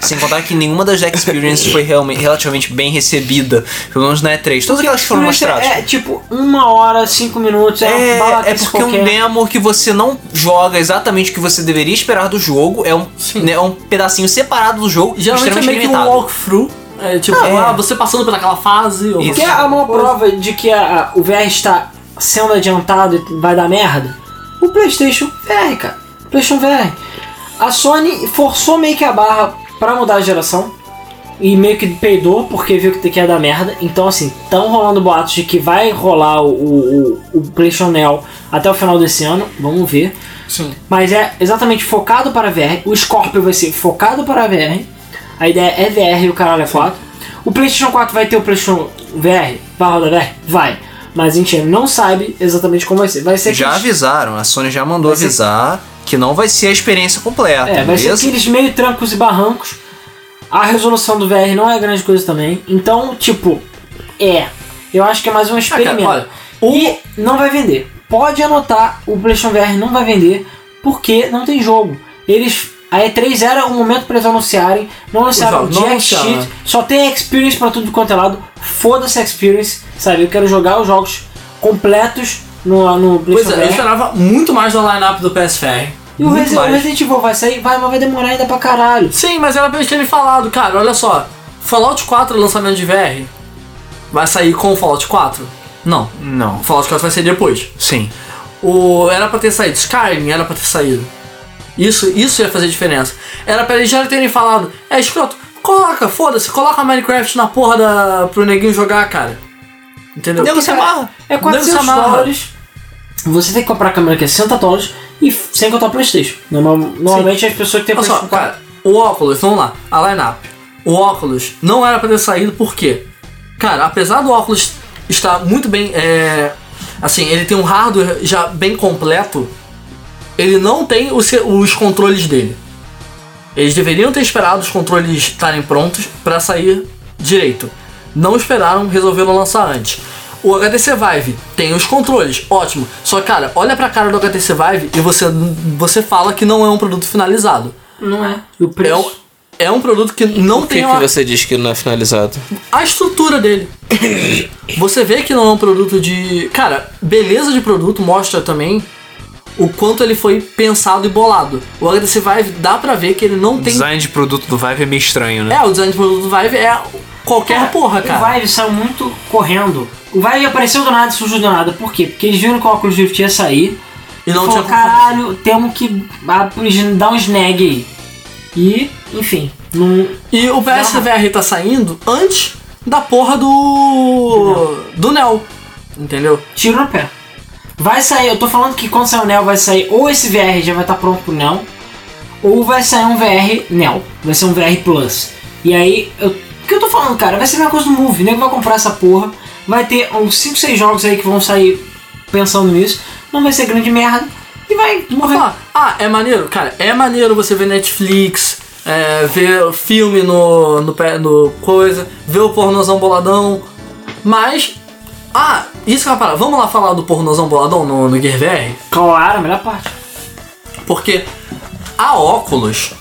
S1: Sem contar que nenhuma das experiences foi realmente, relativamente bem recebida. Pelo menos na E3. Todas aquelas que foram
S2: Experience
S1: mostradas.
S2: É tipo uma hora, cinco minutos. É, uma bala
S1: É, é
S2: desse
S1: porque é um
S2: qualquer.
S1: demo que você não joga exatamente o que você deveria esperar do jogo. É um, né, é um pedacinho separado do jogo,
S5: Geralmente é
S1: extremamente
S5: meio que um
S1: limitado.
S5: walkthrough. É, tipo,
S1: Ah,
S5: ah,
S1: é.
S5: você passando pelaquela fase. Ou
S2: Que é a maior prova de que a- a- o VR está sendo adiantado e vai dar merda? O PlayStation VR, cara. PlayStation VR. A Sony forçou meio que a barra pra mudar a geração. E meio que peidou porque viu que ia dar merda. Então, assim, estão rolando boatos de que vai rolar o, o, o- o PlayStation Neo até o final desse ano. Vamos ver.
S5: Sim.
S2: Mas é exatamente focado para VR. O Scorpio vai ser focado para VR. A ideia é VR e o caralho é 4. O PlayStation 4 vai ter o PlayStation VR? Vai rodar VR? Vai. Mas a gente não sabe exatamente como vai ser. Vai ser
S1: Já
S2: aqueles,
S1: avisaram, a Sony já mandou
S2: ser-
S1: avisar que não vai ser a experiência completa,
S2: é, vai ser
S1: beleza?
S2: aqueles meio trancos e barrancos. A resolução do VR não é grande coisa também. Então, tipo, é. Eu acho que é mais um
S5: Ah, cara,
S2: experimento.
S5: olha, o-
S2: E não vai vender. Pode anotar, o PlayStation VR não vai vender porque não tem jogo. Eles. A E3 era o momento pra eles anunciarem, não anunciaram
S5: jogo, não
S2: jack
S5: anunciaram. né?
S2: shit, só tem experience pra tudo quanto é lado. Foda-se a experience, sabe? Eu quero jogar os jogos completos no, no
S5: Pois
S2: PlayStation
S5: é, eu
S2: VR.
S5: esperava muito mais do lineup do PSVR.
S2: E o
S5: Muito
S2: Resi- o
S5: mais.
S2: Resident Evil vai sair, vai, mas vai demorar ainda pra caralho.
S5: Sim, mas era pra eles terem falado, cara, olha só. Fallout 4 lançamento de VR vai sair com o Fallout 4? Não.
S1: Não.
S5: O Fallout 4 vai sair depois.
S1: Sim.
S5: O, era pra ter saído Skyrim, era pra ter saído. Isso, isso ia fazer diferença. Era pra eles já terem falado, é escroto, coloca, foda-se, coloca Minecraft na porra da, pro neguinho jogar, cara. Entendeu?
S1: Nego se amarra.
S2: É 400
S5: Não se amarra.
S2: dólares. Você tem que comprar a câmera que é 60 dólares e f- sem contar o Playstation. Normal- normalmente as pessoas que têm
S5: Olha só,
S2: Playstation 4.
S5: cara, o óculos, vamos lá, a lineup. O óculos não era pra ter saído por quê? Cara, apesar do óculos estar muito bem. é, assim, ele tem um hardware já bem completo, ele não tem os, se- os controles dele. Eles deveriam ter esperado os controles estarem prontos pra sair direito. Não esperaram, resolveram lançar antes. O HTC Vive tem os controles, ótimo. Só cara, olha pra cara do HTC Vive e você, você fala que não é um produto finalizado.
S2: Não é. E o
S5: É
S2: preço?
S5: um, é um produto que não
S4: Por que,
S5: tem
S4: que
S5: uma-
S4: você diz que não é finalizado?
S5: a estrutura dele. Você vê que não é um produto de. Cara, beleza de produto mostra também o quanto ele foi pensado e bolado. O HTC Vive dá pra ver que ele não
S1: O
S5: tem.
S1: design de produto do Vive é meio estranho, né?
S5: É, o design de produto do Vive é qualquer porra, cara.
S2: O Vive saiu muito correndo. O Vive apareceu do nada e surgiu do nada. Por quê? Porque eles viram que o Oculus Rift ia sair.
S5: E não
S2: falou,
S5: tinha
S2: caralho, temos que ab- dar um snag aí. E, enfim, não...
S5: E o PSVR tá saindo antes da porra do. do Neo. Entendeu?
S2: tiro no pé. Vai sair, eu tô falando que quando sair o Neo vai sair ou esse VR já vai estar pronto pro Neo, ou vai sair um VR Neo, vai ser um VR Plus. E aí, eu- o que eu tô falando, cara? Vai ser a mesma coisa do Move, o nego vai comprar essa porra, vai ter uns 5, 6 jogos aí que vão sair pensando nisso, não vai ser grande merda, e vai
S5: Vou
S2: morrer.
S5: falar, ah, é maneiro, cara, é maneiro você ver Netflix, é, ver filme no, no, pé- no coisa, ver o pornozão boladão, mas. Ah, isso que é uma parada. Vamos lá falar do pornozão boladão no, no Gear VR?
S2: Claro, a melhor parte.
S5: Porque a óculos.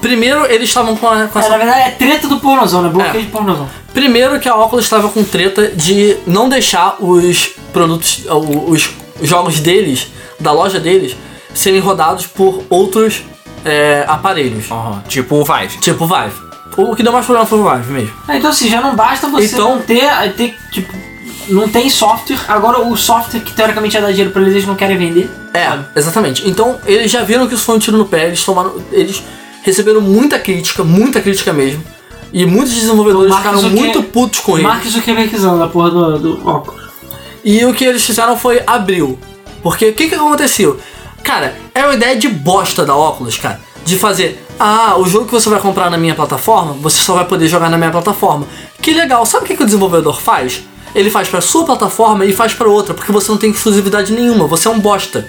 S5: Primeiro eles estavam com, a- com
S2: É,
S5: essa
S2: na verdade, é treta do pornozão, né? Bloqueio
S5: É.
S2: de pornozão.
S5: Primeiro que a óculos estava com treta de não deixar os produtos, o- os jogos deles, da loja deles, serem rodados por outros é, aparelhos,
S1: Aham. Tipo o Vive.
S5: tipo o Vive. O que deu mais problema foi o Vive mesmo.
S2: Ah, Então assim, já não basta você
S5: Então-
S2: não ter, aí ter, tipo, não tem software, agora o software que teoricamente ia dar dinheiro pra eles, eles não querem vender.
S5: É, exatamente. Então eles já viram que isso foi um tiro no pé, eles tomaram, eles receberam muita crítica, muita crítica mesmo. E muitos desenvolvedores
S2: Mark
S5: ficaram
S2: Zuckerberg-
S5: muito putos com eles.
S2: Mark Zuckerbergzão a porra do, do óculos.
S5: E o que eles fizeram foi abril. Porque o que, que aconteceu? Cara, é uma ideia de bosta da Oculus, cara. De fazer, ah, o jogo que você vai comprar na minha plataforma, você só vai poder jogar na minha plataforma. Que legal, sabe o que, que o desenvolvedor faz? Ele faz pra sua plataforma e faz pra outra, porque você não tem exclusividade nenhuma, você é um bosta.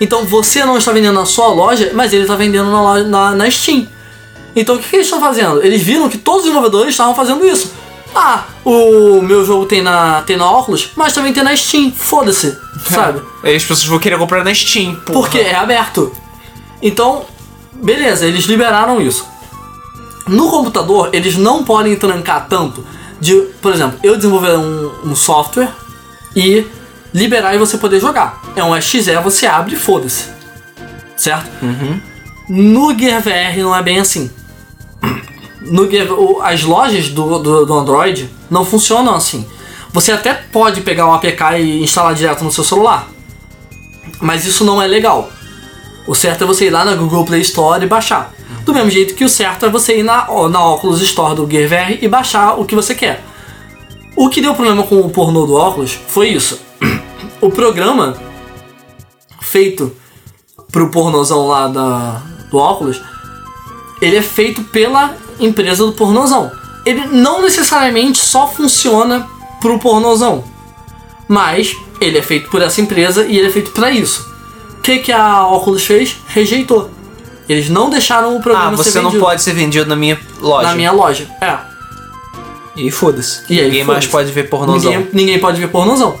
S5: Então você não está vendendo na sua loja, mas ele está vendendo na, loja- na, na Steam. Então o que, que eles estão fazendo? Eles viram que todos os desenvolvedores estavam fazendo isso. Ah, o meu jogo tem na, tem na Oculus, mas também tem na Steam. Foda-se, sabe?
S1: Aí as pessoas vão querer comprar na Steam, porra.
S5: Porque é aberto. Então, beleza, eles liberaram isso. No computador, eles não podem trancar tanto de, por exemplo, eu desenvolver um, um software e liberar e você poder jogar. É um XE, você abre e foda-se. Certo? No Gear VR não é bem assim. No Gear, o- as lojas do, do, do Android não funcionam assim. Você até pode pegar um APK e instalar direto no seu celular. Mas isso não é legal. O certo é você ir lá na Google Play Store e baixar. Do mesmo jeito que o certo é você ir na, ó, na Oculus Store do Gear VR e baixar o que você quer. O que deu problema com o pornô do óculos foi isso. O programa feito pro pornozão lá da, do óculos, ele é feito pela empresa do pornozão. Ele não necessariamente só funciona pro pornozão mas ele é feito por essa empresa e ele é feito pra isso. O que, que a Oculus fez? Rejeitou. Eles não deixaram o
S1: Ah,
S5: programa
S1: você
S5: ser
S1: não
S5: vendido
S1: pode ser vendido na minha loja.
S5: na minha loja. É.
S1: E foda-se.
S5: E aí,
S1: Ninguém mais
S5: foda-se.
S1: pode ver pornozão.
S5: Ninguém, ninguém pode ver pornozão.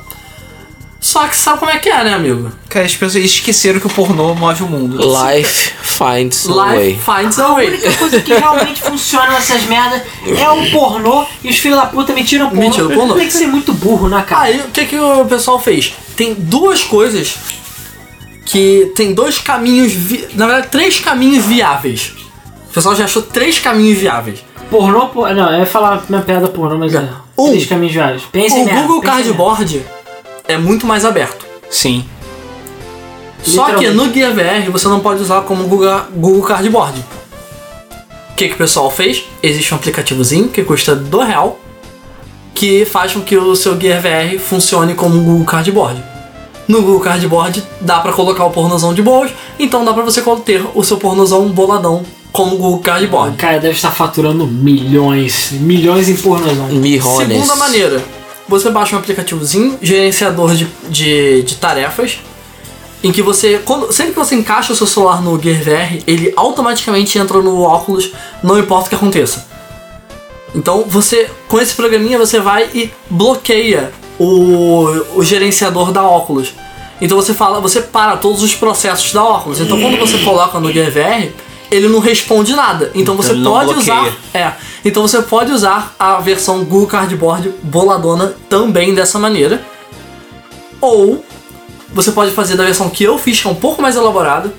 S5: Só que sabe como é que é, né, amigo?
S1: Cara, as pessoas esqueceram que o pornô move o mundo.
S4: Life finds a way.
S5: Life finds a
S2: A
S5: way.
S2: única coisa que realmente funciona nessas merdas é o pornô e os filhos da puta me tiram o pornô.
S5: Me tiram o pornô. Ah,
S2: Tem que ser muito burro, né, cara?
S5: Aí o que, que o pessoal fez? Tem duas coisas que tem dois caminhos, vi- na verdade, três caminhos viáveis. O pessoal já achou três caminhos viáveis.
S2: Pornô, por... não, eu ia falar minha piada pornô, mas é.
S5: é. Um.
S2: Três caminhos vários. Pensa em
S5: o
S2: é merda,
S5: Google
S2: pensa em merda.
S5: Cardboard é muito mais aberto.
S1: Sim.
S5: Só que
S2: Literalmente.
S5: no Guia VR você não pode usar como Google, Google Cardboard. O que, que o pessoal fez? Existe um aplicativozinho que custa do real que faz com que o seu Gear VR funcione como um Google Cardboard. No Google Cardboard dá pra colocar o pornozão de boas, então dá pra você ter o seu pornozão boladão como Google Cardboard.
S2: Cara, deve estar faturando milhões, milhões em pornozão.
S5: Hum.
S4: Mirrones.
S5: Segunda maneira, você baixa um aplicativozinho, gerenciador de, de, de tarefas, em que você, quando- sempre que você encaixa o seu celular no Gear VR, ele automaticamente entra no óculos, não importa o que aconteça. Então você, com esse programinha, você vai e bloqueia o, o gerenciador da óculos. Então você fala, você para todos os processos da óculos. Então quando você coloca no Gear VR, ele não responde nada. Então você
S1: ele não
S5: pode
S1: bloqueia.
S5: usar. É. Então você pode usar a versão Google Cardboard boladona também dessa maneira. Ou você pode fazer da versão que eu fiz, que é um pouco mais elaborada,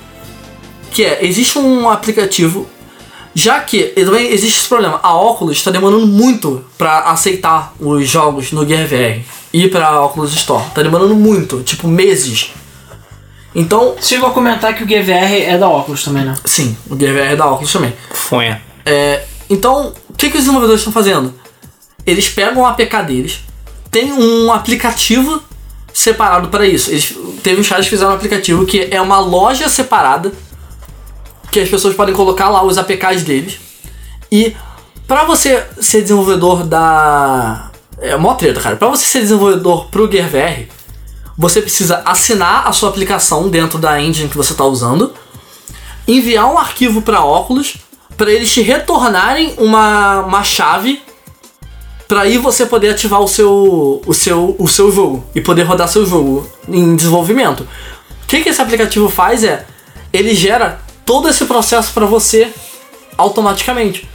S5: que é, existe um aplicativo, já que e também existe esse problema, a Oculus está demorando muito para aceitar os jogos no Gear VR e para a Oculus Store, tá demorando muito, tipo meses. Então,
S2: Chegou a comentar que o GVR é da óculos também, né?
S5: sim, o Gear VR é da Oculus também.
S1: Foi.
S5: É, então, o que, que os desenvolvedores estão fazendo? Eles pegam o APK deles, tem um aplicativo separado para isso. Eles, teve uns caras que fizeram um aplicativo que é uma loja separada, que as pessoas podem colocar lá os APKs deles. E pra você ser desenvolvedor da. É mó treta, cara. Pra você ser desenvolvedor pro Gear VR, você precisa assinar a sua aplicação dentro da engine que você está usando enviar um arquivo para óculos para eles te retornarem uma, uma chave para aí você poder ativar o seu o seu o seu jogo e poder rodar seu jogo em desenvolvimento. O que, que esse aplicativo faz é ele gera todo esse processo para você automaticamente.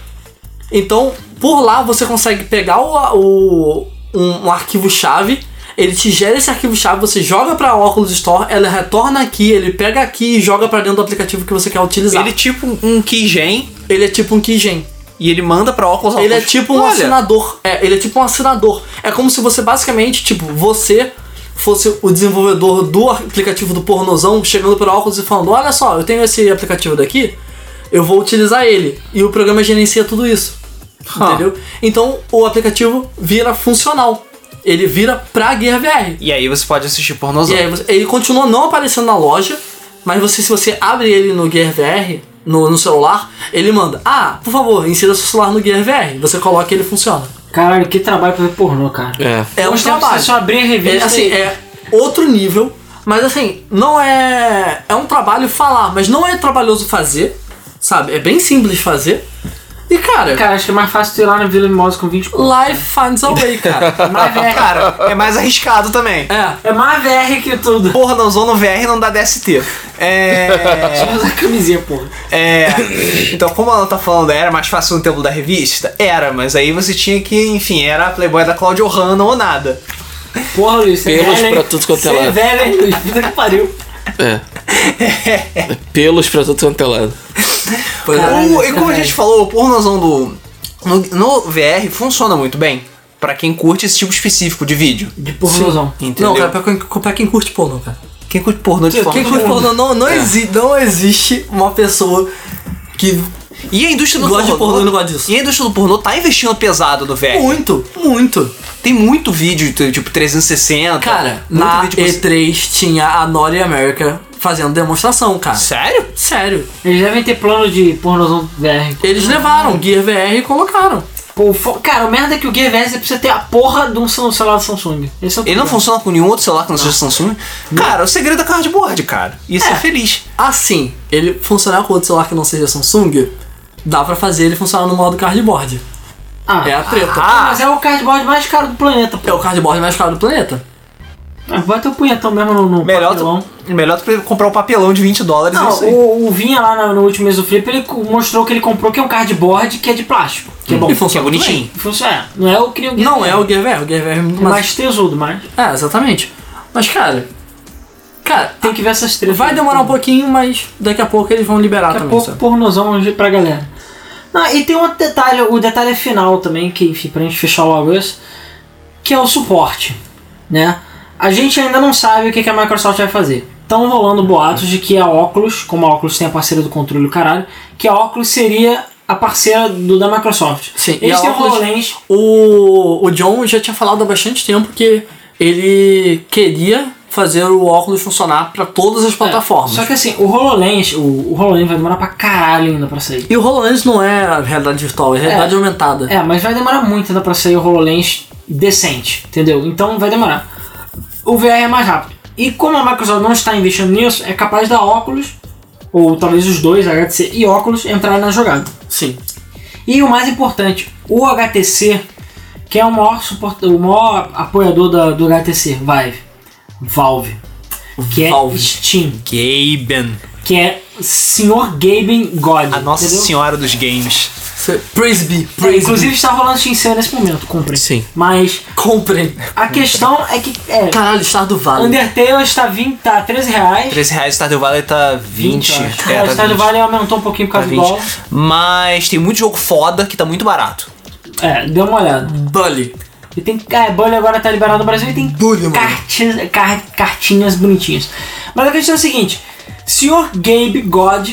S5: Então, por lá você consegue pegar o, o- um, um arquivo-chave, ele te gera esse arquivo-chave, você joga pra Oculus Store, ela retorna aqui, ele pega aqui e joga pra dentro do aplicativo que você quer utilizar.
S1: Ele é
S5: Ele,
S1: tipo um keygen
S5: é tipo um keygen.
S1: e ele manda pra óculos
S5: Ele é
S1: óculos.
S5: tipo um
S1: Olha,
S5: assinador. É, ele é tipo um assinador. É como se você basicamente, tipo, você fosse o desenvolvedor do aplicativo do pornozão, chegando para óculos e falando: "Olha só, eu tenho esse aplicativo daqui, eu vou utilizar ele". E o programa gerencia tudo isso. Entendeu? Então, o aplicativo vira funcional. Ele vira pra Gear VR.
S1: E aí você pode assistir
S5: E
S1: pornozão.
S5: aí, você- ele continua não aparecendo na loja, mas você, se você abre ele no Gear VR, no, no celular, ele manda: Ah, por favor, insira seu celular no Gear VR. Você coloca e ele funciona.
S2: Caralho, que trabalho pra ver pornô, cara.
S4: É.
S5: É um
S2: Hoje tem que
S5: trabalho.
S2: Você só abrir a
S5: É,
S2: revista.
S5: assim,
S2: e-
S5: é outro nível, mas assim, não é. É um trabalho falar, mas não é trabalhoso fazer, sabe? É bem simples fazer. E cara,
S2: Cara, acho que é mais fácil tu ir lá na Vila Mimosa com 20 pontos.
S5: life finds a way, cara.
S2: Mais VR.
S1: Cara, é mais arriscado também.
S5: É.
S2: É mais VR que tudo.
S1: Pornozão no VR não dá DST. É.
S2: Deixa eu usar a camisinha, porra.
S1: É. Então, como ela tá falando, era mais fácil no tempo da revista? Era, mas aí você tinha que, enfim, era a Playboy da Claudio Hanna ou nada.
S2: Porra, Luiz, você é
S4: Pelos
S2: velho, hein?
S4: pra tudo quanto é
S2: Você é
S4: lado.
S2: velho, hein, Luiz? Puta que pariu.
S4: É. Pelos pra todo quanto é lado.
S5: Pois é.
S1: O- e como a gente falou, o pornozão do. No, no VR funciona muito bem. Pra quem curte esse tipo específico de vídeo.
S2: De pornozão.
S1: Entendeu?
S5: Não, cara, pra quem, pra quem curte pornô, cara.
S1: Quem curte pornô de forma
S5: Quem curte
S1: geral.
S5: pornô não, não, exi- não existe uma pessoa que.
S1: E a indústria do
S5: Gosta de pornô e não gosta disso.
S1: E a indústria do pornô tá investindo pesado no
S5: É.
S1: VR.
S5: Muito, muito.
S1: Tem muito vídeo, tipo 360.
S5: Cara, é
S1: muito
S5: na
S1: vídeo com-
S5: E3 tinha a Nori America fazendo demonstração, cara.
S1: Sério?
S5: Sério.
S2: Eles devem ter plano de pornozão VR.
S5: Eles levaram Gear VR e colocaram.
S2: Pô, fo- Cara, o merda é que o Gear VR você precisa ter a porra de um cel- celular da Samsung. Esse é o
S1: Ele não
S2: problema.
S1: funciona com nenhum outro celular que não seja Samsung. Cara, o segredo é cardboard, cara. Ia
S5: É.
S1: ser feliz.
S5: Assim, ele funcionar com outro celular que não seja Samsung, dá pra fazer ele funcionar no modo cardboard.
S2: Ah,
S5: É a treta.
S4: Ah.
S2: mas é o cardboard mais caro do planeta, pô.
S5: É o cardboard mais caro do planeta.
S2: Ah, Bota o punhetão mesmo no, no
S1: Melhor
S2: papelão.
S1: tu, melhor tu comprar um papelão de 20 dólares
S2: Não,
S1: e isso aí.
S2: o, o Vinha lá no, no último mês do Flip, ele co- mostrou que ele comprou que é um cardboard que é de plástico. Que é bom.
S5: E funciona
S1: que é
S5: muito
S1: bonitinho.
S2: E Funciona. Não é o que
S5: bem. Não é o Gear VR, o Gear VR é muito mais...
S2: mais tesudo, mas
S5: É, exatamente. Mas, cara... Cara,
S2: tem que ver essas três.
S5: vai demorar um pouquinho, mas daqui a pouco eles vão liberar
S2: Daqui a
S5: também,
S2: pouco
S5: sabe?
S2: pornozão hoje pra galera. Não, e tem um outro detalhe, o detalhe final também, que enfim, pra gente fechar logo isso, que é o suporte, né? A gente ainda não sabe o que que a Microsoft vai fazer. Estão rolando boatos de que a Oculus, como a Oculus tem a parceira do controle do caralho, que a Oculus seria a parceira do, da Microsoft.
S5: Sim, e
S2: Eles
S5: a
S2: têm o
S5: Oculus-
S2: HoloLens,
S5: O, o John já tinha falado há bastante tempo que ele queria fazer o óculos funcionar pra todas as plataformas.
S2: É, Só que assim, o HoloLens, o, o HoloLens vai demorar pra caralho ainda pra sair.
S5: E o HoloLens não é realidade virtual, é realidade aumentada.
S2: É, mas vai demorar muito ainda pra sair o HoloLens decente, entendeu? Então vai demorar. O VR é mais rápido. E como a Microsoft não está investindo nisso, é capaz da Oculus, ou talvez os dois, HTC e Oculus, entrarem na jogada.
S5: Sim.
S2: E o mais importante, o HTC, que é o maior, suport... o maior apoiador da- do HTC, Vive, Valve, que é
S5: Valve.
S2: Steam,
S1: Gaben.
S2: que é Senhor Gaming God.
S1: A Nossa
S2: entendeu?
S1: Senhora dos Games.
S5: Cê- Praise be,
S2: É,
S5: praise be.
S2: inclusive está rolando Steam Sale nesse momento, comprem.
S4: Sim.
S2: Mas
S5: Comprem.
S2: A questão é que é,
S5: Caralho, está do vale.
S2: Undertale está 20, tá 13 reais.
S1: 13 reais, Stardew Valley tá 20.
S2: É, o
S1: 20.
S2: Stardew Valley aumentou um pouquinho por
S1: Tá
S2: causa do
S1: 20.
S2: dólar.
S1: Mas tem muito jogo foda que tá muito barato.
S2: É, deu uma olhada.
S5: Bully.
S2: E tem. É, Bully agora tá liberado no Brasil e tem
S5: Bully, mano.
S2: cartinhas, car- cartinhas bonitinhas. Mas a questão é a seguinte: Senhor Gabe God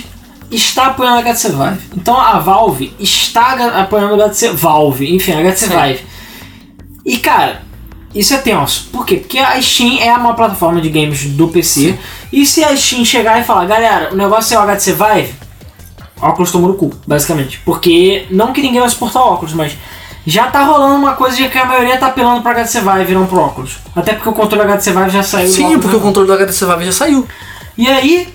S2: está apoiando a HTC Vive. Então a Valve está ga- apoiando a HTC Valve. Enfim, a HTC Vive. E cara, isso é tenso. Por quê? Porque a Steam é uma plataforma de games do PC. E se a Steam chegar e falar, galera, o negócio é o HTC Vive, óculos tomou no cu, basicamente. Porque, não que ninguém vai suportar óculos, mas já tá rolando uma coisa de que a maioria tá apelando pra HTC Vive e não pro óculos. Até porque o controle HTC Vive já saiu. do
S5: Sim,
S2: óculos,
S5: porque o
S2: né?
S5: controle do HTC Vive já saiu.
S2: E aí,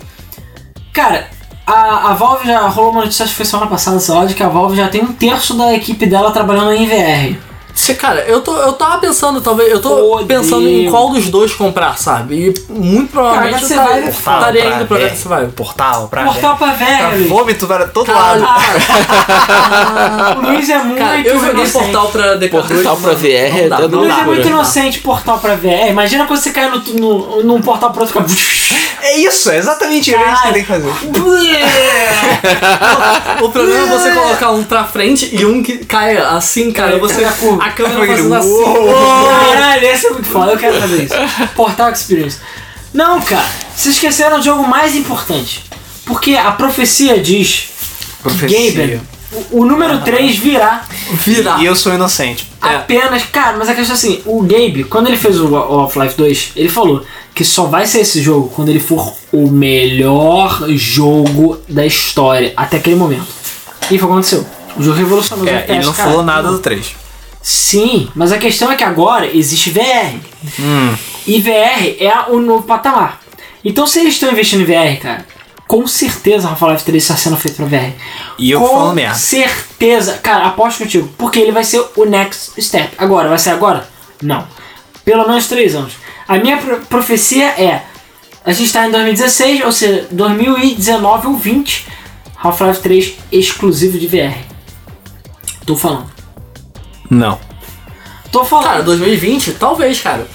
S2: cara, a, a Valve já rolou uma notícia, acho que foi semana passada, sei lá, de que a Valve já tem um terço da equipe dela trabalhando em VR.
S5: Cê, cara, eu, tô, eu tava pensando, talvez, eu tô
S2: Oh,
S5: pensando em
S2: Deus.
S5: qual dos dois comprar, sabe? E muito
S2: Cara,
S5: provavelmente
S2: HTC
S5: eu tá-
S2: Vive é foda.
S5: estaria indo pro
S1: ver.
S5: HTC Vive.
S1: Portal
S5: Ah,
S1: pra ver.
S5: é?
S2: Portal pra
S1: Tá
S2: VR, Luiz.
S1: vômito para todo
S5: Caralho,
S1: lado.
S5: cara,
S2: O Luiz é muito
S5: cara, eu joguei
S2: inocente.
S5: portal pra DK2.
S4: Portal pra VR é
S5: dá,
S4: da
S2: O
S5: não
S2: Luiz
S5: dá.
S2: é muito
S4: Loucura.
S2: inocente portal pra VR. Imagina quando você cai no, no, num portal pro outro e fica.
S1: É isso, é exatamente isso que a gente
S2: Caralho.
S1: tem que fazer.
S5: O problema é você colocar um pra frente e um que caia assim, cara.
S2: Aí
S5: Você,
S2: pega a curva.
S5: a câmera fazendo
S1: Uou.
S5: assim.
S2: Caralho, esse é muito foda, eu quero fazer isso. Portal Experience. Não, cara, vocês esqueceram o jogo mais importante. Porque a profecia diz que
S1: Profecia. Ah,
S2: Gaben, o, o número 3 virá
S5: Virar.
S1: E eu sou inocente.
S2: apenas. Cara, mas a questão é assim: o Gabe, quando ele fez o o Half-Life 2, ele falou que só vai ser esse jogo quando ele for o melhor jogo da história, até aquele momento. E foi o que aconteceu. O jogo revolucionou.
S1: É, ele não falou nada do 3.
S2: Sim, mas a questão é que agora existe VR.
S1: Hum.
S2: E VR é o novo patamar. Então se eles estão investindo em VR, cara, com certeza Half-Life 3 está sendo feito pra VR.
S1: E eu
S2: com
S1: falando merda.
S2: certeza. Cara, aposto contigo. Porque ele vai ser o next step. Agora, vai ser agora? Não. Pelo menos 3 anos. A minha pro- profecia é... A gente tá em 2016, ou seja, 2019 ou 20, Half-Life 3 exclusivo de VR. Tô falando.
S1: Não.
S2: Tô falando.
S5: Cara, 2020, talvez, cara.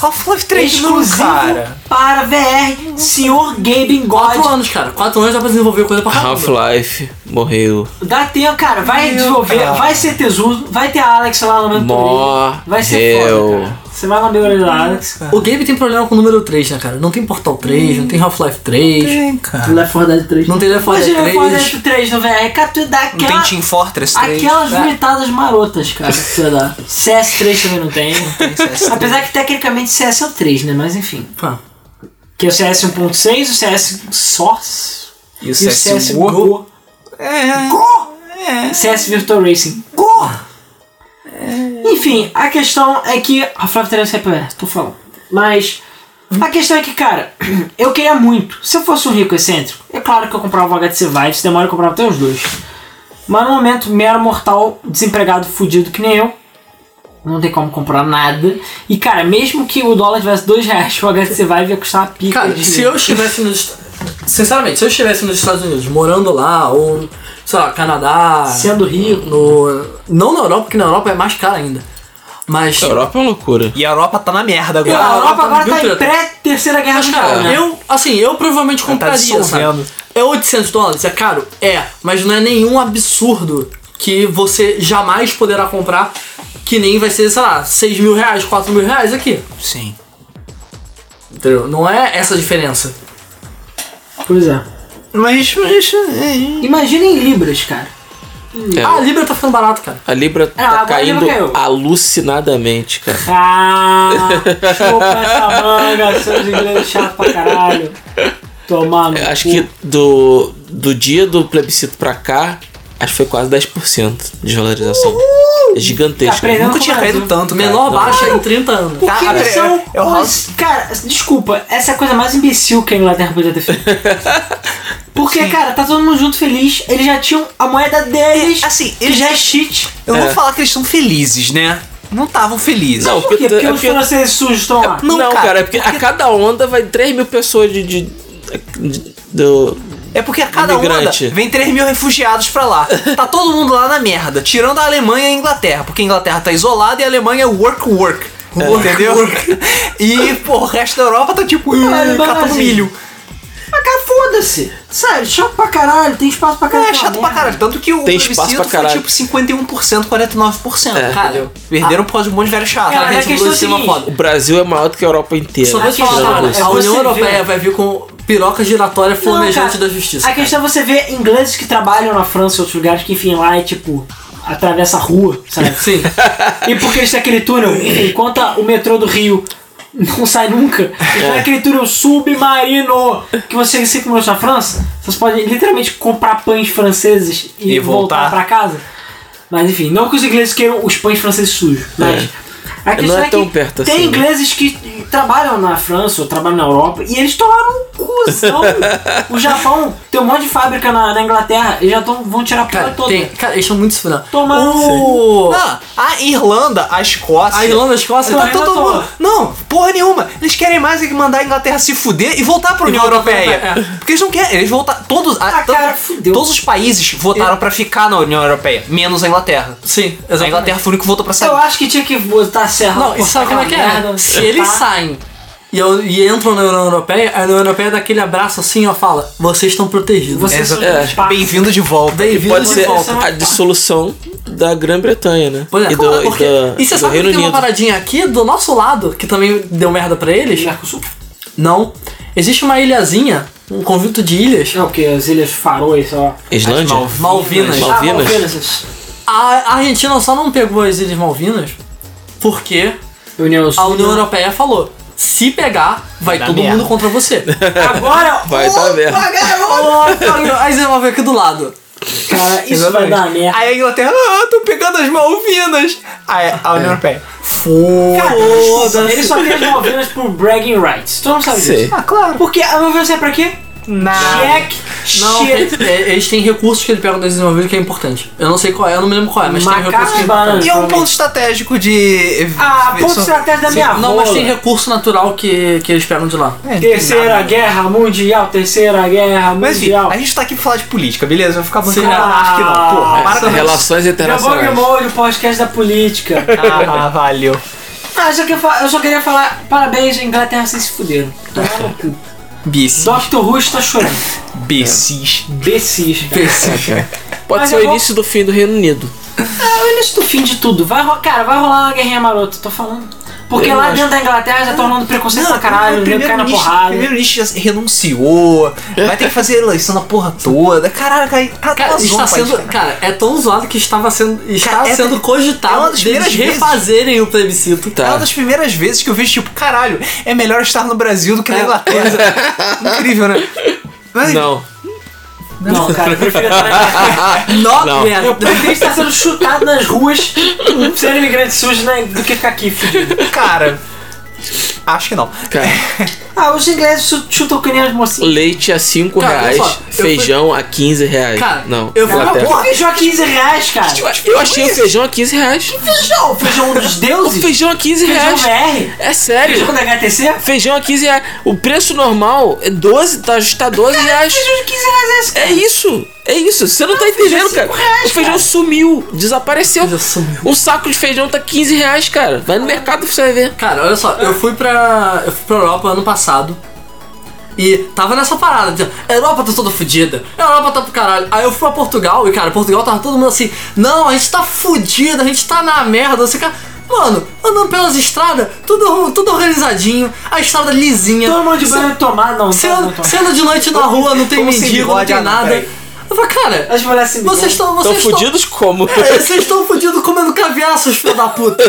S1: Half-Life 3 não,
S2: exclusivo
S1: cara.
S2: um para VR, senhor Gaming God.
S5: 4 anos, cara. 4 anos dá pra desenvolver coisa
S4: Ah,
S5: pra caramba.
S4: Half-Life morreu.
S2: Dá tempo, cara, vai
S1: Meu
S2: desenvolver,
S1: cara.
S2: vai ser tesudo, vai ter a Alex lá no mentoria.
S4: Morreu.
S2: Vai ser foda, cara. Você vai na melhoria da Alex,
S5: O Gabe tem problema com o número 3, né, cara? Não tem Portal 3, não tem Half-Life 3.
S1: Tem, cara.
S2: Left 4 Dead 3.
S5: Não tem Left 4 Dead
S2: Imagina Left 4
S5: 3.
S2: Dead 3 no VR, cara, tu dá
S1: Não
S2: aquela,
S1: tem Team É. Fortress 3.
S2: aquelas
S5: cara.
S2: vomitadas marotas, cara, que é você dá. CS3 também não tem. Apesar que tecnicamente CS é o 3, né, mas enfim.
S5: Pá.
S2: Que é o CS 1.6, o CS Source
S1: E o
S2: e o CS Go. Go.
S1: É.
S2: CS Virtual Racing. Enfim, a questão é que. Half-Life 3 é pra- tô falando. Mas. A questão é que, cara, eu queria muito. Se eu fosse um rico excêntrico, é claro que eu comprava o HTC Vive, se demora eu comprava até os dois. Mas no momento, mero mortal, desempregado, fudido que nem eu, Não tem como comprar nada. E, cara, mesmo que o dólar tivesse dois reais, o HTC Vive ia custar uma pica.
S5: Cara,
S2: de
S5: se
S2: dinheiro.
S5: eu estivesse nos. Est- Sinceramente, se eu estivesse nos Estados Unidos, morando lá, ou, sei lá, Canadá.
S2: Sendo rico.
S5: No, não na Europa, porque na Europa é mais caro ainda. Mas.
S4: A Europa é uma loucura.
S1: E a Europa tá na merda agora.
S2: A
S5: Ah,
S2: Europa agora
S5: viu,
S2: tá em
S5: Treta?
S2: pré-terceira
S4: é
S2: guerra
S5: Mas, cara,
S2: mundial, né?
S5: eu, assim, eu provavelmente
S2: Tá
S5: compraria, sabe?
S1: dissolvendo.
S5: É 800 dólares, é caro? É, mas não é nenhum absurdo que você jamais poderá comprar, que nem vai ser, sei lá, 6 mil reais, 4 mil reais aqui.
S1: Sim.
S5: Entendeu? Não é essa a diferença.
S2: Pois é.
S1: Mas, mas é,
S2: Imagina em libras, cara.
S4: É,
S5: Ah, a Libra tá ficando barato, cara.
S4: a Libra tá
S2: agora a Libra
S4: caindo
S2: caiu.
S4: alucinadamente, cara.
S2: Ah, chupa essa manga, seus ingleses chato pra caralho. Tomar no
S4: Eu Acho
S2: cu.
S4: que do, do dia do plebiscito pra cá, acho que foi quase 10% de valorização. É
S2: Tá
S4: gigantesca.
S2: aprendendo
S1: nunca tinha
S2: com o
S1: caído
S2: Brasil.
S1: tanto, cara.
S5: Menor
S1: Não.
S5: baixa em 30 anos.
S2: Porque
S1: Tá,
S2: eles
S1: é-
S2: são.
S1: é o
S2: os- cara, desculpa, essa é a coisa mais imbecil que a Inglaterra podia ter feito. Porque, cara, tá todo mundo junto feliz, eles já tinham a moeda deles,
S1: Assim,
S2: que já é shit.
S1: Eu não vou falar que eles estão felizes, né? Não estavam felizes.
S4: Não,
S2: Por quê? Porque assim.
S4: é
S2: os franceses sujos estão lá.
S4: não,
S1: Não,
S4: cara,
S1: cara,
S4: é porque, a cada onda vai 3 mil pessoas de. de, de- do,
S1: É porque a cada
S4: Imigrante.
S1: onda vem 3 mil refugiados pra lá. Tá todo mundo lá na merda, tirando a Alemanha e a Inglaterra, porque a Inglaterra tá isolada e a Alemanha é work work.
S4: É.
S1: entendeu? E, pô, o resto da Europa tá tipo,
S2: Caralho,
S1: "Ih, catando
S2: Brasil."
S1: milho.
S2: Mas, cara, foda-se. Sério, chato pra caralho, tem espaço pra caralho.
S1: É chato pra caralho. Tanto que o
S4: Tem espaço
S1: plebiscito
S4: pra
S1: foi
S4: caralho.
S1: tipo 51%, 49%.
S4: É.
S1: Cara, perderam por causa de um monte de velho chato.
S2: Cara, a
S1: Gente,
S2: questão é a
S1: blue cima
S2: seguinte,
S4: o Brasil é maior do que a Europa inteira.
S5: Só vou te
S2: Aqui,
S5: falar,
S2: cara,
S5: a
S2: você
S5: União
S2: vê.
S5: Europeia vai vir com piroca giratória
S2: Não,
S5: flamejante
S2: cara,
S5: da justiça.
S2: A questão é você ver ingleses que trabalham na França e outros lugares que, enfim, lá é tipo. Atravessa a rua, sabe?
S5: Sim.
S2: E porque eles têm aquele túnel, enfim, enquanto o metrô do Rio não sai nunca, eles
S4: É.
S2: têm aquele túnel submarino que você em 5 minutos na França, vocês podem literalmente comprar pães franceses e,
S1: E voltar.
S2: voltar, pra casa. Mas enfim, não que os ingleses queiram os pães franceses sujos, mas. A questão
S4: É. Não é
S2: que
S4: tão perto
S2: tem
S4: assim, né?
S2: ingleses que trabalham na França ou trabalham na Europa e eles tomaram um cuzão. o Japão tem um monte de fábrica na, na Inglaterra e já tão, vão tirar a porra
S5: Cara,
S2: toda.
S5: tem, cara, eles são muito esfinados.
S2: Tomar
S5: o...
S1: Ah, a Irlanda, a Escócia.
S5: A Irlanda e a Escócia
S2: Não,
S1: Tá
S2: a é
S1: todo
S2: Irlanda
S1: mundo. Não, porra nenhuma. Eles querem mais é que mandar a Inglaterra se fuder e voltar pra União
S5: voltar pra
S1: Europeia.
S5: Europa,
S1: Porque eles não querem. Eles voltar. Todos. a-
S2: é. Ah,
S1: to-
S2: cara, fudeu.
S1: Todos os países votaram pra ficar na União Europeia, menos a Inglaterra.
S5: Sim,
S1: A
S5: exatamente.
S1: Inglaterra foi o único que votou pra sair.
S2: Eu acho que tinha que botar a serra.
S5: Não, e sabe como é que é? Se
S2: né? Tá?
S5: eles saem e, eu- e entram na União Europeia, a União Europeia dá aquele abraço assim, ó, fala, vocês estão protegidos.
S2: Você
S1: Essa-
S2: é, espaço.
S1: Bem-vindo de volta.
S5: Bem-vindos
S4: Pode
S5: de
S4: ser
S5: volta.
S4: a dissolução da Grã-Bretanha, né?
S5: é Pois é,
S4: e do,
S5: claro,
S4: e
S5: porque-
S4: da-
S5: e você
S4: do
S5: sabe
S4: Reino
S5: que tem uma
S4: Unido.
S5: paradinha aqui do nosso lado, que também deu merda pra eles?
S2: Mercosul?
S5: Não. Existe uma ilhazinha, um conjunto de ilhas,
S2: É o que? As Ilhas Faroes, sei lá. Ah,
S4: Islândia?
S1: Malvinas.
S5: Malvinas.
S4: Mal- Malvinas?
S5: A, a Argentina só não pegou as Ilhas Malvinas porque
S2: União
S5: a Ah, União Europeia falou: se pegar, vai
S1: Dá
S5: todo
S1: merda.
S5: mundo contra você.
S2: Agora!
S4: Vai dar merda.
S5: Aí você vai ver aqui do lado.
S2: Cara, isso vai dar merda.
S1: Aí a Inglaterra, ah, tô pegando as Malvinas. Aí a
S2: É.
S1: União Europeia.
S2: Cara,
S1: Foda-se.
S2: ele só tem as Malvinas por bragging rights. Tu não sabe
S4: Sei.
S2: disso. Ah, claro. Porque a Malvinas é pra quê? Check,
S5: Não,
S2: shit,
S5: tem- é, eles têm recursos que ele pega das Ilhas Malvinas que é importante. Eu não sei qual é, eu não me lembro qual é, mas tem recursos
S2: macacos
S5: que
S2: e
S5: é
S2: bananas.
S5: importante.
S1: E é um ponto estratégico de.
S2: Ah, ponto
S1: Só-
S2: estratégico da minha
S5: Não, mas tem
S2: rola.
S5: recurso natural que, que eles pegam de
S1: É,
S5: lá.
S2: Terceira Guerra Mundial, Terceira Guerra
S1: Mas enfim,
S2: Mundial.
S1: a gente tá aqui pra falar de política, beleza? Vai ficar muito
S5: Sim.
S1: monarca, não. Porra,
S2: Ah,
S1: para com isso.
S4: Relações
S2: Acabou
S4: internacionais.
S2: o molho, podcast da política.
S1: Ah, valeu.
S2: Ah, eu só queria falar, eu só queria falar parabéns, Inglaterra, vocês se fuderam. Tomar no cu.
S1: Bicis.
S2: Doctor Who está chorando. É.
S1: Bicis.
S2: Becis, cara.
S4: Pode
S2: Mas
S4: ser o
S2: eu vou-
S4: início do fim do Reino Unido.
S2: É o início do fim de tudo. Vai, ro- cara, vai rolar uma guerrinha marota, tô falando. Porque
S4: Eu
S2: lá
S4: acho.
S2: dentro da Inglaterra já tá rolando preconceito pra caralho, o nego cai na
S1: primeiro-ministro-
S2: porrada.
S1: primeiro-ministro já renunciou, vai ter que fazer eleição na porra toda. Caralho, cara, tá,
S5: Cara,
S1: tá zoando
S5: está
S1: o país,
S5: sendo, cara, é tão zoado que estava sendo, está
S1: Cara, é-
S5: sendo
S1: é uma
S5: cogitado
S1: das
S5: deles
S1: primeiras vezes.
S5: refazerem o plebiscito.
S1: É uma
S5: Tá.
S1: das primeiras vezes que eu vejo, tipo, caralho, é melhor estar no Brasil do que na
S5: É.
S1: Inglaterra. Incrível, né? Mas,
S4: Não.
S2: Não, cara, eu prefiro estar na Inglaterra.
S5: Not
S4: Não.
S5: bad.
S2: Eu prefiro estar sendo chutado nas ruas por ser imigrante sujo né, do que ficar aqui, fudido.
S1: Cara, acho que não.
S4: Cara,
S2: Ah, os ingleses chu- chutam que nem as mocinhas.
S4: leite a 5
S5: Cara, olha
S4: reais.
S5: só,
S4: feijão a 15 reais.
S5: Cara,
S4: não,
S5: eu fui-
S4: na
S2: Por
S4: Inglaterra.
S2: que feijão a 15 reais, cara?
S4: Eu achei o feijão a 15 reais.
S2: Feijão, feijão dos deuses?
S4: Feijão a 15
S2: Feijão
S4: reais.
S2: BR?
S4: É sério.
S2: Feijão da HTC?
S4: Feijão a 15 reais. O preço normal é 12, tá, tá 12 reais.
S2: Feijão de 15 reais é esse, cara.
S4: É isso, é isso. Você não tá entendendo, cara. O feijão sumiu, desapareceu.
S5: Feijão sumiu.
S4: Um saco de feijão tá 15 reais, cara. Vai no mercado pra você vai ver.
S5: Cara, olha só, eu fui pra. Eu fui pra Europa ano passado. E tava nessa parada, tipo, Europa tá toda fudida, Europa tá pro caralho. Aí eu fui pra Portugal e, cara, Portugal tava todo mundo assim, não, a gente tá fudido, a gente tá na merda, você cara. Mano, andando pelas estradas, tudo, tudo organizadinho, a estrada lisinha.
S2: Todo mundo Então, de banho tomado, não.
S5: Você
S2: todo
S5: anda,
S2: mundo
S5: você anda de noite na rua, não tem
S6: Como se
S5: mendigo, não
S6: bigode,
S5: tem
S6: ah, não,
S5: nada.
S6: peraí.
S5: Eu falei, cara,
S2: As mulheres se
S5: vocês
S2: bigam.
S5: estão.
S4: Tão
S5: Vocês estão
S4: fudidos como?
S5: é, Vocês estão fudidos comendo caviar, seus filhos da puta.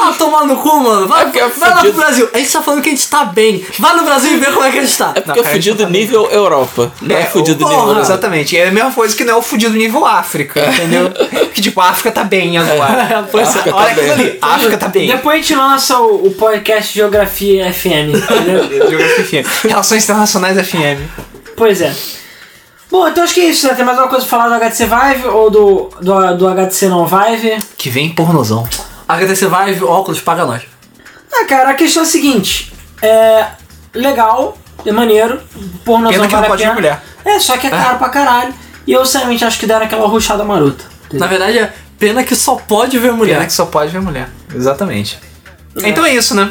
S5: Ah, tomar no cu, mano.
S4: É
S5: Vai,
S4: porque é
S5: vai lá pro
S4: fudido.
S5: Brasil. A gente tá falando que a gente tá bem. Vai no Brasil e vê como é que a gente tá.
S4: É porque é
S6: cara,
S4: fudido nível Europa. Não é, fudido
S6: o-
S4: nível
S5: porra.
S4: Brasil.
S6: Exatamente. É a mesma coisa que não é o fudido nível África, entendeu? que tipo, a África tá bem agora.
S4: Pois é,
S6: Olha
S4: tá bem.
S6: aquilo ali, a África tá bem.
S2: Depois a gente lança o, o podcast Geografia FM, entendeu?
S6: Geografia FM. Relações Internacionais FM.
S2: pois é. Bom, então acho que é isso, né? Tem mais alguma coisa pra falar do HTC Vive ou do, do, do HTC não Vive?
S6: Que vem pornozão.
S5: HTC Vive, óculos, paga nós.
S2: Ah, cara, a questão é a seguinte. É legal, é maneiro, por nós
S6: Pena
S2: não
S6: que não
S2: vale a
S6: pode
S2: pena.
S6: de mulher.
S2: É, só que é caro pra caralho. E eu, sinceramente, acho que deram aquela ruchada marota.
S5: Na verdade, é pena que só pode ver
S6: Pena
S5: mulher.
S6: que só pode ver mulher. Exatamente. Então é isso, né?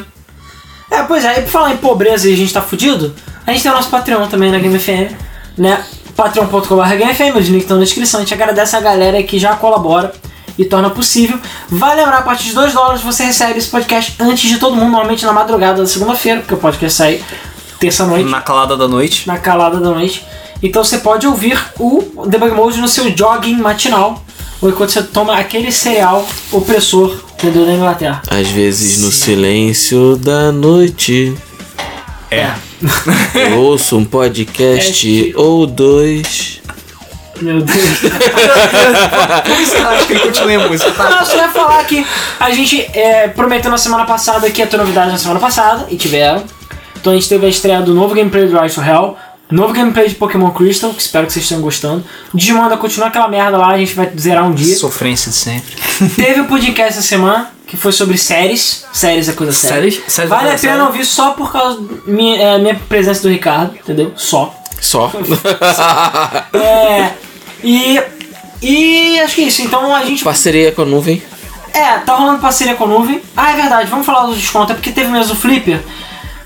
S2: É, pois é, e por falar em pobreza e a gente tá fudido, a gente tem o nosso Patreon também na GameFM, né? patreon.com.br GameFM, os links estão na descrição. A gente agradece a galera que já colabora e torna possível. Vai lembrar, a partir de 2 dólares você recebe esse podcast antes de todo mundo, normalmente na madrugada da segunda-feira, porque o podcast sai terça-noite.
S6: Na calada da noite.
S2: na calada da noite. Então você pode ouvir o Debug Mode no seu jogging matinal, ou enquanto você toma aquele cereal opressor, entendeu? Da Inglaterra.
S4: Às vezes no silêncio da noite. É. Eu ouço um podcast ou dois.
S2: Meu Deus.
S6: Eu acho que ele continua a música, tá?
S2: Não, eu só ia falar que a gente é, prometeu na semana passada que ia ter novidade na semana passada, e tiveram. Então a gente teve a estreia do novo gameplay do Rise to Hell, novo gameplay de Pokémon Crystal, que espero que vocês tenham gostando. Digimon ainda continua aquela merda lá, a gente vai zerar um dia.
S6: Sofrência de sempre.
S2: Teve o podcast essa semana, que foi sobre séries. Séries é coisa séria.
S5: Séries? Séries é
S2: vale a
S5: coisa
S2: pena
S5: séria.
S2: ouvir só por causa da minha, é, minha presença do Ricardo, entendeu? Só.
S4: Só.
S2: É. E. E acho que é isso. Então a gente.
S4: Parceria com a nuvem.
S2: É, tá rolando parceria com a nuvem. Ah, é verdade, vamos falar dos descontos, é porque teve mesmo Flipper.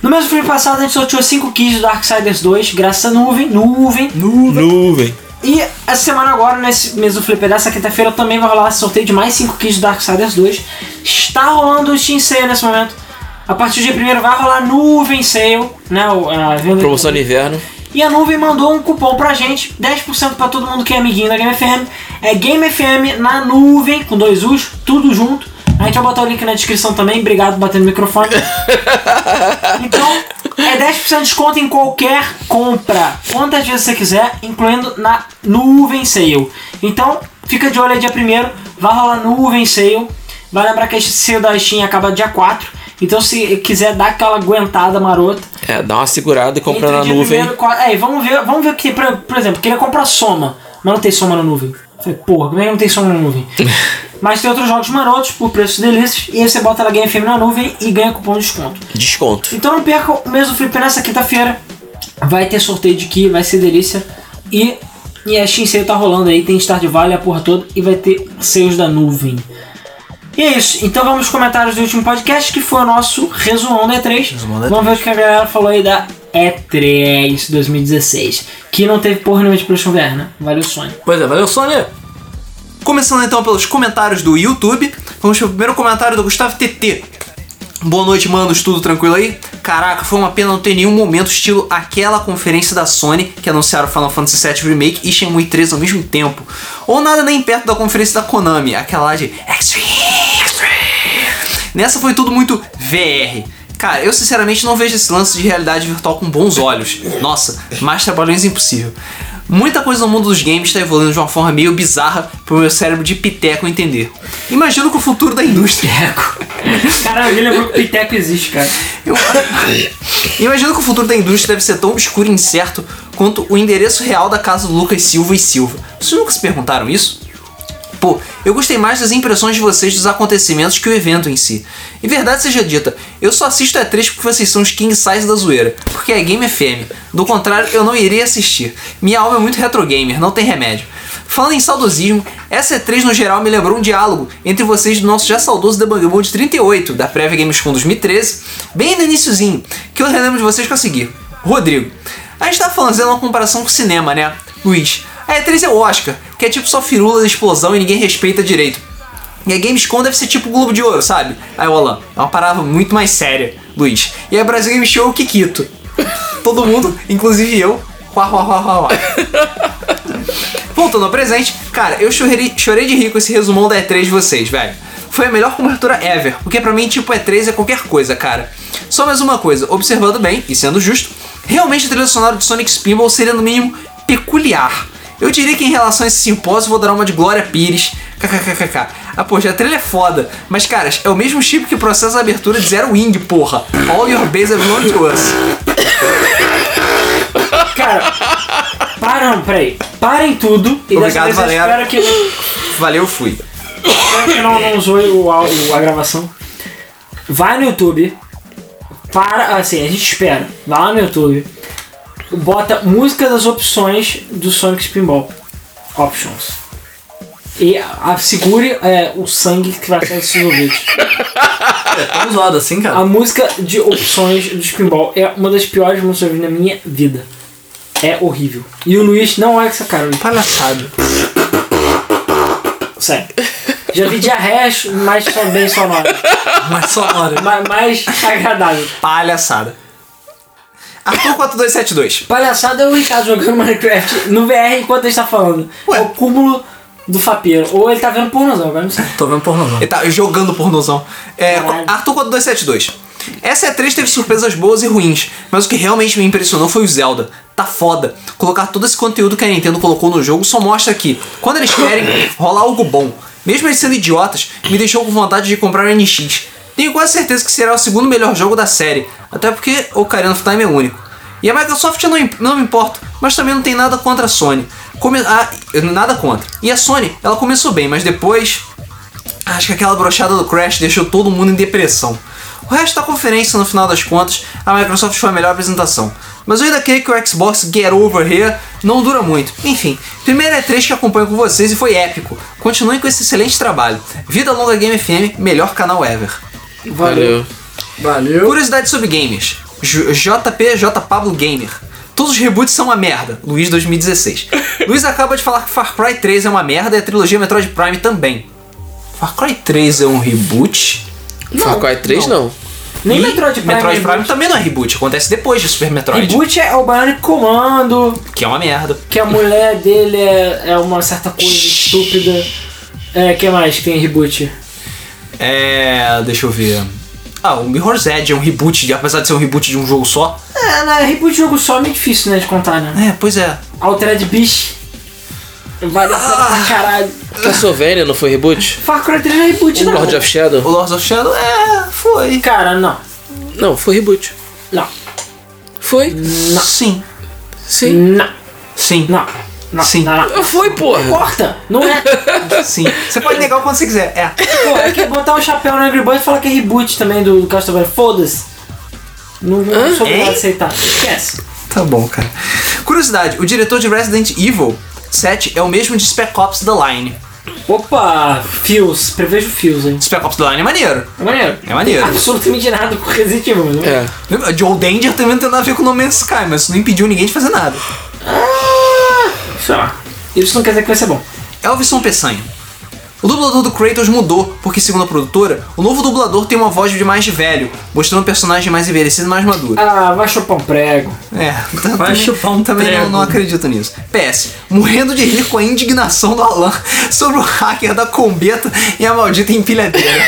S2: No mesmo Flipper passado a gente sorteou 5 kits do Darksiders 2, graças à nuvem, nuvem.
S4: Nuvem.
S2: E essa semana agora, nesse mesmo Flipper dessa quinta-feira, também vai rolar sorteio de mais 5 kits do Darksiders 2. Está rolando o Steam Sale nesse momento. A partir de primeiro vai rolar nuvem sale, né? o- A venda
S4: Promoção de inverno.
S2: e a nuvem mandou um cupom pra gente, 10% pra todo mundo que é amiguinho da Game FM. É Game FM na nuvem, com dois U's, tudo junto. A gente vai botar o link na descrição também. Obrigado por bater no microfone. Então, é 10% de desconto em qualquer compra. Quantas vezes você quiser, incluindo na nuvem sale. Então, fica de olho aí dia 1 vai rolar nuvem sale. Vai lembrar que esse sale da Steam acaba dia 4. Então, se quiser dar aquela aguentada marota,
S4: É, dá uma segurada e compra
S2: entre
S4: na
S2: dia
S4: nuvem.
S2: primeiro e quatro- é, e vamos ver, vamos ver o que tem. Por, por exemplo, queria comprar soma, mas não tem soma na nuvem. Eu Falei, porra, como é que não tem soma na nuvem? mas tem outros jogos marotos por preços delícias. E aí você bota na Game FM na nuvem e ganha cupom de desconto.
S4: Desconto.
S2: Então não perca o mesmo Flipper nessa quinta-feira. Vai ter sorteio de Ki, vai ser delícia. E, e a Shinsei tá rolando aí, tem Star de Vale, a porra toda, e vai ter seios da nuvem. E é isso, então vamos aos comentários do último podcast, que foi o nosso resumão da E3. Vamos ver o que a galera falou aí da E3 2016. Que não teve porra nenhuma de PlayStation VR, né? Valeu, Sony.
S5: Pois é, valeu, Sônia.
S6: Começando então pelos comentários do YouTube, vamos pro primeiro comentário do Gustavo TT. Boa noite, manos, tudo tranquilo aí? Caraca, foi uma pena não ter nenhum momento estilo aquela conferência da Sony que anunciaram Final Fantasy VII Remake e Shenmue 3 ao mesmo tempo. Ou nada nem perto da conferência da Konami, aquela lá de Extreme, Extreme. Nessa foi tudo muito VR. Cara, eu sinceramente não vejo esse lance de realidade virtual com bons olhos. Nossa, mais trabalhões impossível.
S1: é Muita coisa no mundo dos games está evoluindo de uma forma meio bizarra pro meu cérebro de piteco entender. Imagino que o futuro da indústria.
S2: Caralho, ele lembrou que o Piteco existe, cara.
S1: Eu- Imagino que o futuro da indústria deve ser tão obscuro e incerto quanto o endereço real da casa do Lucas Silva e Silva. Vocês nunca se perguntaram isso? Pô, eu gostei mais das impressões de vocês dos acontecimentos que o evento em si. E verdade seja dita, eu só assisto a 3 porque vocês são os king size da zoeira, porque é Game FM. Do contrário, eu não iria assistir. Minha alma é muito retro gamer, não tem remédio. Falando em saudosismo, essa E3 no geral me lembrou um diálogo entre vocês do nosso já saudoso Debug Mode 38, da prévia Gamescom 2013, bem no iniciozinho, que eu relembro de vocês conseguir. Rodrigo, a gente tá fazendo uma comparação com o cinema, né? Luiz, a E3 é o Oscar, que é tipo só firula da explosão e ninguém respeita direito. E a Gamescom deve ser tipo o Globo de Ouro, sabe? Aí o Alan, é uma parada muito mais séria, Luiz. E a Brasil Game Show, o Kikito. Todo mundo, inclusive eu, uá, uá, uá, uá, uá. Voltando ao presente, cara, eu chorei, chorei de rir com esse resumão da E3 de vocês, velho. Foi a melhor cobertura ever, porque pra mim, tipo, E3 é qualquer coisa, cara. Só mais uma coisa, observando bem e sendo justo, realmente o trilha sonora de Sonic Spinball seria no mínimo peculiar. Eu diria que em relação a esse simpósio, vou dar uma de Glória Pires, kkkk. Ah, poxa, a trilha é foda, mas, caras, é o mesmo chip que processa a abertura de Zero Wing, porra. All your base belong to us.
S2: Cara, param, peraí. Parem tudo. E
S1: Obrigado,
S2: dessa vez eu
S1: Valero.
S2: espero que, espero
S1: Valeu, fui.
S2: que não, não zoe o áudio, a gravação. Vai no YouTube. Para, assim, a gente espera. Vai lá no YouTube. Bota música das opções do Sonic Spinball. Options. E a- segure é, o sangue que vai sair dos seus ouvidos.
S5: Tá zoado assim, cara.
S2: A música de opções do Spinball é uma das piores músicas que eu vi na minha vida. É horrível. E o Luiz não olha com essa cara, Luiz.
S1: Palhaçada.
S2: Sério. Já vi diarreias mais só bem sonoras.
S5: Mas só hora.
S2: ma- Mais agradável.
S1: Palhaçada. Arthur 4272.
S2: Palhaçada é o Ricardo jogando Minecraft no VR enquanto ele está falando.
S1: Ué.
S2: É o cúmulo do fapeiro. Ou ele tá vendo pornozão, agora não sei.
S5: Tô vendo pornozão.
S1: Ele tá jogando pornozão. É,
S2: Caralho.
S1: Arthur 4272. Essa E3 teve surpresas boas e ruins, mas o que realmente me impressionou foi o Zelda. Tá foda. Colocar todo esse conteúdo que a Nintendo colocou no jogo só mostra que, quando eles querem, rola algo bom. Mesmo eles sendo idiotas, me deixou com vontade de comprar o NX. Tenho quase certeza que será o segundo melhor jogo da série, até porque Ocarina of Time é único. E a Microsoft eu não, imp- não me importo, mas também não tem nada contra a Sony. Come- ah, eu- nada contra. E a Sony, ela começou bem, mas depois. Acho que aquela brochada do Crash deixou todo mundo em depressão. O resto da conferência, no final das contas, a Microsoft foi a melhor apresentação. Mas eu ainda creio que o Xbox Get Over Here não dura muito. Enfim, primeira é 3 que acompanho com vocês e foi épico. Continuem com esse excelente trabalho. Vida longa Game FM, melhor canal ever.
S4: Valeu.
S5: Valeu.
S1: Curiosidade sobre games. J- JPJ Pablo Gamer. Todos os reboots são uma merda. Luiz 2016. Luiz acaba de falar que Far Cry 3 é uma merda e a trilogia Metroid Prime também. Far Cry 3 é um reboot?
S4: Far Cry 3 não.
S2: Nem
S1: E
S2: Metroid Prime.
S1: Metroid
S2: é
S1: Prime também não é reboot. Acontece depois de Super Metroid.
S2: Reboot é o Bionic Comando,
S1: Que é uma merda.
S2: que a mulher dele é, é uma certa coisa estúpida. É, que mais que tem reboot?
S1: É. Deixa eu ver. Ah, o Mirror's Edge é um reboot, de- apesar de ser um reboot de um jogo só.
S2: É, né, reboot de jogo só é meio difícil, né, de contar, né?
S1: É, pois é.
S2: Altered Beast. Vai dar
S1: Ah.
S2: pra caralho.
S4: Castlevania não foi reboot?
S2: Far Cry 3 não é reboot, não.
S4: Lord of
S1: O
S4: Shadow?
S1: Lords of Shadow é. Foi.
S2: Cara, não.
S4: Não, foi reboot.
S2: Não.
S4: Foi?
S1: Sim.
S4: Sim. Ah,
S2: Não.
S1: Sim.
S2: Não. Não.
S1: Sim.
S2: Não, não.
S4: Foi, porra.
S2: Corta! Não é.
S1: Sim. Você pode negar o quanto você quiser. É.
S2: Pô, é que botar um chapéu no Angry Birds e falar que é reboot também do Castlevania. Foda-se. Não, não sou obrigado a
S1: Hein?
S2: aceitar. Esquece.
S1: Tá bom, cara. Curiosidade, o diretor de Resident Evil 7 é o mesmo de Spec Ops The Line.
S2: Opa, fios. Prevejo fios, hein.
S1: Spec Ops The Line é maneiro.
S2: É maneiro.
S1: É maneiro.
S2: Absolutamente nada com Resident Evil, né? mas não
S4: É.
S1: Joe Danger também não tem nada a ver com No Man's Sky, mas isso não impediu ninguém de fazer nada.
S2: Sei lá. Isso não quer dizer que vai ser bom.
S1: Elvison Peçanha. O dublador do Kratos mudou, porque, segundo a produtora, o novo dublador tem uma voz de mais de velho, mostrando um personagem mais envelhecido e mais maduro.
S2: Ah, vai chupar um prego.
S1: É,
S5: Vai chupar um
S1: também não,
S5: prego.
S1: não acredito nisso. PS, morrendo de rir com a indignação do Alan sobre o hacker da combeta e a maldita empilhadeira.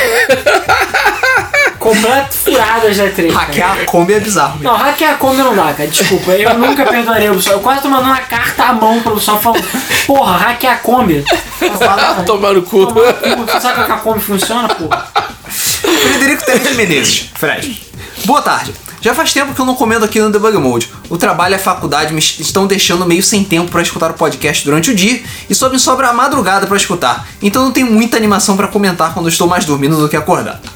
S2: completo furadas da E3. cara.
S1: Hackear a Kombi é bizarro.
S2: Não, hackear a Kombi não dá, cara. Desculpa, eu nunca perdoarei o pessoal. Eu quase tô mandando uma carta à mão pro pessoal falando, porra, hackear a Kombi.
S4: Ah, tomar no cu.
S2: Você assim? sabe que a Kombi funciona, porra?
S1: Frederico Teles de Menezes. Fred. Boa tarde. Já faz tempo que eu não comendo aqui no Debug Mode. O trabalho e a faculdade me es- estão deixando meio sem tempo pra escutar o podcast durante o dia e só me sobra a madrugada pra escutar. Então não tenho muita animação pra comentar quando estou mais dormindo do que acordado.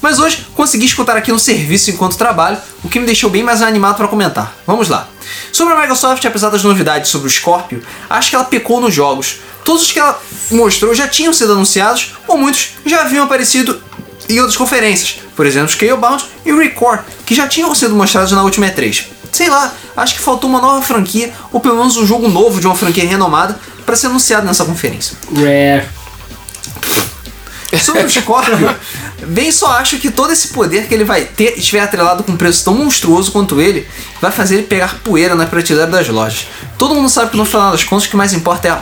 S1: Mas hoje consegui escutar aqui no serviço enquanto trabalho, o que me deixou bem mais animado pra comentar. Vamos lá. Sobre a Microsoft, apesar das novidades sobre o Scorpio, acho que ela pecou nos jogos. Todos os que ela mostrou já tinham sido anunciados, ou muitos já haviam aparecido e outras conferências, por exemplo, Scalebound e Record, que já tinham sido mostrados na última E3. Sei lá, acho que faltou uma nova franquia, ou pelo menos um jogo novo de uma franquia renomada, para ser anunciado nessa conferência.
S2: Rare.
S1: Sobre o Scorpio, bem só acho que todo esse poder que ele vai ter, estiver atrelado com um preço tão monstruoso quanto ele, vai fazer ele pegar poeira na prateleira das lojas. Todo mundo sabe que no final das contas o que mais importa é a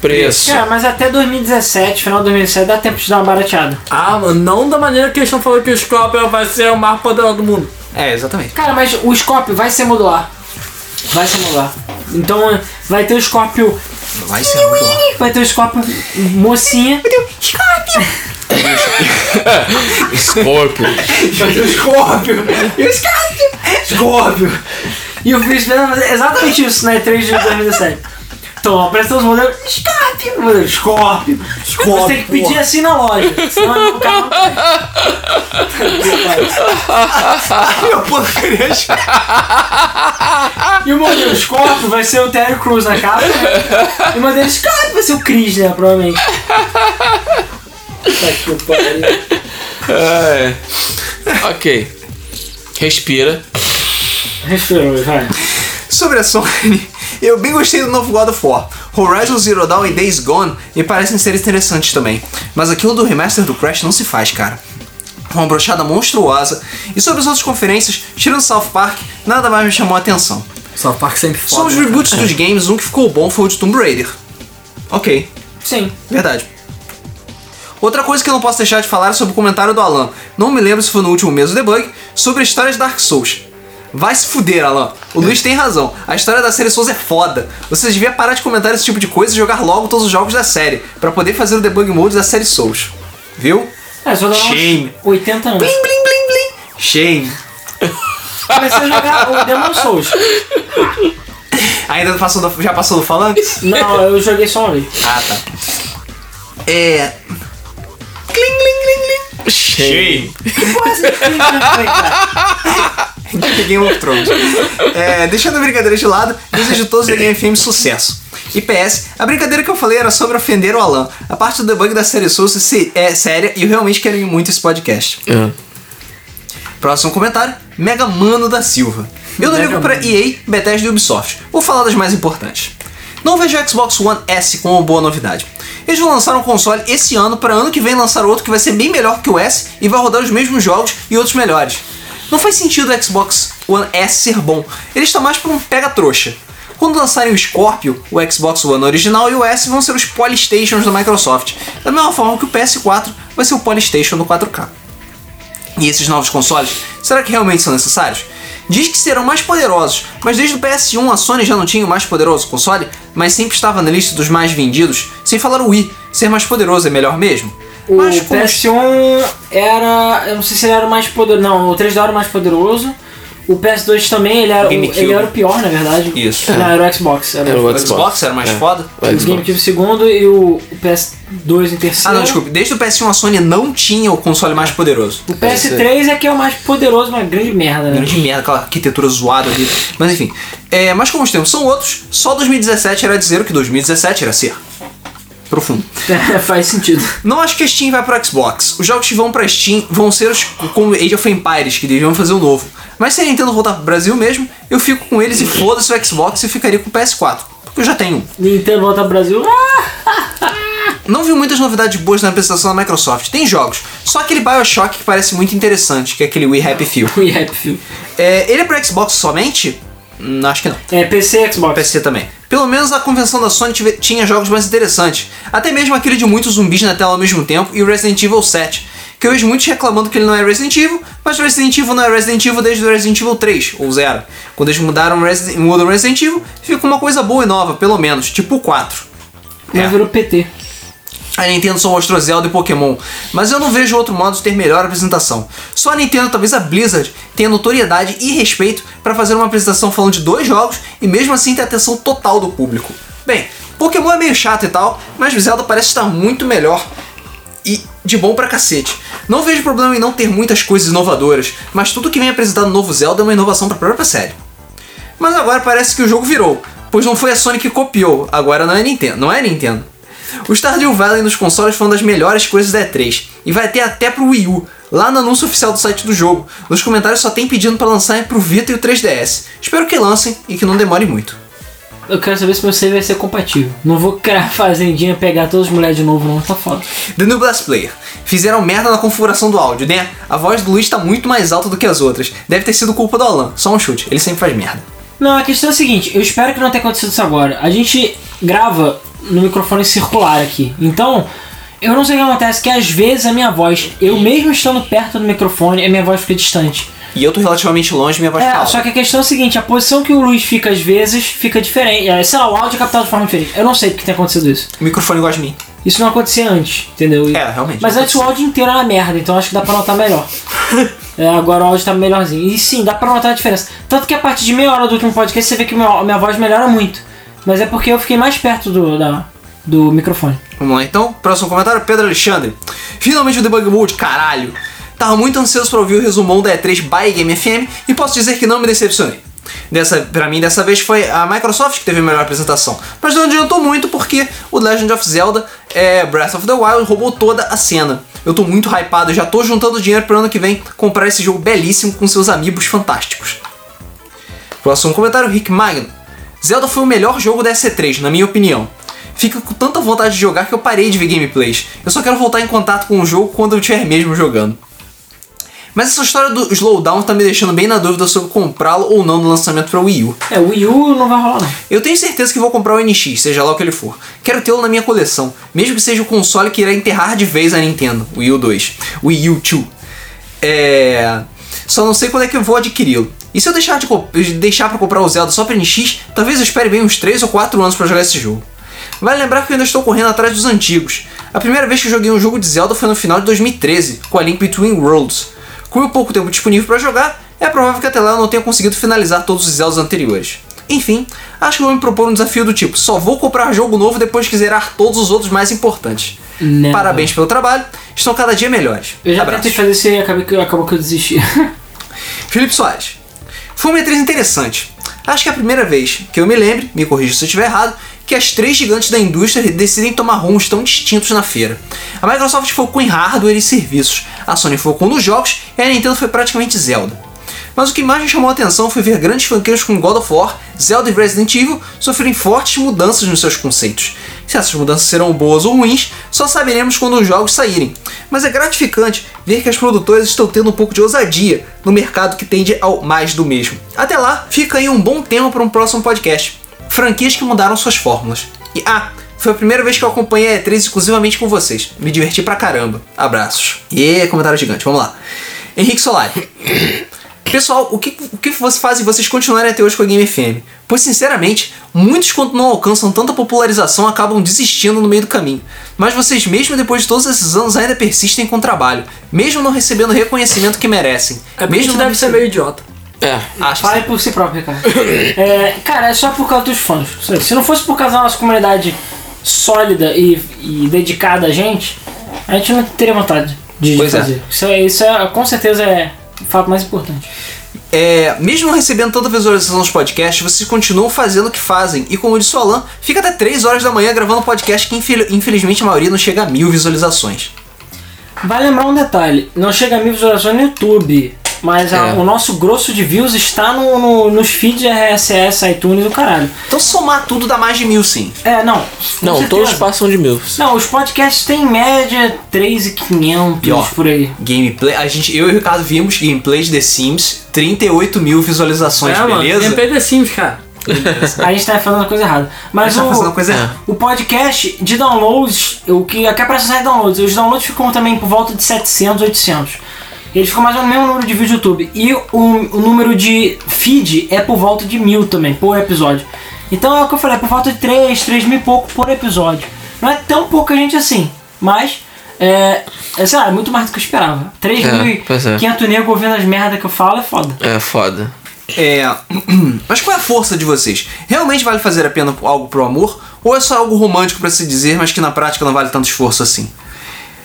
S4: Preço.
S2: Cara, mas até 2017, final de 2017, dá tempo de dar uma barateada.
S5: Ah, mano, não da maneira que eles estão falando que o Scorpion vai ser o mais poderoso do mundo.
S1: É, exatamente.
S2: Cara, mas o Scorpio vai ser modular. Vai ser modular. Então vai ter o Scorpio.
S1: Vai ser é muito lá.
S2: Vai ter o Scorpio mocinha.
S4: Scorpio.
S1: Scorpio! Scorpio!
S2: E eu fiz exatamente isso na E3 de 2017. Então, apresenta os modelos. Scorpio! modelo Scorpio! Você tem que pedir assim na loja. Senão o carro
S1: Meu porcaria
S2: E o modelo Scorpio vai ser o Terry Crews na capa. né? E o modelo Scorpio vai ser o Chris, né? Provavelmente. Tá que pariu.
S4: É. Ok. Respira.
S2: Respirou, vai.
S1: Sobre a Sony, eu bem gostei do novo God of War. Horizon Zero Dawn e Days Gone me parecem ser interessantes também. Mas aquilo do remaster do Crash não se faz, cara. Uma brochada monstruosa. E sobre as outras conferências, tirando South Park, nada mais me chamou a atenção.
S5: Só Park sempre foda.
S1: Sobre os
S5: né?
S1: reboots dos games, um que ficou bom foi o de Tomb Raider. Ok,
S2: Sim.
S1: Verdade. Outra coisa que eu não posso deixar de falar é sobre o comentário do Alan. Não me lembro se foi no último mês do debug, sobre a história de Dark Souls. Vai se fuder, Alan. O Luiz tem razão. A história da série Souls é foda. Vocês deviam parar de comentar esse tipo de coisa e jogar logo todos os jogos da série, pra poder fazer o debug mode da série Souls. Viu?
S2: É, só dá uns
S1: Shame.
S2: 80 anos.
S1: Blim, blim, blim, blim. Shame.
S2: Comecei a jogar o Demon Souls.
S1: Ainda não passou do- já passou do Phalanx?
S2: Não, eu joguei só uma vez.
S1: Ah, tá. É... Cling, cling, cling, cling. Shame. de Game of Thrones. um É, deixando a brincadeira de lado, desejo a todos da Game FM sucesso. E PS, a brincadeira que eu falei era sobre ofender o Alan. A parte do debug da série Souls se- é séria e eu realmente quero ir muito esse podcast.
S4: Ah,
S1: Próximo comentário, Mega Mano da Silva. Eu não ligo pra EA, Bethesda e Ubisoft. Vou falar das mais importantes. Não vejo o Xbox One S como uma boa novidade. Eles vão lançar um console esse ano para ano que vem lançar outro que vai ser bem melhor que o S e vai rodar os mesmos jogos e outros melhores. Não faz sentido o Xbox One S ser bom. Ele está mais para um pega-trouxa. Quando lançarem o Scorpio, o Xbox One original e o S vão ser os Polystations da Microsoft, da mesma forma que o PS4 vai ser o Polystation do 4K. E esses novos consoles, será que realmente são necessários? Diz que serão mais poderosos, mas desde o PS1 a Sony já não tinha o mais poderoso console, mas sempre estava na lista dos mais vendidos, sem falar o Wii, ser mais poderoso é melhor mesmo.
S2: O
S1: mas como
S2: PS1 era. Eu não sei se ele era o mais poderoso. Não, o 3D era é o mais poderoso. O PS2 também, ele era, o,
S1: GameCube.
S2: ele era o pior, na verdade.
S1: Isso.
S2: Não, era o Xbox. Era,
S4: Era
S2: o
S4: o
S1: o Xbox era mais
S4: É.
S1: foda?
S4: O
S2: o GameCube em segundo e o, o PS2 em terceiro.
S1: Ah não, desculpe, desde o PS1 a Sony não tinha o console mais poderoso.
S2: O PS3 é que é o mais poderoso, uma grande merda, né?
S1: Grande merda, aquela arquitetura zoada ali. Mas enfim. É, mas como os tempos são outros, só 2017 era dizer o que 2017 era ser. Profundo.
S2: É, Faz sentido.
S1: Não acho que a Steam vai pro Xbox. Os jogos que vão pra Steam vão ser os como Age of Empires, que deviam fazer o novo. Mas se a Nintendo voltar pro Brasil mesmo, eu fico com eles e foda-se o Xbox e ficaria com o PS4. Porque eu já tenho um.
S2: Nintendo volta ao Brasil. Ah!
S1: Não vi muitas novidades boas na apresentação da Microsoft. Tem jogos. Só aquele Bioshock que parece muito interessante, que é aquele Wii Happy Few.
S2: E Happy Few.
S1: É, ele é pro Xbox somente? Hum, acho que não.
S2: É, PC e Xbox.
S1: PC também. Pelo menos a convenção da Sony tive- tinha jogos mais interessantes, até mesmo aquele de muitos zumbis na tela ao mesmo tempo e o Resident Evil 7, que eu vejo muitos reclamando que ele não é Resident Evil, mas Resident Evil não é Resident Evil desde o Resident Evil 3, ou 0. Quando eles mudaram Resident, mudam Resident Evil, fica uma coisa boa e nova, pelo menos, tipo o 4.
S2: Mas
S1: É.
S2: virou PT.
S1: A Nintendo só mostrou Zelda e Pokémon, mas eu não vejo outro modo de ter melhor apresentação. Só a Nintendo, talvez a Blizzard, tenha notoriedade e respeito pra fazer uma apresentação falando de dois jogos e mesmo assim ter atenção total do público. Bem, Pokémon é meio chato e tal, mas Zelda parece estar muito melhor e de bom pra cacete. Não vejo problema em não ter muitas coisas inovadoras, mas tudo que vem apresentado no novo Zelda é uma inovação pra própria série. Mas agora parece que o jogo virou, pois não foi a Sony que copiou, agora não é Nintendo, não é Nintendo. O Stardew Valley nos consoles foi uma das melhores coisas da E3 e vai ter até pro Wii U. Lá no anúncio oficial do site do jogo, nos comentários só tem pedindo pra lançar pro Vita e o 3DS. Espero que lancem e que não demore muito.
S2: Eu quero saber se meu save vai ser compatível. Não vou criar fazendinha, pegar todas as mulheres de novo, não, tá foda.
S1: The New Blast Player. Fizeram merda na configuração do áudio, né? A voz do Luiz tá muito mais alta do que as outras. Deve ter sido culpa do Alan. Só um chute, ele sempre faz merda.
S2: Não, a questão é a seguinte, eu espero que não tenha acontecido isso agora. A gente grava no microfone circular aqui. Então, eu não sei o que acontece, que às vezes a minha voz, eu mesmo estando perto do microfone, a minha voz fica distante.
S1: E eu tô relativamente longe, minha voz tá
S2: É,
S1: alta.
S2: só que a questão é a seguinte, a posição que o Luiz fica às vezes fica diferente. É, sei lá, o áudio é captado de forma diferente. Eu não sei porque tem acontecido isso.
S1: O microfone gosta de mim.
S2: Isso não acontecia antes, entendeu? E-
S1: É, realmente,
S2: Mas
S1: não
S2: antes o áudio inteiro era uma merda, então acho que dá pra notar melhor. É, agora o áudio tá melhorzinho. E sim, dá pra notar a diferença. Tanto que a partir de meia hora do último podcast você vê que minha, minha voz melhora muito. Mas é porque eu fiquei mais perto do, da, do microfone.
S1: Vamos lá então, próximo comentário, Pedro Alexandre. Finalmente o Debug Mode, caralho! Tava muito ansioso pra ouvir o resumão da E3 by Game FM e posso dizer que não me decepcionei. Dessa, pra mim, dessa vez foi a Microsoft que teve a melhor apresentação, mas não adiantou muito porque o Legend of Zelda é, Breath of the Wild roubou toda a cena. Eu tô muito hypado, já tô juntando dinheiro pro ano que vem comprar esse jogo belíssimo com seus amigos fantásticos. Próximo um comentário, Rick Magno. Zelda foi o melhor jogo da SC3, na minha opinião. Fico com tanta vontade de jogar que eu parei de ver gameplays. Eu só quero voltar em contato com o jogo quando eu estiver mesmo jogando. Mas essa história do slowdown tá me deixando bem na dúvida sobre comprá-lo ou não no lançamento para Wii U.
S2: É, o Wii U não vai rolar não.
S1: Eu tenho certeza que vou comprar o NX, seja lá o que ele for. Quero tê-lo na minha coleção, mesmo que seja o console que irá enterrar de vez a Nintendo, o Wii U 2, o Wii U 2. É... Só não sei quando é que eu vou adquiri-lo. E se eu deixar, de co- deixar pra comprar o Zelda só pra NX, talvez eu espere bem uns 3 ou 4 anos pra jogar esse jogo. Vale lembrar que eu ainda estou correndo atrás dos antigos. A primeira vez que eu joguei um jogo de Zelda foi no final de 2013, com a Link Between Worlds. Com o pouco tempo disponível para jogar, é provável que até lá eu não tenha conseguido finalizar todos os Zeldas anteriores. Enfim, acho que vou me propor um desafio do tipo: só vou comprar jogo novo depois que zerar todos os outros mais importantes.
S2: Não.
S1: Parabéns pelo trabalho, estão cada dia melhores.
S2: Eu já
S1: Abraço.
S2: tentei fazer isso e acabei que- acabou que eu desisti.
S1: Felipe Soares. Foi uma E3 interessante. Acho que é a primeira vez que eu me lembre, me corrija se eu estiver errado, que as três gigantes da indústria decidem tomar rumos tão distintos na feira. A Microsoft focou em hardware e serviços, a Sony focou nos jogos e a Nintendo foi praticamente Zelda. Mas o que mais me chamou a atenção foi ver grandes franquias como God of War, Zelda e Resident Evil sofrerem fortes mudanças nos seus conceitos. Se essas mudanças serão boas ou ruins, só saberemos quando os jogos saírem. Mas é gratificante ver que as produtoras estão tendo um pouco de ousadia no mercado que tende ao mais do mesmo. Até lá, fica aí um bom tema para um próximo podcast. Franquias que mudaram suas fórmulas. E ah, foi a primeira vez que eu acompanhei a E3 exclusivamente com vocês. Me diverti pra caramba. Abraços. E comentário gigante, vamos lá. Henrique Solari. Pessoal, o que, o que você faz vocês continuarem até hoje com a Game FM? Pois, sinceramente, muitos quando não alcançam tanta popularização acabam desistindo no meio do caminho. Mas vocês, mesmo depois de todos esses anos, ainda persistem com o trabalho, mesmo não recebendo o reconhecimento que merecem.
S5: É porque a
S1: mesmo
S5: gente
S1: não
S5: deve ser meio idiota.
S4: É.
S1: Acho
S2: Fale por si próprio, Ricardo. É, cara, é só por causa dos fãs. Se não fosse por causa da nossa comunidade sólida e, e dedicada a gente, a gente não teria vontade de de
S1: Pois é.
S2: fazer. Isso, é, isso é, com certeza é o fato mais importante.
S1: É, mesmo não recebendo tanta visualização nos podcasts, vocês continuam fazendo o que fazem. E como disse o Alan, fica até 3 horas da manhã gravando podcast que infel- infelizmente a maioria não chega a mil visualizações.
S2: Vale lembrar um detalhe: não chega a mil visualizações no YouTube, mas a-
S4: É.
S2: o nosso grosso de views está no, no- nos feeds RSS, iTunes do caralho.
S1: Então somar tudo dá mais de mil sim.
S2: É, não. com
S4: Não, todos
S2: certeza.
S4: passam de mil.
S2: Não, os podcasts têm em média 3.500
S1: E ó,
S2: por aí.
S1: Gameplay, a gente, eu e o Ricardo vimos gameplays de The Sims, 38 mil visualizaçções,
S5: é, mano.
S1: beleza?
S5: Gameplay The Sims, cara.
S2: A gente tá fazendo a coisa errada. Mas
S1: Tá
S2: o,
S1: fazendo uma coisa errada.
S2: o podcast de downloads, o que aqui é pra acessar downloads, os downloads ficam também por volta de 700, 800. Eles ficam mais ou menos o mesmo número de vídeos do YouTube. E o, o número de feed é por volta de mil também, por episódio. Então é o que eu falei, é por volta de 3, 3 mil e pouco por episódio. Não é tão pouca gente assim, mas é, é, sei lá, é muito mais do que eu esperava. 3
S4: É,
S2: mil e
S4: pois é.
S2: 500 nego ouvindo as merda que eu falo é foda.
S4: É foda.
S1: É, mas qual é a força de vocês? Realmente vale fazer a pena algo pro amor? Ou é só algo romântico pra se dizer, mas que na prática não vale tanto esforço assim?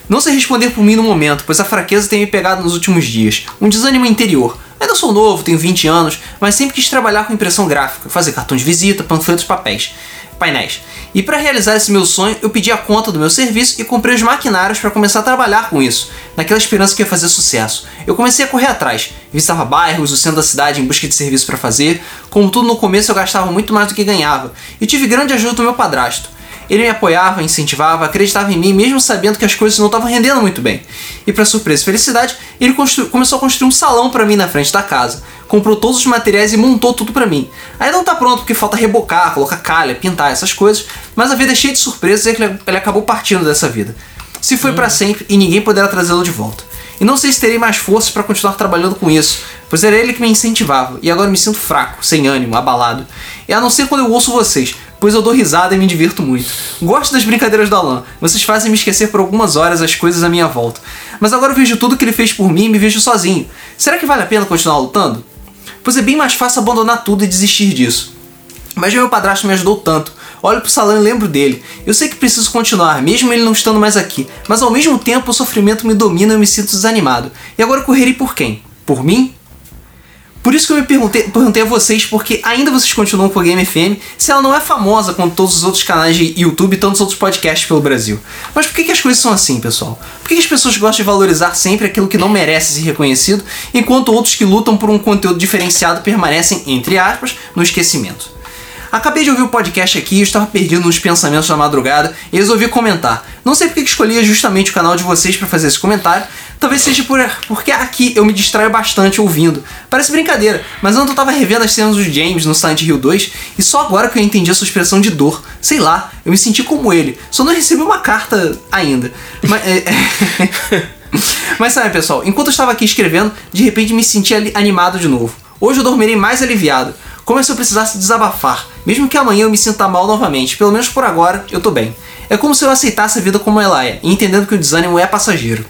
S1: Não sei responder por mim no momento, pois a fraqueza tem me pegado nos últimos dias. Um desânimo interior. Ainda sou novo, tenho 20 anos, mas sempre quis trabalhar com impressão gráfica, fazer cartões de visita, panfletos, papéis, painéis. E para realizar esse meu sonho, eu pedi a conta do meu serviço e comprei os maquinários para começar a trabalhar com isso, naquela esperança que ia fazer sucesso. Eu comecei a correr atrás, visitava bairros, o centro da cidade em busca de serviço para fazer. Contudo, no começo eu gastava muito mais do que ganhava, e tive grande ajuda do meu padrasto. Ele me apoiava, incentivava, acreditava em mim, mesmo sabendo que as coisas não estavam rendendo muito bem. E para surpresa e felicidade, ele constru- começou a construir um salão para mim na frente da casa. Comprou todos os materiais e montou tudo para mim. Aí não tá pronto porque falta rebocar, colocar calha, pintar, essas coisas, mas a vida é cheia de surpresas e ele- ele acabou partindo dessa vida. Se foi pra sempre e ninguém poderá trazê-lo de volta. E não sei se terei mais forças pra continuar trabalhando com isso, pois era ele que me incentivava, e agora me sinto fraco, sem ânimo, abalado. E a não ser quando eu ouço vocês, pois eu dou risada e me divirto muito. Gosto das brincadeiras do Alan, vocês fazem me esquecer por algumas horas as coisas à minha volta. Mas agora eu vejo tudo que ele fez por mim e me vejo sozinho. Será que vale a pena continuar lutando? Pois é bem mais fácil abandonar tudo e desistir disso. Mas meu padrasto me ajudou tanto. Olho pro salão e lembro dele. Eu sei que preciso continuar, mesmo ele não estando mais aqui. Mas ao mesmo tempo o sofrimento me domina e eu me sinto desanimado. E agora eu correrei por quem? Por mim? Por isso que eu me perguntei, perguntei a vocês porque ainda vocês continuam com a Game FM se ela não é famosa como todos os outros canais de YouTube e tantos outros podcasts pelo Brasil. Mas por que, que as coisas são assim, pessoal? Por que, que as pessoas gostam de valorizar sempre aquilo que não merece ser reconhecido, enquanto outros que lutam por um conteúdo diferenciado permanecem, entre aspas, no esquecimento? Acabei de ouvir o podcast aqui e estava perdido nos pensamentos da madrugada e resolvi comentar. Não sei porque que escolhi justamente o canal de vocês para fazer esse comentário. Talvez seja por, porque aqui eu me distraio bastante ouvindo. Parece brincadeira, mas ontem eu tava revendo as cenas do James no Silent Hill 2 e só agora que eu entendi a sua expressão de dor. Sei lá, eu me senti como ele. Só não recebi uma carta ainda. Mas, é- Mas sabe, pessoal, enquanto eu estava aqui escrevendo, de repente me senti ali- animado de novo. Hoje eu dormirei mais aliviado, como se eu precisasse desabafar, mesmo que amanhã eu me sinta mal novamente, pelo menos por agora eu tô bem. É como se eu aceitasse a vida como ela é, e entendendo que o desânimo é passageiro.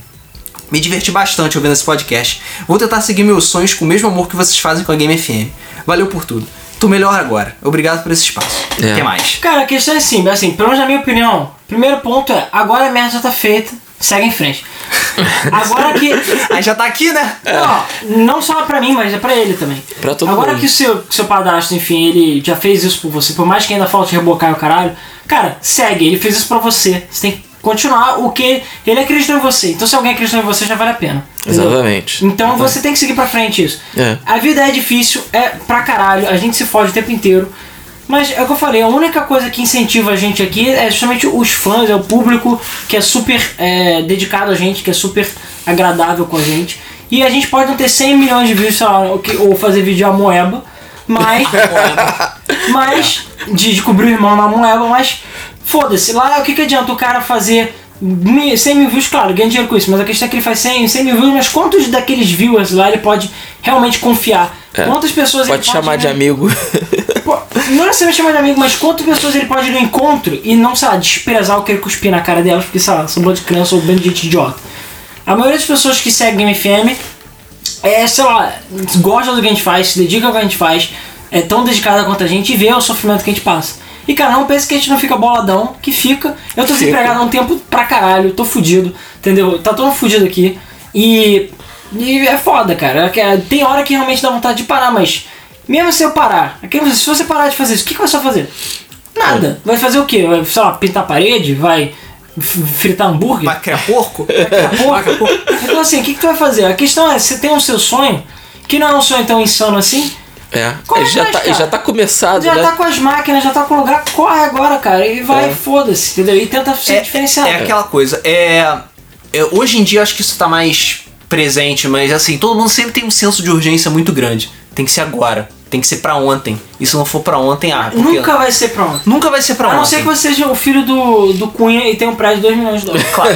S1: Me diverti bastante ouvindo esse podcast. Vou tentar seguir meus sonhos com o mesmo amor que vocês fazem com a Game FM. Valeu por tudo. Tô melhor agora. Obrigado por esse espaço.
S4: É.
S1: Até mais.
S2: Cara, a questão é assim, assim, pelo menos na minha opinião, primeiro ponto é, agora a merda já tá feita, segue em frente. Agora que.
S1: Aí já tá aqui, né?
S2: É. Não, não só pra mim, mas é pra ele também.
S4: É. Pra todo
S2: agora
S4: mundo.
S2: que o seu, que o seu padrasto, enfim, ele já fez isso por você, por mais que ainda falte rebocar e o caralho, cara, segue, ele fez isso pra você. Você tem que continuar o que ele acreditou em você. Então se alguém acreditou em você, já vale a pena. entendeu?
S4: Exatamente.
S2: Então você tem que seguir pra frente isso.
S4: É.
S2: A vida é difícil, é pra caralho, a gente se fode o tempo inteiro. Mas é o que eu falei, a única coisa que incentiva a gente aqui é justamente os fãs, é o público que é super é, dedicado a gente, que é super agradável com a gente. E a gente pode não ter 100 milhões de views, sei lá, ou, que- ou fazer vídeo a moeba, mas. mas. De descobrir o irmão na moeba, mas. Foda-se, lá o que, que adianta o cara fazer mi- 100 mil views, claro, ganha dinheiro com isso, mas a questão é que ele faz 100, 100 mil views, mas quantos daqueles viewers lá ele pode realmente confiar? Quantas pessoas ele
S4: É, Pode chamar de
S2: né?
S4: amigo.
S2: Pô, não necessariamente chamar de amigo, mas quantas pessoas ele pode ir no encontro e não, sei lá, desprezar o que ele cuspir na cara delas, porque, sei lá, são um bando de criança ou um bando de gente idiota. A maioria das pessoas que segue Game FM é, sei lá, gosta do que a gente faz, se dedica ao que a gente faz, é tão dedicada quanto a gente e vê o sofrimento que a gente passa. E cara, não pense que a gente não fica boladão, que fica. Eu tô desempregado há um tempo pra caralho, tô fudido, entendeu? Tá todo mundo fudido aqui. E. E é foda, cara. É que- Tem hora que realmente dá vontade de parar, mas. Mesmo se eu parar, é que se você parar de fazer isso, o que, que você vai fazer? Nada. Vai fazer o quê? Vai, sei lá, pintar a parede? Vai f- fritar hambúrguer?
S1: Vai criar porco?
S2: Porra. Então assim, o que, que tu vai fazer? A questão é, você tem o seu sonho, que não é um sonho tão insano assim,
S4: É.
S2: Corre
S4: Ele já
S2: atrás,
S4: tá, ele
S2: cara.
S4: já tá começado,
S2: já
S4: né?
S2: tá com as máquinas, já tá com o lugar, corre agora, cara, e vai, foda-se, entendeu? E tenta se
S1: é,
S2: diferenciar.
S1: É aquela coisa. É, é, hoje em dia acho que isso tá mais presente, mas assim, todo mundo sempre tem um senso de urgência muito grande. Tem que ser agora. Tem Tem que ser pra ontem. E se não for pra ontem, ah, porque...
S2: Nunca vai ser pronto.
S1: Nunca vai ser pra
S2: A
S1: ontem.
S2: não ser que você seja o filho do, do Cunha e tenha um prédio de 2 milhões de dólares.
S1: Claro.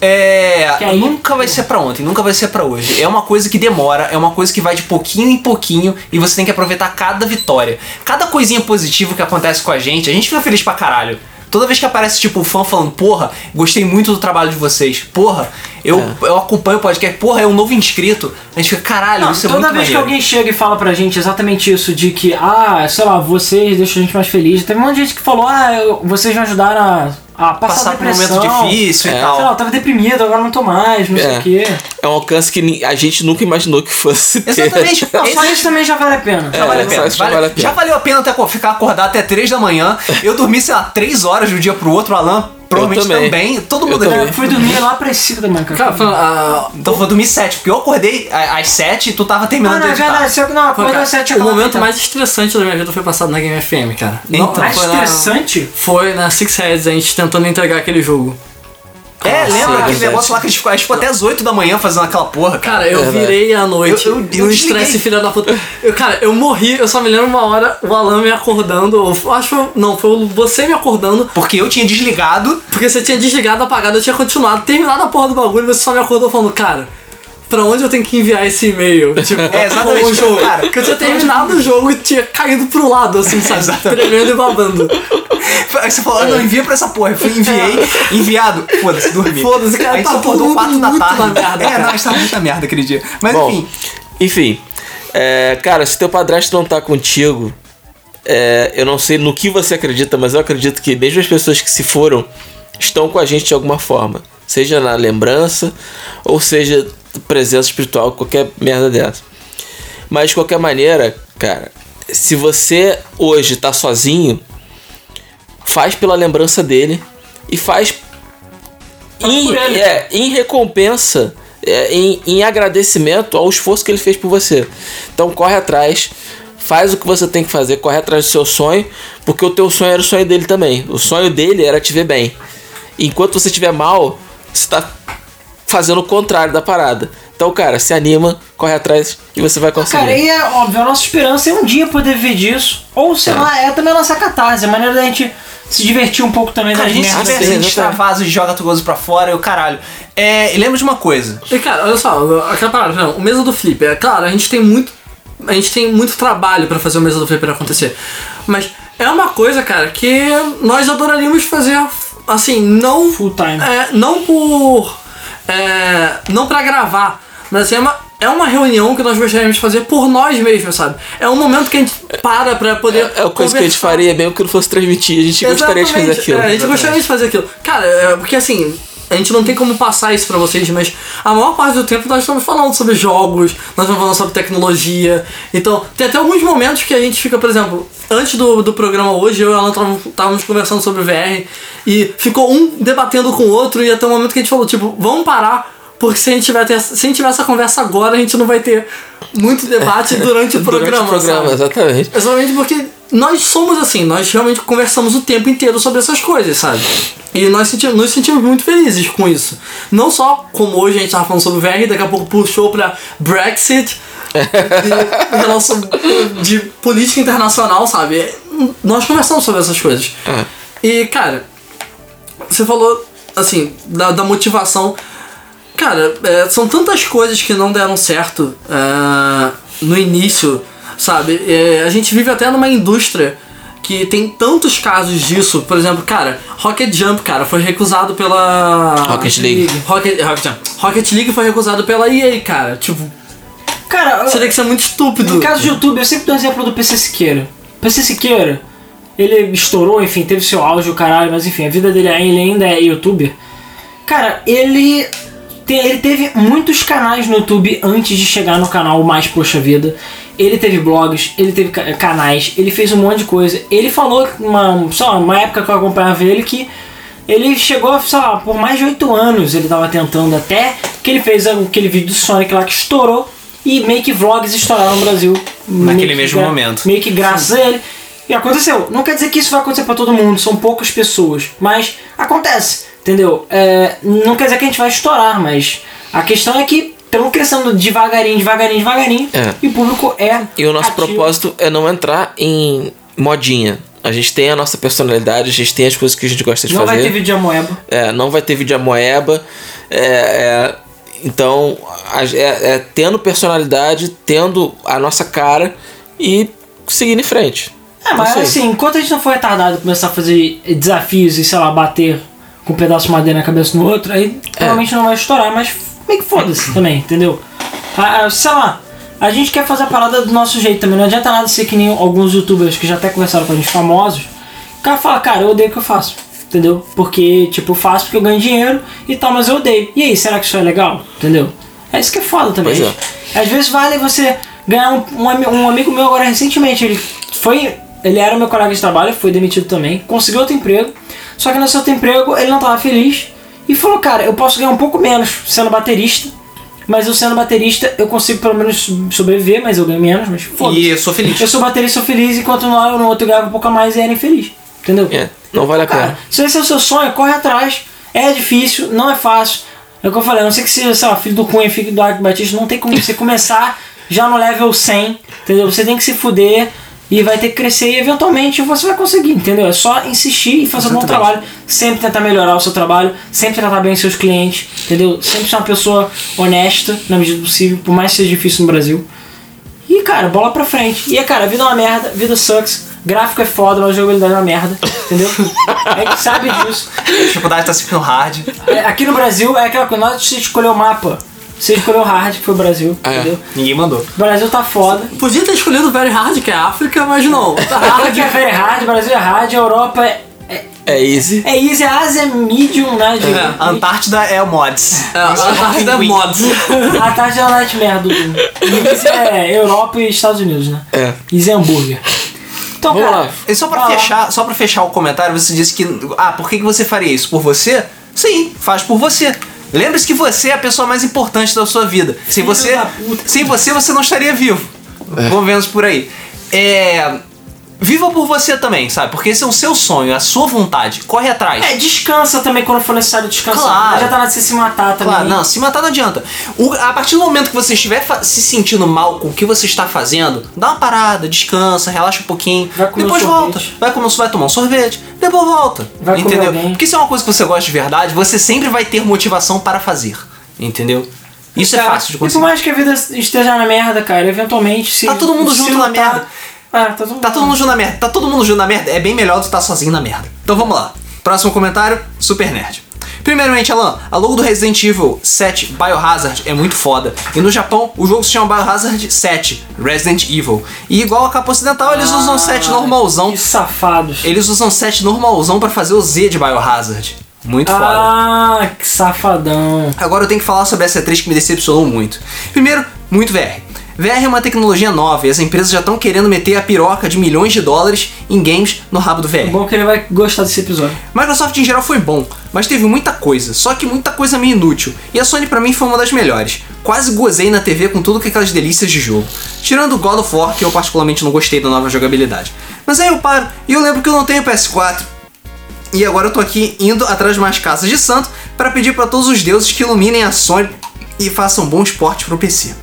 S1: É,
S2: Que aí-
S1: nunca vai ser pra ontem, nunca vai ser pra hoje. É uma coisa que demora, é uma coisa que vai de pouquinho em pouquinho e você tem que aproveitar cada vitória. Cada coisinha positiva que acontece com a gente, a gente fica feliz pra caralho. Toda vez que aparece, tipo, um fã falando, porra, gostei muito do trabalho de vocês, porra, eu, eu acompanho o podcast, porra, é um novo inscrito. A gente fica, caralho,
S2: Não,
S1: isso é
S2: toda
S1: muito
S2: vez que
S1: maneiro.
S2: alguém chega e fala pra gente exatamente isso, de que, ah, sei lá, vocês deixam a gente mais feliz. Teve um monte de gente que falou, ah, eu- vocês me ajudaram a, a passar,
S1: Passar
S2: a
S1: por um momento
S2: depressão.
S1: difícil e
S2: Sei
S1: tal.
S2: lá, eu tava deprimido, agora não tô mais, não sei
S4: É.
S2: o quê.
S4: É um alcance que ni- a gente nunca imaginou que fosse ter.
S1: Exatamente, não, só
S2: Só isso também já vale a pena.
S1: Já vale a
S4: É,
S1: pena.
S4: só isso já
S1: Vale-
S4: vale a pena.
S1: Já valeu a pena até co- ficar acordado até 3 da manhã. Eu dormi, sei lá, 3 horas de um dia pro outro, o Alan. Provavelmente
S4: também.
S1: também. Todo
S4: Eu
S1: mundo
S4: também.
S1: aqui.
S2: É, Fui dormir lá pra 5 da manhã, cara.
S5: Cara, falando, ah,
S1: Então eu vou dormir 7, porque eu acordei a- às 7 e tu tava terminando
S2: Ah, não,
S1: de
S2: é
S1: editar.
S2: verdade, se eu não,
S5: pô,
S2: acordo
S5: cara,
S2: às
S1: é
S2: 7
S1: tipo
S5: o momento mais estressante da minha vida foi passado na Game FM, cara.
S1: Então,
S5: foi
S2: mais
S5: na-
S2: estressante.
S5: Foi na Six Heads a gente tentando entregar aquele jogo.
S1: é,
S4: Nossa,
S1: lembra
S4: é
S1: aquele
S4: verdade.
S1: negócio lá que a gente ficou, a gente ficou até às 8 da manhã fazendo aquela porra, cara.
S5: Cara, eu
S4: É,
S5: virei à noite.
S1: Eu- eu- eu
S5: um
S1: desliguei.
S5: estresse, filha da puta. Eu, cara, eu morri, eu só me lembro uma hora o Alan me acordando. Eu acho. Não, foi você me acordando,
S1: Porque eu tinha desligado.
S5: porque você tinha desligado, apagado, eu tinha continuado, terminado a porra do bagulho, você só me acordou falando, cara. Pra onde eu tenho que enviar esse e-mail? Tipo,
S1: É, exatamente,
S5: com o jogo.
S1: cara.
S5: Porque eu tinha terminado o jogo e tinha caído pro lado, assim, sabe? Tremendo e babando.
S1: Aí você falou, ah, não, envia pra essa porra. Eu fui, enviei, enviado. Foda-se, dormi.
S5: Foda-se, cara,
S1: Aí
S5: tá
S1: só acordou
S5: todo
S1: 4 da
S5: mundo muito
S1: tarde.
S5: na merda,
S1: é,
S5: cara.
S1: não, a gente tava muito na merda aquele dia. Mas
S4: Bom,
S1: enfim,
S4: enfim. é, cara, se teu padrasto não tá contigo, é, eu não sei no que você acredita, mas eu acredito que mesmo as pessoas que se foram estão com a gente de alguma forma. Seja na lembrança, ou seja presença espiritual, qualquer merda dessa. Mas de qualquer maneira, cara, se você hoje tá sozinho, faz pela lembrança dele e faz em,
S2: por ele,
S4: é, em recompensa, é, em, em agradecimento ao esforço que ele fez por você. Então corre atrás, faz o que você tem que fazer, corre atrás do seu sonho, porque o teu sonho era o sonho dele também. O sonho dele era te ver bem. E enquanto você estiver mal, você tá fazendo o contrário da parada. Então, cara, se anima, corre atrás e você
S5: Ah,
S4: vai conseguir.
S1: Assim.
S2: Cara, e é óbvio, a nossa esperança é um dia poder viver disso. Ou, sei lá, é também a nossa catarse, a maneira da gente se divertir um pouco também
S1: Cara,
S2: da
S1: a gente se
S2: gente.
S4: merda,
S1: diverte, a gente
S4: exatamente.
S1: extravasa, a gente joga tugoso pra fora, eu caralho. É, e lembra de uma coisa.
S5: E cara, olha só, aquela parada, não, o mesa do Flipper, é claro, a gente tem muito. A gente tem muito trabalho pra fazer o mesa do Flipper acontecer. Mas é uma coisa, cara, que nós adoraríamos fazer assim, não.
S2: Full time.
S5: É, não por. É, não pra gravar, mas assim, é uma, é uma reunião que nós gostaríamos de fazer por nós mesmos, sabe? É um momento que a gente para pra poder.
S4: É a coisa que a gente
S5: conversar.
S4: faria, mesmo que não fosse transmitir, a gente gostaria de fazer
S5: Exatamente,
S4: aquilo.
S5: é, a gente gostaria de fazer aquilo. Cara, é, porque assim, a gente não tem como passar isso pra vocês, mas a maior parte do tempo nós estamos falando sobre jogos, nós estamos falando sobre tecnologia. Então, tem até alguns momentos que a gente fica, por exemplo, antes do, do programa hoje, eu e o Alan tavam- estávamos conversando sobre VR e ficou um debatendo com o outro e até o momento que a gente falou, tipo, vamos parar. Porque se a, gente tiver, ter- se a gente tiver essa conversa agora, a gente não vai ter muito debate durante o programa.
S4: Durante o programa,
S5: sabe?
S4: exatamente.
S5: Exatamente porque nós somos assim, nós realmente conversamos o tempo inteiro sobre essas coisas, sabe? E nós senti nos sentimos muito felizes com isso. Não só como hoje a gente tava falando sobre o VR, daqui a pouco puxou pra Brexit, de, em relação- de política internacional, sabe? Nós conversamos sobre essas coisas. E, cara, você falou, assim, da, da motivação. Cara, é, são tantas coisas que não deram certo é, no início, sabe? É, a gente vive até numa indústria que tem tantos casos disso. Por exemplo, cara, Rocket Jump, cara, foi recusado pela.
S4: Rocket League.
S5: Rocket, Rocket, Jump. Rocket League foi recusado pela EA, cara. Tipo,
S2: Cara,
S5: você tem que ser muito estúpido.
S2: Tipo, No caso de YouTube, eu sempre dou um exemplo do PC Siqueira. PC Siqueira, ele estourou, enfim, teve seu auge, o caralho, mas enfim, a vida dele é- ele ainda é youtuber. Cara, ele, te- ele teve muitos canais no YouTube antes de chegar no canal Mais Poxa Vida. Ele teve blogs, ele teve ca- canais, ele fez um monte de coisa. Ele falou, uma, sei lá, uma época que eu acompanhava ele, que ele chegou, sei lá, por mais de 8 anos ele tava tentando até que ele fez aquele vídeo do Sonic lá que estourou e meio que vlogs estouraram no Brasil.
S1: Naquele
S2: Meio que
S1: mesmo
S2: gra-
S1: momento.
S2: Meio que graças a ele. E aconteceu. Não quer dizer que isso vai acontecer pra todo mundo, são poucas pessoas. Mas acontece, entendeu? É, não quer dizer que a gente vai estourar, mas a questão é que estão crescendo devagarinho, devagarinho, devagarinho.
S4: É.
S2: E o público é.
S4: E o nosso
S2: ativo.
S4: propósito é não entrar em modinha. A gente tem a nossa personalidade, a gente tem as coisas que a gente gosta de
S2: Não
S4: fazer.
S2: vai ter vídeo de amoeba.
S4: É, não vai ter vídeo amoeba. É, é, então, a- é, é tendo personalidade, tendo a nossa cara e seguindo em frente.
S2: É, mas
S4: Não sei.
S2: assim, enquanto a gente não for retardado e começar a fazer desafios e, sei lá, bater com um pedaço de madeira na cabeça no outro, aí provavelmente não vai estourar, mas meio que foda-se também, entendeu? Ah, ah, sei lá, a gente quer fazer a parada do nosso jeito também, não adianta nada ser que nem alguns youtubers que já até conversaram com a gente, famosos, o cara fala, cara, eu odeio o que eu faço, entendeu? Porque, tipo, eu faço porque eu ganho dinheiro e tal, mas eu odeio. E aí, será que isso é legal? Entendeu? É isso que é foda também.
S4: Pois
S2: Às vezes vale você ganhar um, um, ami- um amigo meu agora recentemente. Ele foi. Ele era meu colega de trabalho, foi demitido também, conseguiu outro emprego. Só que nesse outro emprego ele não tava feliz. E falou, cara, eu posso ganhar um pouco menos sendo baterista. Mas eu sendo baterista, eu consigo pelo menos sobreviver, mas eu ganho menos, mas foda-se.
S5: E eu sou feliz.
S2: Eu sou baterista, sou feliz, enquanto no, no outro eu ganhava um pouco a mais e era infeliz. Entendeu?
S4: É, não vale a
S2: Cara,
S4: pena.
S2: se esse é o seu sonho, corre atrás. É difícil, não é fácil. É o que eu falei, a não sei que seja, sei lá, filho do Cunha, filho do Arte Batista, não tem como você começar já no level 100, entendeu? Você tem que se fuder e vai ter que crescer e eventualmente você vai conseguir, entendeu? É só insistir e fazer um bom trabalho, sempre tentar melhorar o seu trabalho, sempre tratar bem os seus clientes, entendeu? Sempre ser uma pessoa honesta na medida do possível, por mais que seja difícil no Brasil. E, cara, bola pra frente. E, é, cara, vida é uma merda, vida sucks, gráfico é foda, mas jogabilidade é uma merda, entendeu? a gente sabe disso.
S1: A dificuldade tá sempre no hard.
S2: É, Aqui no Brasil é aquela coisa, nós você escolheu o mapa, você escolheu o hard, que foi o Brasil,
S4: Ah, é.
S2: entendeu?
S1: Ninguém mandou.
S2: O Brasil tá foda.
S5: Podia ter escolhido o Very Hard, que é África, mas não. Tá hard.
S2: Aqui é very hard, o Brasil é hard, a Europa é,
S4: É easy.
S2: é easy, a Ásia é medium, né? De,
S1: A Antártida é o mods.
S5: É, a hard é mods.
S2: A tarde é a nightmare do mundo. E Easy é Europa e Estados Unidos, né?
S4: É.
S2: Easy é hambúrguer. Então,
S4: Vamos
S2: cara,
S4: lá.
S1: E só pra,
S2: vai lá.
S1: fechar, só pra fechar o comentário, você disse que. Ah, por que, que você faria isso? Por você? Sim, faz por você. Lembre-se que você é a pessoa mais importante da sua vida. Sem você,
S2: da puta.
S1: sem você, você não estaria vivo. Vamos vendo por aí. É. Viva por você também, sabe? Porque esse é o seu sonho, é a sua vontade. Corre atrás.
S2: É, descansa também quando for necessário descansar.
S1: Claro.
S2: Não adianta nada você se matar também.
S1: Claro, não, se matar não adianta. O- a partir do momento que você estiver fa- se sentindo mal com o que você está fazendo, dá uma parada, descansa, relaxa um pouquinho,
S2: Vai comer
S1: depois
S2: um
S1: volta.
S2: sorvete.
S1: Vai comer, um- vai tomar um sorvete, depois volta.
S2: Vai comer
S1: entendeu?
S2: alguém.
S1: Porque se é uma coisa que você gosta de verdade, você sempre vai ter motivação para fazer. Entendeu? Isso é
S2: Cara,
S1: fácil de
S2: Então, E por
S1: conseguir.
S2: mais que a vida esteja na merda, cara, eventualmente se.
S1: Tá todo mundo
S2: se
S1: junto na
S2: lutar-
S1: merda.
S2: Ah, tá todo mundo.
S1: Tá todo mundo junto na merda. Tá todo mundo junto na merda. É bem melhor do que tá sozinho na merda. Então vamos lá. Próximo comentário, Super Nerd. Primeiramente, Alan, a logo do Resident Evil 7 Biohazard é muito foda. E no Japão, o jogo se chama Biohazard 7 Resident Evil. E igual a capa ocidental, eles usam 7 normalzão.
S2: Que safados.
S1: Eles usam 7 normalzão pra fazer o Z de Biohazard. é Muito foda.
S2: Ah, que safadão.
S1: Agora eu tenho que falar sobre a C3 que me decepcionou muito. Primeiro, muito VR. VR é uma tecnologia nova e as empresas já estão querendo meter a piroca de milhões de dólares em games no rabo do VR.
S2: Bom que ele vai gostar desse episódio.
S1: Microsoft em geral foi bom, mas teve muita coisa, só que muita coisa meio inútil. E a Sony pra mim foi uma das melhores. Quase gozei na TV com tudo que aquelas delícias de jogo. Tirando o God of War, que eu particularmente não gostei da nova jogabilidade. Mas aí eu paro e eu lembro que eu não tenho PS4. E agora eu tô aqui indo atrás de mais casas de santo pra pedir pra todos os deuses que iluminem a Sony e façam bom esporte pro PC.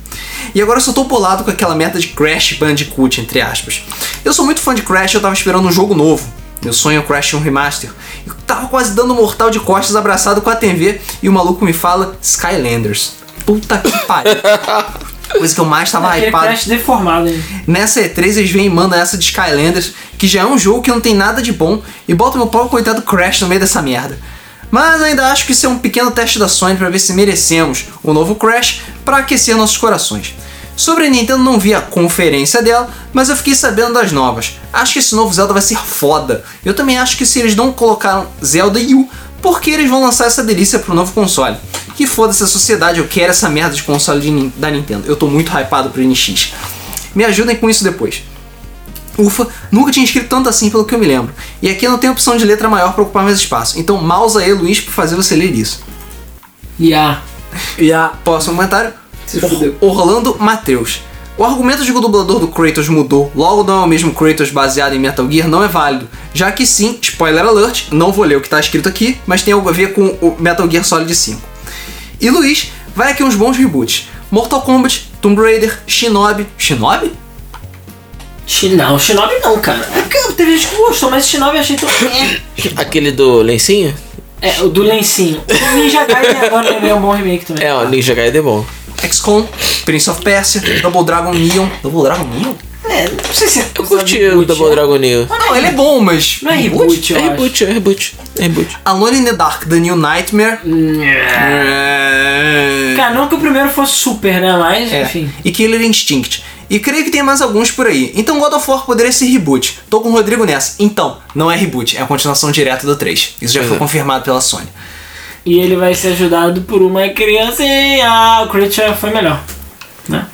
S1: E agora eu só tô bolado com aquela merda de Crash Bandicoot, entre aspas. Eu sou muito fã de Crash, eu tava esperando um jogo novo. Meu sonho é o Crash 1 Remaster. Eu tava quase dando mortal de costas abraçado com a TV e o maluco me fala Skylanders. Puta que pariu. Coisa que eu mais tava
S2: Aquele
S1: hypado.
S2: crash deformado, hein?
S1: Nessa E3 eles vêm e mandam essa de Skylanders, que já é um jogo que não tem nada de bom, e bota meu pau coitado Crash no meio dessa merda. Mas ainda acho que isso é um pequeno teste da Sony pra ver se merecemos o novo Crash pra aquecer nossos corações. Sobre a Nintendo não vi a conferência dela, mas eu fiquei sabendo das novas. Acho que esse novo Zelda vai ser foda. Eu também acho que se eles não colocaram Zelda e U, porque eles vão lançar essa delícia pro novo console. Que foda-se a sociedade, eu quero essa merda de console de Nin- da Nintendo. Eu tô muito hypado pro NX. Me ajudem com isso depois. Ufa, nunca tinha escrito tanto assim pelo que eu me lembro. E aqui eu não tem opção de letra maior pra ocupar mais espaço. Então, mouse aí, Luiz, pra fazer você ler isso.
S2: Yeah.
S5: E a.
S1: Próximo comentário. Or- Orlando Mateus. O argumento de que o dublador do Kratos mudou, logo não é o mesmo Kratos baseado em Metal Gear, não é válido. Já que sim, spoiler alert, não vou ler o que tá escrito aqui, mas tem algo a ver com o Metal Gear Solid 5. E Luiz, vai aqui uns bons reboots. Mortal Kombat, Tomb Raider, Shinobi. Shinobi?
S2: Shi- Não, Shinobi não, cara. Cara, Teve gente que gostou, mas Shinobi eu achei tão.
S4: Aquele do lencinho?
S2: É, o do lencinho. O Ninja Gaiden agora ele é um bom remake também.
S4: É, o Ninja Gaiden é bom.
S1: XCOM, Prince of Persia, Double Dragon Neon. Double Dragon Neon?
S2: É, não sei se é.
S4: Eu curti o Double Dragon Neo.
S1: Não, ele é bom, mas.
S2: Não é reboot, eu
S4: É
S2: acho.
S4: reboot, é reboot. É reboot.
S1: Alone in the Dark, The New Nightmare. É.
S2: Cara, não que o primeiro fosse super, né? Mas,
S1: É,
S2: enfim.
S1: E Killer Instinct. E creio que tem mais alguns por aí. Então God of War poderia ser reboot. Tô com o Rodrigo nessa. Então, não é reboot, é a continuação direta do 3. Isso já
S4: Pois
S1: foi
S4: é.
S1: confirmado pela Sony.
S2: E ele vai ser ajudado por uma criancinha. O Creature foi melhor. Né?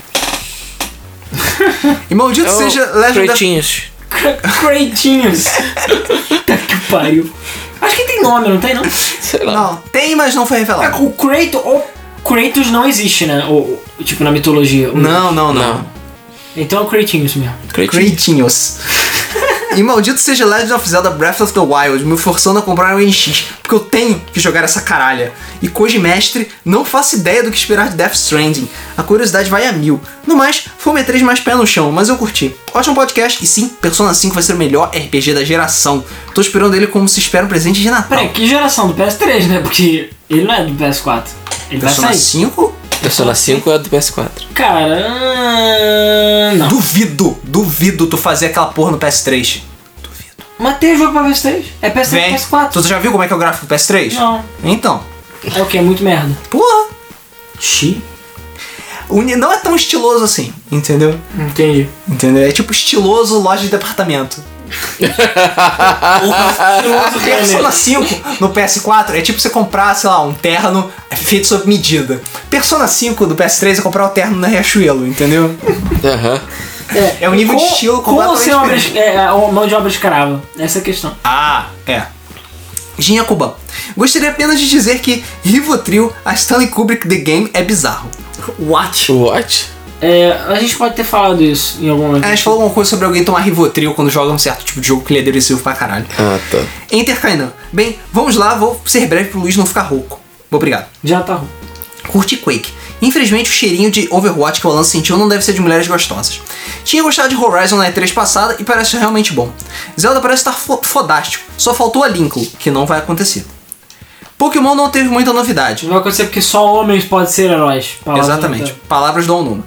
S1: E maldito
S4: É o
S1: seja Legend of...
S4: Cretinhos.
S2: Cretinhos. Puta Tá que pariu. Acho que tem nome, não tem, não?
S4: Sei lá.
S1: Não, tem, mas não foi revelado.
S2: O Kratos, o Kratos não existe, né? O, o- tipo, na mitologia. O-
S1: Não, não, não.
S4: Não.
S2: Então é o Kratinhos mesmo.
S4: Cretinhos.
S1: Cretinhos. E maldito seja Legend of Zelda Breath of the Wild, me forçando a comprar um NX, porque eu tenho que jogar essa caralha. E Koji Mestre, não faço ideia do que esperar de Death Stranding. A curiosidade vai a mil. No mais, foi uma E3 mais pé no chão, mas eu curti. Ótimo podcast, e sim, Persona 5 vai ser o melhor RPG da geração. Tô esperando ele como se espera um presente de Natal.
S2: Peraí, que geração? Do PS3, né? Porque ele não é do PS4. Ele
S1: Persona
S2: vai sair.
S1: 5?
S4: Persona 5 é do PS4.
S2: Cara, hum, não.
S1: Duvido, duvido tu fazer aquela porra no PS3.
S2: Mas tem jogo pra PS3. É PS3
S1: Vem.
S2: e PS4.
S1: Tu já viu como é que é o gráfico do PS3?
S2: Não.
S1: Então,
S2: É o que? É muito merda.
S1: porra.
S2: Xi.
S1: O ni- Não é tão estiloso assim, entendeu?
S2: Entendi.
S1: Entendeu? É tipo estiloso loja de departamento.
S2: Estiloso
S1: Persona
S2: planeta.
S1: 5 no PS4 é tipo você comprar, sei lá, um terno feito sob medida. Persona 5 do PS3 é comprar o terno na Riachuelo, entendeu?
S4: Aham.
S1: É um nível
S2: com,
S1: de estilo
S2: com ou sem obra,
S1: completamente
S2: é, é, ou mão de obra escrava. Essa é a questão.
S1: Ah, é. Jin Yakuba. Gostaria apenas de dizer que Rivotril, a Stanley Kubrick The Game é bizarro.
S5: What?
S4: What?
S2: É, a gente pode ter falado isso em algum momento.
S1: A gente falou alguma coisa sobre alguém tomar Rivotril quando joga um certo tipo de jogo que ele é derisivo pra caralho.
S4: Ah, tá.
S1: Enter Kainan. Bem, vamos lá, vou ser breve pro Luiz não ficar rouco. Obrigado.
S2: Já tá ruim.
S1: Curti Quake. Infelizmente, o cheirinho de Overwatch que o Alan sentiu não deve ser de mulheres gostosas. Tinha gostado de Horizon na E3 passada e parece realmente bom. Zelda parece estar fo- fodástico, só faltou a Linklo, que não vai acontecer. Pokémon não teve muita novidade.
S2: Não vai acontecer porque só homens podem ser heróis. Palavra
S1: Exatamente,
S2: da-
S1: palavras do Alnuma.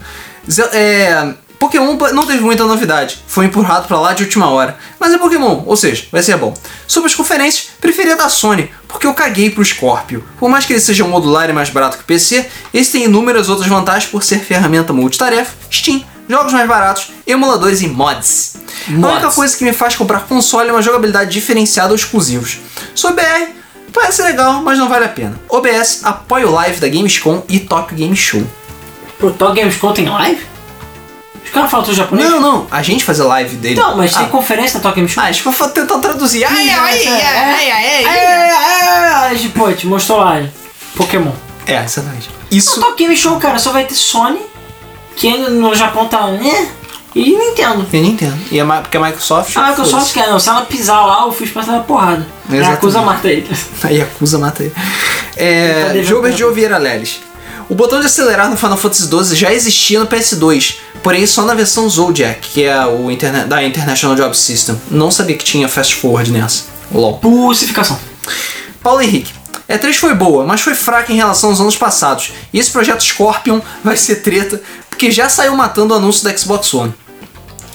S1: Ze- é, Pokémon pa- não teve muita novidade, foi empurrado pra lá de última hora. Mas é Pokémon, ou seja, vai ser bom. Sobre as conferências, preferia da Sony, porque eu caguei pro Scorpio. Por mais que ele seja um modular e mais barato que o PC, esse tem inúmeras outras vantagens por ser ferramenta multitarefa, Steam, jogos mais baratos, emuladores e mods. A única
S2: Mods.
S1: coisa que me faz comprar console é uma jogabilidade diferenciada ou exclusivos. Sobre BR, parece legal, mas não vale a pena. OBS apoia o live da Gamescom e Tokyo Game Show.
S2: Pô, Top Gamescom tem live? é Os caras falam tudo japonês?
S1: Não, não, a gente fazer live dele.
S2: Então, mas
S1: ah,
S2: tem conferência da Top Gamescom?
S1: Ah, a gente foi tentar traduzir. Ai, ai, ai, ai, ai, ai.
S2: É, é, é, Pô, te mostrou lá. Pokémon.
S1: É, exatamente. Isso.
S2: Top Game Show, cara, só vai ter Sony, que ainda no Japão tá, né? E Nintendo.
S1: Eu não entendo. E é ma- porque a Microsoft.
S2: A Ah, Microsoft quer, não. Se ela pisar lá, o Fuspa tá na porrada. É
S1: Exatamente.
S2: a coisa mata ele.
S1: A Yakuza mata ele.
S2: Tá
S1: É,
S2: devendo
S1: Gilbert
S2: tempo.
S1: de Oliveira Leles. O botão de acelerar no Final Fantasy XII já existia no PS2, porém só na versão Zodiac, que é o interna- da International Job System. Não sabia que tinha fast forward nessa. LOL.
S2: Pulsificação.
S1: Paulo Henrique. E3 foi boa, mas foi fraca em relação aos anos passados. E esse projeto Scorpion vai ser treta, porque já saiu matando o anúncio da Xbox One.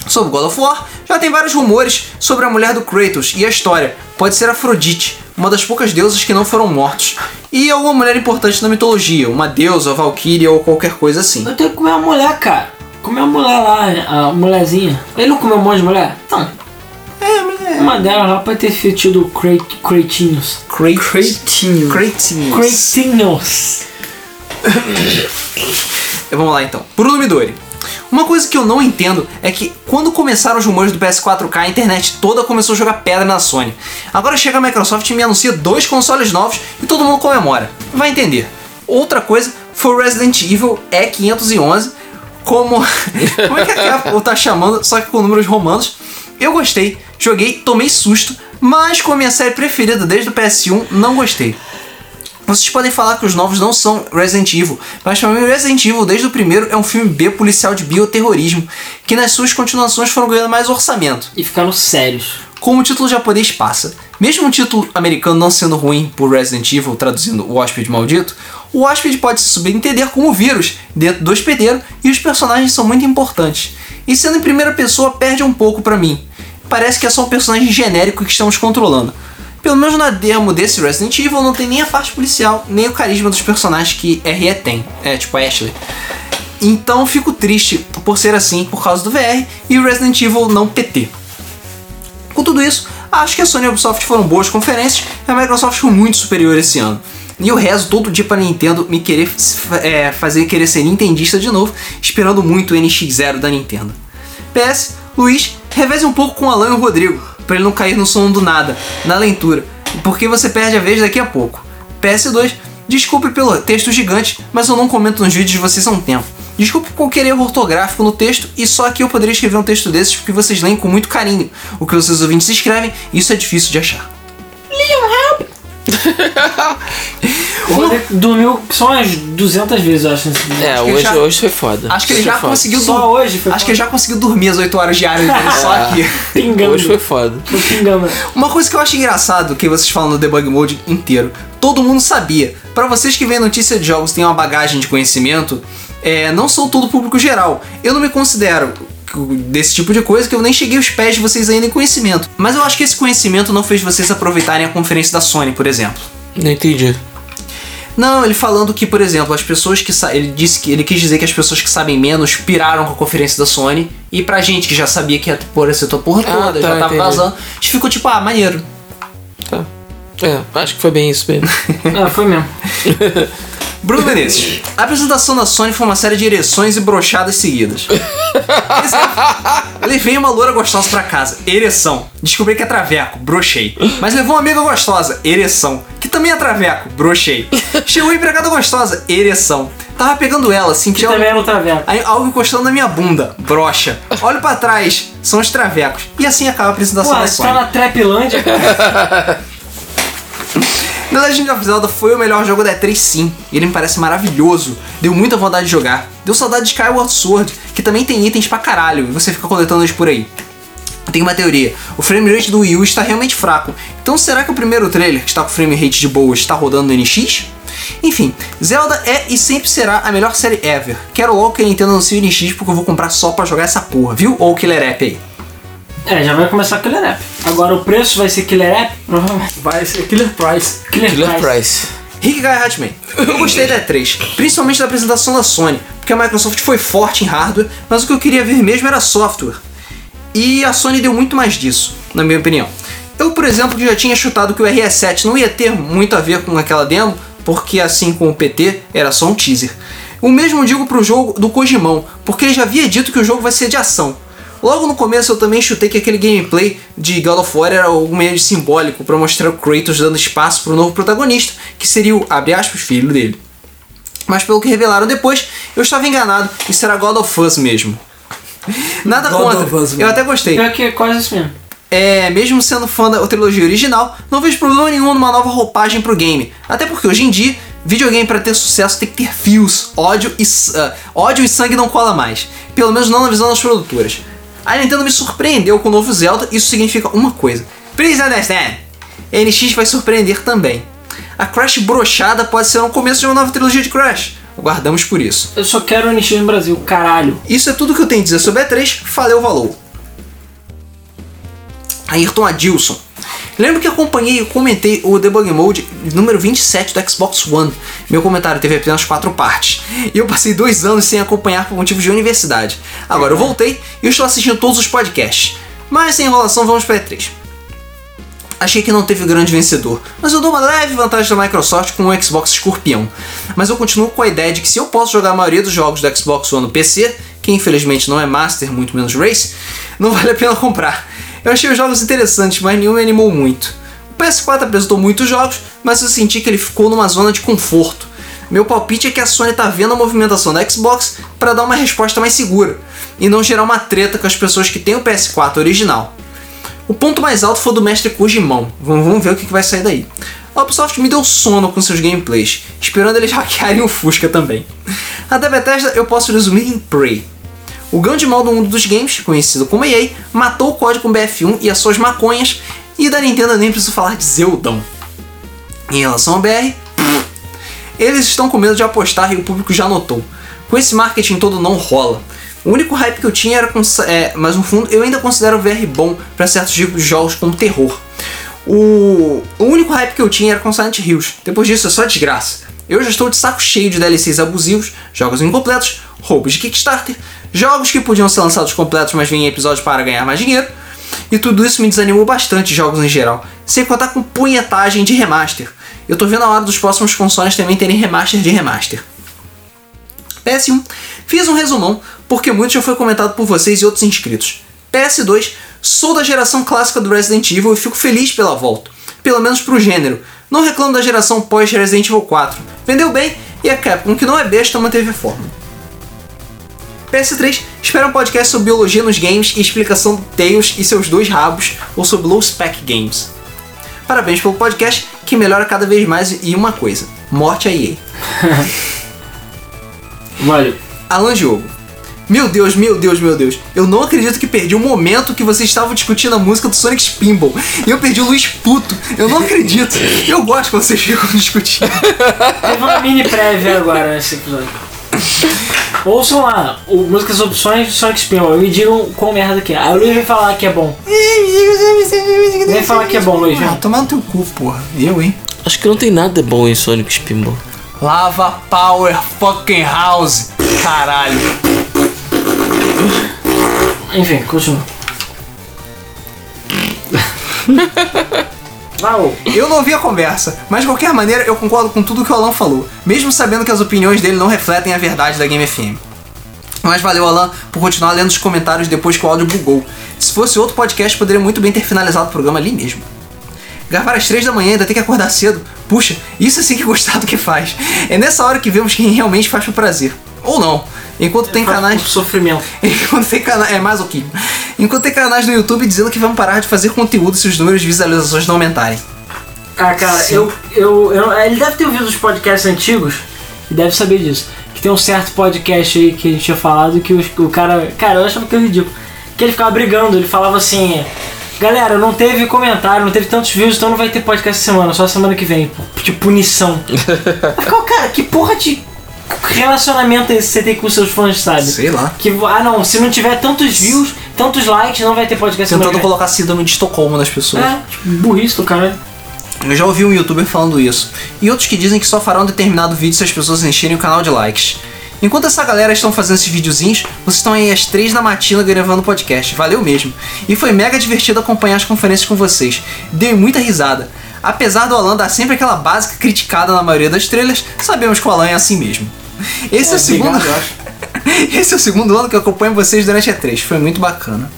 S1: Sobre God of War, já tem vários rumores sobre a mulher do Kratos e a história. Pode ser Afrodite, uma das poucas deusas que não foram mortos. E alguma mulher importante na mitologia, uma deusa, valquíria ou qualquer coisa assim.
S2: Eu tenho que comer uma mulher, cara. Comer uma mulher lá, a mulherzinha. Ele não comeu um monte de mulher? Então. É, mulher. Uma delas lá pode ter sentido Cretinhos.
S1: Kratos.
S5: Cretinho.
S1: Kratinhos.
S2: Cretinhos.
S1: Vamos lá então. Bruno Midori. Uma coisa que eu não entendo é que quando começaram os rumores do PS4K, a internet toda começou a jogar pedra na Sony. Agora chega a Microsoft e me anuncia dois consoles novos e todo mundo comemora. Vai entender. Outra coisa foi o Resident Evil E511, como. como é que a Capcom tá chamando, só que com números romanos. Eu gostei, joguei, tomei susto, mas com a minha série preferida desde o PS1, não um, gostei. Vocês podem falar que os novos não são Resident Evil, mas para mim Resident Evil desde o primeiro é um filme B policial de bioterrorismo, que nas suas continuações foram ganhando mais orçamento
S2: E ficaram sérios.
S1: como o título japonês passa. Mesmo o título americano não sendo ruim por Resident Evil, traduzindo o hóspede maldito, o hóspede pode se subentender como vírus dentro do hospedeiro e os personagens são muito importantes. E sendo em primeira pessoa perde um pouco pra mim. Parece que é só um personagem genérico que estamos controlando. Pelo menos na demo desse Resident Evil não tem nem a parte policial, nem o carisma dos personagens que RE tem, é tipo a Ashley. Então fico triste por ser assim por causa do VR e o Resident Evil não PT. Com tudo isso, acho que a Sony e a Ubisoft foram boas conferências e a Microsoft foi muito superior esse ano. E eu rezo todo dia pra Nintendo me querer f- é, fazer querer ser nintendista de novo, esperando muito o NX0 da Nintendo. PS, Luiz, reveze um pouco com o Alan e o Rodrigo, pra ele não cair no sono do nada, na leitura, porque você perde a vez daqui a pouco. PS2, desculpe pelo texto gigante, mas eu não comento nos vídeos de vocês há um tempo. Desculpe qualquer erro ortográfico no texto, e só aqui eu poderia escrever um texto desses porque vocês leem com muito carinho. O que vocês ouvintes escrevem, isso é difícil de achar.
S2: O Rodrigo dormiu só umas 200 vezes, eu acho. nesse dia.
S4: É,
S1: que ele
S4: hoje,
S1: já-
S4: hoje foi foda.
S1: Acho que ele
S4: Hoje
S1: já
S4: foi foda.
S1: conseguiu
S2: Só
S1: dur-
S2: hoje foi
S1: Acho que ele já conseguiu dormir as 8 horas diárias dele só aqui.
S2: Pingando.
S4: Hoje foi foda.
S2: Tô pingando.
S1: Uma coisa que eu acho engraçado que vocês falam no debug mode inteiro, todo mundo sabia. Pra vocês que veem notícia de jogos e têm uma bagagem de conhecimento, é, não sou todo público geral. Eu não me considero desse tipo de coisa que eu nem cheguei aos pés de vocês ainda em conhecimento. Mas eu acho que esse conhecimento não fez vocês aproveitarem a conferência da Sony, por exemplo.
S4: Não entendi.
S1: Não, ele falando que, por exemplo, as pessoas que sa- ele disse que ele quis dizer que as pessoas que sabem menos piraram com a conferência da Sony e pra gente que já sabia que ia por essa tua porra
S4: Ah,
S1: toda,
S4: tá,
S1: já tava
S4: entendi.
S1: vazando, a gente ficou tipo, ah, maneiro.
S4: Tá. É, acho que foi bem isso mesmo.
S2: Ah, foi mesmo.
S1: Bruno Menezes, a apresentação da Sony foi uma série de ereções e brochadas seguidas. Levei uma loura gostosa pra casa, ereção. Descobri que é traveco, brochei. Mas levou uma amiga gostosa, ereção. Que também é traveco, brochei. Chegou uma empregada gostosa, ereção. Tava pegando ela, senti
S2: Que
S1: ela-
S2: também era um traveco.
S1: Aí algo encostando na minha bunda, brocha. Olho pra trás, são os travecos. E assim acaba a
S2: Pô,
S1: apresentação da
S2: você
S1: Sony.
S2: tá na Trapilândia, cara.
S1: The Legend of Zelda foi o melhor jogo da E3 sim, e ele me parece maravilhoso. Deu muita vontade de jogar. Deu saudade de Skyward Sword, que também tem itens pra caralho, e você fica coletando eles por aí. Eu tenho uma teoria. O frame rate do Wii U está realmente fraco. Então será que o primeiro trailer, que está com frame rate de boa, está rodando no NX? Enfim, Zelda é e sempre será a melhor série ever. Quero logo que a Nintendo anuncie o NX porque eu vou comprar só pra jogar essa porra, viu? Ou o Killer App aí.
S2: É, já vai começar Killer App. Agora o preço vai ser Killer App? Provavelmente.
S5: Vai ser Killer Price.
S2: Killer,
S4: Killer
S2: Price.
S4: Price.
S1: Rick Guy Hatman, eu gostei da E3, principalmente da apresentação da Sony, porque a Microsoft foi forte em hardware, mas o que eu queria ver mesmo era software. E a Sony deu muito mais disso, na minha opinião. Eu, por exemplo, que já tinha chutado que o RE7 não ia ter muito a ver com aquela demo, porque assim como o PT, era só um teaser. O mesmo digo pro jogo do Kojimão, porque ele já havia dito que o jogo vai ser de ação. Logo no começo eu também chutei que aquele gameplay de God of War era algo meio simbólico pra mostrar o Kratos dando espaço pro novo protagonista, que seria o, abre aspas, filho dele. Mas pelo que revelaram depois, eu estava enganado e será God of Us mesmo. Nada
S5: God of
S1: contra,
S5: Us,
S1: eu
S5: mano.
S1: até gostei.
S2: Pior que é quase isso mesmo.
S1: É, mesmo sendo fã da trilogia original, não vejo problema nenhum numa nova roupagem pro game. Até porque hoje em dia, videogame pra ter sucesso tem que ter fios, ódio e s- ah, ódio e sangue não cola mais. Pelo menos não na visão das produtoras. A Nintendo me surpreendeu com o novo Zelda, isso significa uma coisa. Please understand. NX vai surpreender também. A Crash brochada pode ser um começo de uma nova trilogia de Crash. Guardamos por isso.
S2: Eu só quero o NX no Brasil, caralho.
S1: Isso é tudo que eu tenho a dizer sobre a E3. Falei o valor. Ayrton Adilson. Lembro que acompanhei e comentei o Debug Mode número 27 do Xbox One. Meu comentário teve apenas quatro partes. E eu passei dois anos sem acompanhar por motivos de universidade. Agora eu voltei e estou assistindo todos os podcasts. Mas sem enrolação, vamos para E3. Achei que não teve grande vencedor, mas eu dou uma leve vantagem da Microsoft com o Xbox Scorpion. Mas eu continuo com a ideia de que se eu posso jogar a maioria dos jogos do Xbox One no PC, que infelizmente não é Master, muito menos Race, não vale a pena comprar. Eu achei os jogos interessantes, mas nenhum me animou muito. O PS4 apresentou muitos jogos, mas eu senti que ele ficou numa zona de conforto. Meu palpite é que a Sony tá vendo a movimentação da Xbox para dar uma resposta mais segura e não gerar uma treta com as pessoas que têm o PS4 original. O ponto mais alto foi do mestre Kojimão. Vamos, vamos ver o que, que vai sair daí. a Ubisoft me deu sono com seus gameplays, esperando eles hackearem o Fusca também. A da Bethesda eu posso resumir em Prey. O grande mal do mundo dos games, conhecido como EA, matou o código com BF1 e as suas maconhas, e da Nintendo eu nem preciso falar de Zeldão. Em relação ao BR, eles estão com medo de apostar e o público já notou. Com esse marketing todo não rola. O único hype que eu tinha era com. É, mas no fundo, eu ainda considero o VR bom para certos tipos de jogos como terror. O, o único hype que eu tinha era com Silent Hills. Depois disso é só desgraça. Eu já estou de saco cheio de DLCs abusivos, jogos incompletos, roubos de Kickstarter, jogos que podiam ser lançados completos, mas vêm em episódios para ganhar mais dinheiro. E tudo isso me desanimou bastante de jogos em geral, sem contar com punhetagem de remaster. Eu tô vendo a hora dos próximos consoles também terem remaster de remaster. PS1, fiz um resumão, porque muito já foi comentado por vocês e outros inscritos. PS2, sou da geração clássica do Resident Evil e fico feliz pela volta, pelo menos pro gênero. Não reclamo da geração pós-Resident Evil 4. Vendeu bem e a Capcom, que não é besta, manteve a forma. PS3, espera um podcast sobre biologia nos games e explicação do Tails e seus dois rabos, ou sobre Low Spec Games. Parabéns pelo podcast, que melhora cada vez mais e uma coisa: morte a EA.
S2: Valeu.
S1: Alan Diogo. Meu Deus, meu Deus, meu Deus. Eu não acredito que perdi o momento que vocês estavam discutindo a música do Sonic Spinball. E eu perdi o Luiz Puto. Eu não acredito. Eu gosto que vocês ficam discutindo.
S2: Teve uma mini prévia agora nesse episódio. Ouçam lá, o Músicas Opções do Sonic Spinball e me digam quão merda que é. Aí o Luiz vai falar que é bom. Vem falar que é bom, Luiz.
S1: Ah,
S2: vem.
S1: tomar no teu cu, porra. Eu, hein?
S4: Acho que não tem nada bom em Sonic Spinball.
S1: Lava Power Fucking House. Caralho.
S2: Enfim, continua. Raul,
S1: Eu não ouvi a conversa, mas de qualquer maneira eu concordo com tudo que o Alan falou, mesmo sabendo que as opiniões dele não refletem a verdade da Game FM. Mas valeu, Alan, por continuar lendo os comentários depois que o áudio bugou. Se fosse outro podcast, poderia muito bem ter finalizado o programa ali mesmo. Gravar às 3 da manhã e ainda tem que acordar cedo. Puxa, isso é sim que gostar do que faz. É nessa hora que vemos quem realmente faz por prazer. Ou não. Enquanto tem canais.
S2: por sofrimento.
S1: Enquanto tem canais. É mais o que. Enquanto tem canais no YouTube dizendo que vão parar de fazer conteúdo se os números de visualizações não aumentarem.
S2: Ah, cara, eu, eu, eu- é, Ele deve ter ouvido os podcasts antigos e deve saber disso. Que tem um certo podcast aí que a gente tinha falado que os- o cara. Cara, eu achava que era ridículo. Que ele ficava brigando, ele falava assim. Galera, não teve comentário, não teve tantos views, então não vai ter podcast essa semana, só semana que vem. De punição. Aí ficou, cara, que porra de relacionamento é esse que você tem com seus fãs, sabe?
S1: Sei lá.
S2: Que, ah não, se não tiver tantos views, tantos likes, não vai ter podcast semana
S1: Tentando
S2: que vem.
S1: colocar síndrome de Estocolmo nas pessoas.
S2: É, tipo, burrice do cara.
S1: Eu já ouvi um youtuber falando isso. E outros que dizem que só farão um determinado vídeo se as pessoas encherem o canal de likes. Enquanto essa galera estão fazendo esses videozinhos, vocês estão aí às 3 da matina gravando podcast. Valeu mesmo. E foi mega divertido acompanhar as conferências com vocês. Dei muita risada. Apesar do Alan dar sempre aquela básica criticada na maioria das trailers, sabemos que o Alan é assim mesmo. Esse é, o segundo.
S2: obrigado, eu
S1: Esse é o segundo ano que eu acompanho vocês durante a 3. Foi muito bacana.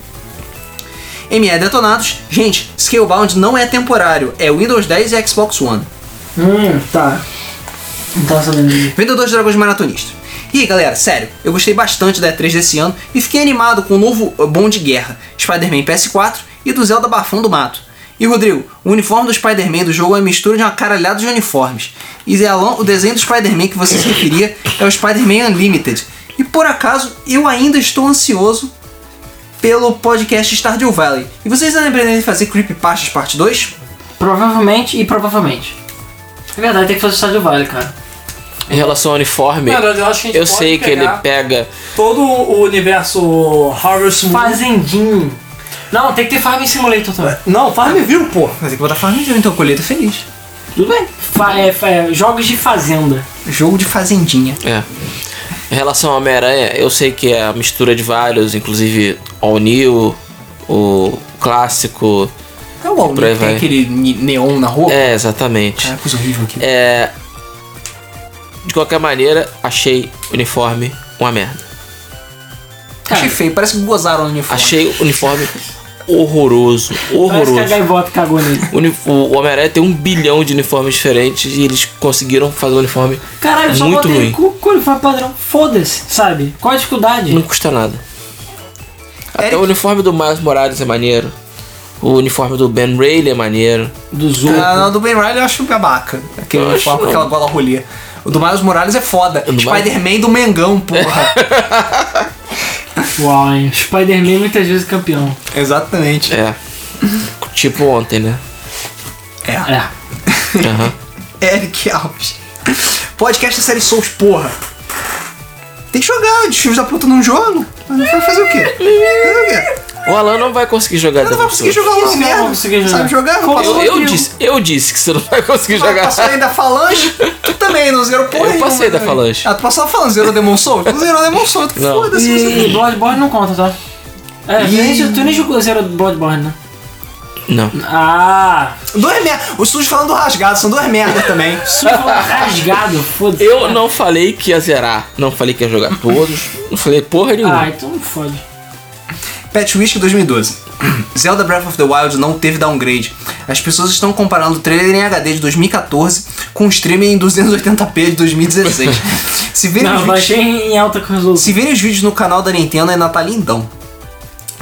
S1: ME Detonados, gente, Scalebound não é temporário, é Windows 10 e Xbox One.
S2: Hum, tá. Não tava sabendo disso.
S1: Vendedor de Dragões Maratonista. E aí, galera, sério, eu gostei bastante da E3 desse ano e fiquei animado com o novo uh, Bom de Guerra, Spider-Man PS4 e do Zelda Bafão do Mato. E Rodrigo, o uniforme do Spider-Man do jogo é a mistura de uma caralhada de uniformes. E Zé Alan, o desenho do Spider-Man que você se referia é o Spider-Man Unlimited. E por acaso, eu ainda estou ansioso pelo podcast Stardew Valley. E vocês ainda pretendem fazer Creepypastas parte 2?
S2: Provavelmente e provavelmente. É verdade, tem que fazer o estádio Vale, cara.
S4: Em relação ao uniforme,
S5: Na verdade, eu acho que a gente pode
S4: sei que ele
S5: pegar-
S4: pega.
S5: Todo o universo Harvest Moon.
S2: Fazendinho. Não, tem que ter Farming Simulator também.
S5: Não, Farmville, pô.
S1: Mas tem que botar Farmville, então colheita feliz.
S2: Tudo bem. Fa- é, fa- é, jogos de fazenda.
S1: Jogo de fazendinha.
S4: É. Em relação ao Homem-Aranha, eu sei que é a mistura de vários, inclusive All New, o clássico.
S1: É o álbum
S4: Por aí
S1: que tem
S4: vai.
S1: aquele ni- neon na roupa.
S4: É, exatamente.
S1: É, coisa horrível aqui.
S4: É. De qualquer maneira, achei o uniforme uma merda.
S2: Cara,
S1: Achei feio, parece que gozaram no uniforme.
S4: Achei o uniforme horroroso.
S2: parece que a
S4: Horroroso.
S2: Gaivota cagou nele.
S4: O uni- O Homem-Aranha tem um bilhão de uniformes diferentes e eles conseguiram fazer um uniforme
S2: Caralho, só bota
S4: muito
S2: ele
S4: ruim.
S2: com com uniforme padrão. Foda-se, sabe? Qual a dificuldade?
S4: Não custa nada. Até
S1: Eric-
S4: o uniforme do Miles Morales é maneiro. O O uniforme do Ben Rayleigh é maneiro.
S2: Do Zorro.
S1: Ah, não, do Ben Riley eu acho babaca. Aquele
S4: Eu acho
S1: uniforme com
S4: não.
S1: aquela gola rolê. O do Miles Morales é foda.
S4: do
S1: Spider-Man do Mengão, porra.
S2: Uau, hein? Spider-Man muitas vezes campeão.
S1: Exatamente.
S4: É. tipo ontem, né?
S1: É.
S2: É.
S4: Aham.
S1: Eric Alves. Podcast da série Souls, porra. Tem que jogar, os filhos da puta não jogam. Mas Vai fazer o quê? Fazer o quê?
S4: O Alan não vai conseguir jogar
S1: Eu não vou
S4: Devil's
S1: conseguir
S4: Souls.
S1: jogar
S2: Isso
S1: lá
S2: que eu não vou
S1: merda.
S2: conseguir jogar.
S1: Sabe jogar? Não
S2: Como
S1: passou
S4: Eu, eu
S1: Rodrigo.
S4: disse, eu disse que você não vai conseguir
S1: Ah,
S4: jogar.
S1: Passou ainda a Falange? Tu também, não zerou porra
S4: Eu
S1: nenhuma,
S4: passei da
S1: né?
S4: Falange.
S1: Ah, tu passou a Falange, zerou Demon Souls? Tu zerou Demon Souls, tu
S4: Não.
S1: foda-se. você.
S2: E Bloodborne não conta, tá? É, tu nem- tu nem jogou zero do Bloodborne, né?
S4: Não.
S2: Ah,
S1: Duas merda. Os estúdios falando do rasgado, são duas merdas também.
S2: isso foi rasgado, foda-se.
S4: Eu não falei que ia zerar. Não falei que ia jogar todos. Não falei porra nenhuma.
S2: Ah, então não fode.
S1: Pet Whisky 2012. Zelda Breath of the Wild não teve downgrade. As pessoas estão comparando o trailer em HD de 2014 com o streaming em 280p de 2016. Se virem os
S2: Não,
S1: vídeos-
S2: baixei em alta resolução.
S1: Se virem os vídeos no canal da Nintendo, é Natal lindão.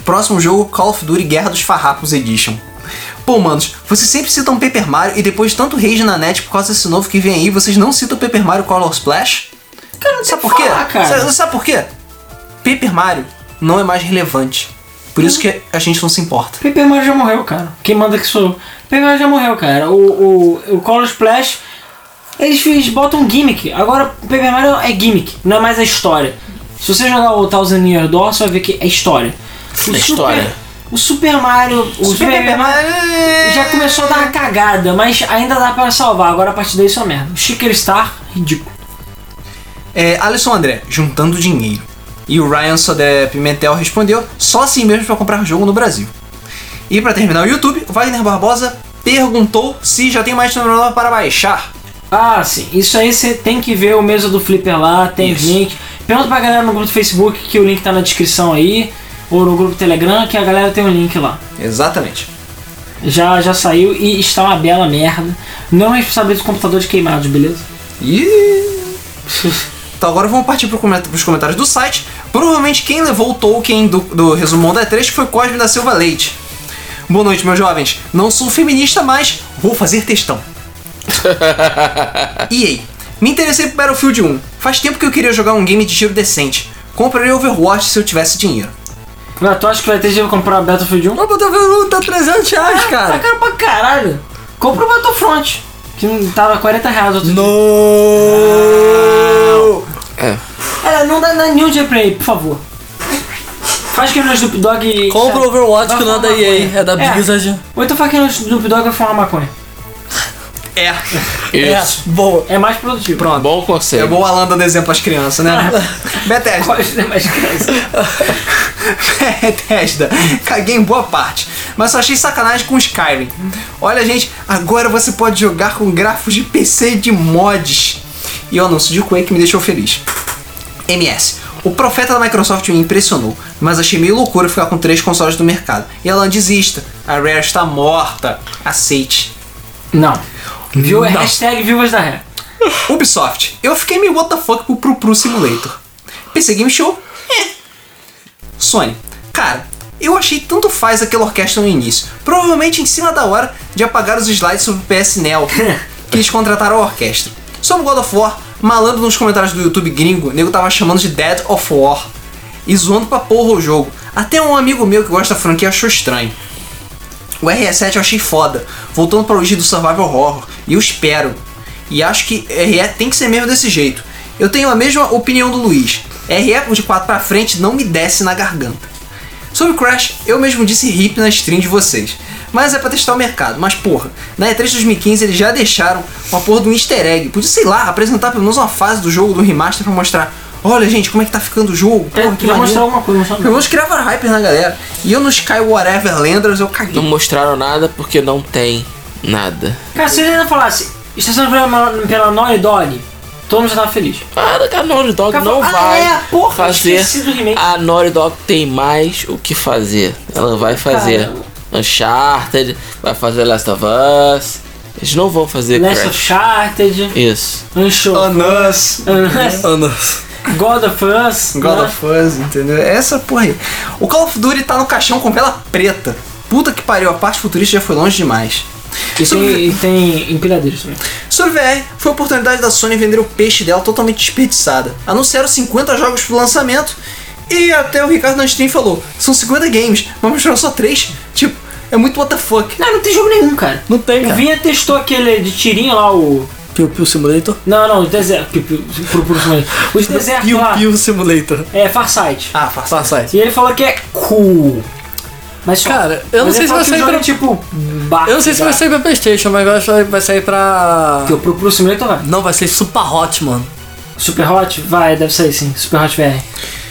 S1: Próximo jogo, Call of Duty Guerra dos Farrapos Edition. Pô, manos, vocês sempre citam Paper Mario e depois de tanto rage na net por causa desse novo que vem aí, vocês não citam Paper Mario Color Splash? Cara, não sabe por quê?
S2: falar, cara.
S1: Sabe, sabe por quê? Paper Mario não é mais relevante. Por
S2: Hum.
S1: isso que a gente não se importa.
S2: Paper Mario já morreu, cara. Quem manda que sou eu. Paper Mario já morreu, cara. O, o, o Color Splash, eles, eles botam um gimmick. Agora, o Paper Mario é gimmick, não é mais a história. Se você jogar o Thousand Year Door, você vai ver que é história. O
S4: É história.
S2: O Super Mario, o Super Paper Mario É. já começou a dar uma cagada, mas ainda dá pra salvar. Agora a é partir daí só merda. Sticker Star, ridículo.
S1: É, Alisson André, juntando dinheiro. E o Ryan Sodré Pimentel respondeu, só assim mesmo pra comprar jogo no Brasil. E pra terminar o YouTube, o Wagner Barbosa perguntou se já tem mais Nova para baixar.
S2: Ah, sim. Isso aí você tem que ver o mesa do Flipper lá, tem link. Pergunta pra galera no grupo do Facebook que o link tá na descrição aí, ou no grupo do Telegram, que a galera tem um link lá.
S1: Exatamente.
S2: Já, já saiu e está uma bela merda. Não é responsabiliza o computador de queimados, beleza?
S1: E... Então agora vamos partir pro coment- pros comentários do site. Provavelmente quem levou o Tolkien do, do resumão da E3 foi Cosme da Silva Leite. Boa noite, meus jovens. Não sou feminista, mas vou fazer textão. e aí? Me interessei por Battlefield 1. Faz tempo que eu queria jogar um game de tiro decente. Compraria Overwatch se eu tivesse dinheiro.
S2: Ah, tu acha que vai ter dinheiro pra comprar o Battlefield 1?
S5: Mas Battlefield 1 tá 300 reais,
S2: Tá
S5: cara.
S2: caro pra caralho. Compra o Battlefront, que não tava 40 reais outro dia.
S1: No!
S4: É.
S2: É, não dá nenhum dinheiro pra ele, por favor. Faz que no Snoop Dogg e...
S5: Compra o Overwatch
S2: Ah, Vai
S5: que não é da
S2: fumar
S5: EA,
S2: maconha.
S5: é da
S2: É.
S5: Blizzard.
S2: Ou então faz que no Snoop Dogg vai fumar maconha.
S1: É.
S4: Isso.
S5: boa.
S2: É mais produtivo.
S1: Pronto.
S4: Bom
S1: É
S4: conselho.
S1: bom Alan dando exemplo às crianças, né? Bethesda.
S2: Pode ter mais criança.
S1: Bethesda, caguei em boa parte, mas só achei sacanagem com Skyrim. Olha, gente, agora você pode jogar com gráficos de PC e de mods. E o anúncio de Quake me deixou feliz. MS. O profeta da Microsoft me impressionou, mas achei meio loucura ficar com três consoles no mercado. E ela desista. A Rare está morta. Aceite. é
S2: Não. Viu? é Hashtag viúvas da ré.
S1: Ubisoft. Eu fiquei meio what the fuck pro Pro Pro Simulator. PC Game Show? É. Sony. Cara, eu achei tanto faz aquela orquestra no início. Provavelmente em cima da hora de apagar os slides sobre o PS Neo que eles contrataram a orquestra. Sobre God of War, malandro nos comentários do YouTube gringo, o nego tava chamando de Dead of War. E zoando pra porra o jogo. Até um amigo meu que gosta da franquia achou estranho. O RE7 eu achei foda, voltando para o origem do Survival Horror, e eu espero. E acho que RE tem que ser mesmo desse jeito. Eu tenho a mesma opinião do Luiz. RE de 4 pra frente não me desce na garganta. Sobre Crash, eu mesmo disse hip na stream de vocês. Mas é pra testar o mercado, mas porra, na E3 2015 eles já deixaram uma porra de um easter egg. Podia, sei lá, apresentar pelo menos uma fase do jogo do remaster pra mostrar. Olha, gente, como é que tá ficando o jogo?
S2: É,
S1: Porra, que
S2: já
S1: maneiro."
S2: mostrou alguma coisa, mostrou
S1: Pelo menos criava hype na né, galera. E eu no Sky Whatever Landers eu caguei.
S4: Não mostraram nada porque não tem nada.
S2: Cara, se ele ainda falasse, está sendo pela, pela Naughty Dog, todo mundo já tava feliz.
S4: Cara, a Naughty Dog
S2: Cara,
S4: não
S2: ah,
S4: vai
S2: é, porra,
S4: fazer.
S2: esqueci do remake.
S4: A Naughty Dog tem mais o que fazer. Ela vai fazer Uncharted, vai fazer Last of Us. Eles não vão fazer
S2: Last of
S4: Crash.
S2: Charted,
S4: Isso.
S2: Unshow,
S1: On Us.
S2: Us,
S5: Ah, não.
S2: God of Us,
S1: God
S2: né?
S1: of Us, entendeu? Essa porra aí. O Call of Duty tá no caixão com vela preta. Puta que pariu, a parte futurista já foi longe demais.
S2: E tem, e tem empilhadeiros também.
S1: Sobre VR, foi a oportunidade da Sony vender o peixe dela totalmente desperdiçada. Anunciaram 50 jogos pro lançamento e até o Ricardo na stream falou: são 50 games, mas mostraram só 3. Tipo, é muito what the fuck.
S2: Não, não tem jogo nenhum, cara.
S5: Não tem,
S2: O
S5: cara.
S2: Vinha testou aquele de tirinho lá, o.
S5: Piu Piu Simulator?
S2: Não, não, o deserto. Piu, piu, pro, pro, pro, os desertos
S5: Piu
S2: lá.
S5: Piu Simulator.
S2: É, Farsight.
S1: Ah, faça.
S5: Farsight.
S2: E ele falou que é cool. Mas só.
S5: Cara, eu não
S2: Mas
S5: sei
S2: ele
S5: se
S2: falou
S5: vai
S2: que
S5: sair
S2: o jogo
S5: pra-
S2: é tipo. barco,
S5: Eu não sei se vai
S2: tá?
S5: sair pra Playstation, mas eu acho que vai sair pra...
S2: Porque o Pro Pro Simulator vai.
S5: Não, vai ser Super Hot, mano.
S2: Super Hot? Vai, deve sair sim. Super Hot VR. É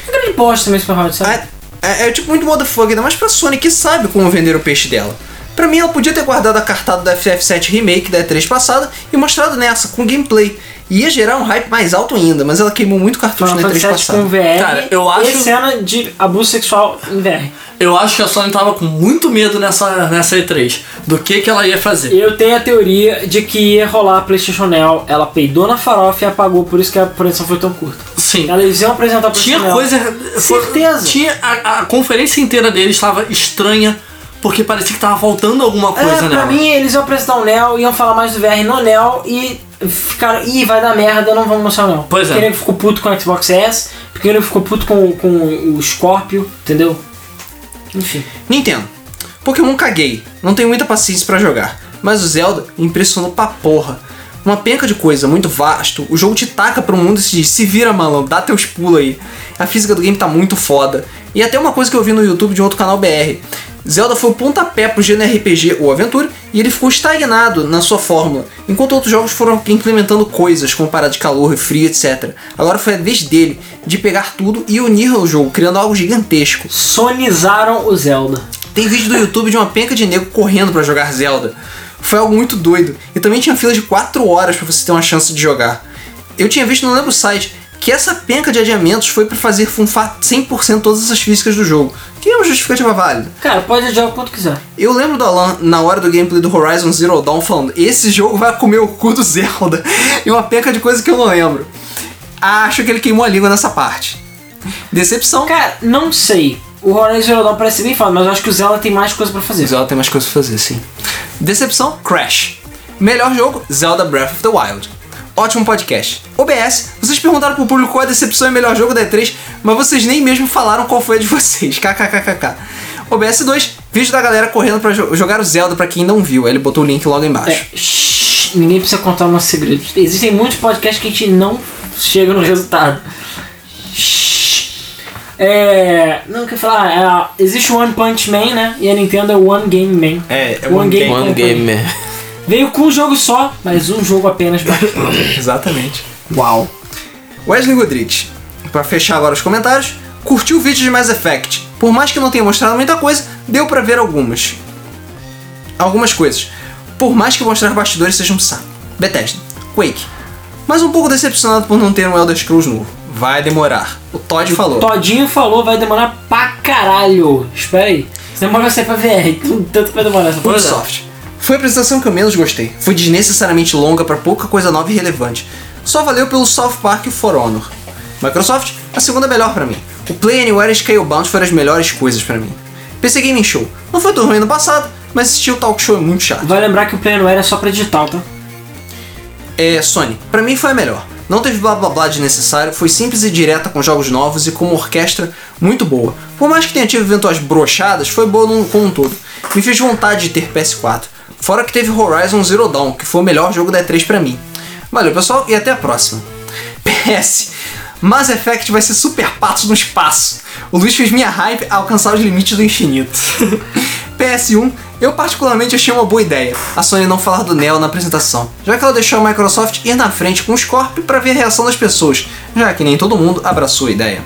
S2: grande bosta também, Super Hot,
S5: Ah,
S2: sabe?
S1: É, é, é tipo muito motherfucker, ainda mais pra Sony que sabe como vender o peixe dela. Pra mim, ela podia ter guardado a cartada da FF7 Remake da E3 passada e mostrado nessa, com gameplay. Ia gerar um hype mais alto ainda, mas ela queimou muito cartucho
S2: Final
S1: na
S2: Fantasy
S1: E3
S2: VII com
S1: passada.
S2: VR
S5: Cara, eu acho-
S2: e cena de abuso sexual em VR.
S5: Eu acho que a Sony tava com muito medo nessa, nessa E3. Do que que ela ia fazer.
S2: Eu tenho a teoria de que ia rolar a PlayStation Now, ela peidou na farofa e apagou, por isso que a apresentação foi tão curta.
S5: Sim.
S2: Eles iam apresentar a PlayStation
S5: Tinha
S2: Now.
S5: coisa...
S2: Certeza.
S5: Tinha... A, a conferência inteira deles estava estranha. Porque parecia que tava faltando alguma
S2: É,
S5: coisa
S2: pra
S5: nela.
S2: mim, eles iam apresentar o Neo, iam falar mais do VR no Neo e ficaram, ih, vai dar merda, não vamos mostrar o Neo.
S5: Pois é.
S2: Porque ele ficou puto com o Xbox S, porque ele ficou puto com, com o Scorpio, entendeu? Enfim.
S1: Nintendo. Pokémon caguei, não tenho muita paciência pra jogar. Mas o Zelda impressionou pra porra. Uma penca de coisa, muito vasto. O jogo te taca pro mundo e se diz: se vira, malandro, dá teus pulos aí. A física do game tá muito foda. E até uma coisa que eu vi no YouTube de um outro canal BR. Zelda foi o pontapé pro gênero RPG ou aventura e ele ficou estagnado na sua fórmula, enquanto outros jogos foram implementando coisas como parada de calor e frio, etc. Agora foi a vez dele de pegar tudo e unir ao jogo, criando algo gigantesco.
S2: Sonizaram o Zelda.
S1: Tem vídeo do YouTube de uma penca de nego correndo pra jogar Zelda. Foi algo muito doido. E também tinha fila de 4 horas pra você ter uma chance de jogar. Eu tinha visto, não lembro o site, que essa penca de adiamentos foi pra fazer funfar 100% todas essas físicas do jogo. Que é uma justificativa válida.
S2: Cara, pode jogar quanto quiser.
S1: Eu lembro do Alan, na hora do gameplay do Horizon Zero Dawn, falando esse jogo vai comer o cu do Zelda. E uma penca de coisa que eu não lembro. Acho que ele queimou a língua nessa parte. Decepção.
S2: Cara, não sei. O Horizon Zero Dawn parece bem foda, mas eu acho que o Zelda tem mais coisa pra fazer.
S1: Zelda tem mais coisas pra fazer, sim. Decepção, Crash. Melhor jogo, Zelda Breath of the Wild. Ótimo podcast. OBS, vocês perguntaram pro público qual é a decepção e melhor jogo da E3, mas vocês nem mesmo falaram qual foi a de vocês. KKKKK. OBS 2, vídeo da galera correndo pra jo- jogar o Zelda pra quem não viu. Aí Ele botou o link logo
S2: É,
S1: embaixo.
S2: shh, ninguém precisa contar nossos segredos. Existem muitos podcasts que a gente não chega no resultado. Shh. É. Não, o que eu ia falar? É, existe o One Punch Man, né? E a Nintendo é o One Game Man.
S1: É, é
S2: One
S1: One
S2: Game,
S1: Game.
S4: One
S2: Company.
S4: Game.
S2: Veio com um jogo só, mas um jogo apenas.
S1: Exatamente. Uau. Wesley Rodrigues, pra fechar agora os comentários, curtiu o vídeo de Mass Effect. Por mais que não tenha mostrado muita coisa, deu pra ver algumas. Algumas coisas. Por mais que mostrar bastidores seja um saco. Bethesda, Quake. Mas um pouco decepcionado por não ter um Elder Scrolls novo. Vai demorar. O Todd falou.
S2: Todinho falou, vai demorar pra caralho. Espera aí. Você demora você pra VR, então tanto vai demorar essa porra.
S1: Ubisoft. Foi a apresentação que eu menos gostei. Foi desnecessariamente longa pra pouca coisa nova e relevante. Só valeu pelo South Park e For Honor. Microsoft, a segunda melhor pra mim. O Play Anywhere e Scalebound foram as melhores coisas pra mim. PC Gaming Show. Não foi tão ruim no passado, mas assistir o talk show é muito chato.
S2: Vai lembrar que o Plano era só pra digital, tá?
S1: É, Sony, pra mim foi a melhor. Não teve blá blá blá de necessário, foi simples e direta com jogos novos e com uma orquestra muito boa. Por mais que tenha tido eventuais brochadas, foi boa num, como um todo. Me fez vontade de ter PS4. Fora que teve Horizon Zero Dawn, que foi o melhor jogo da E3 pra mim. Valeu pessoal e até a próxima. PS, Mass Effect vai ser super passo no espaço. O Luiz fez minha hype a alcançar os limites do infinito. PS1, eu particularmente achei uma boa ideia a Sony não falar do Neo na apresentação, já que ela deixou a Microsoft ir na frente com o Scorpio pra ver a reação das pessoas, já que nem todo mundo abraçou a ideia.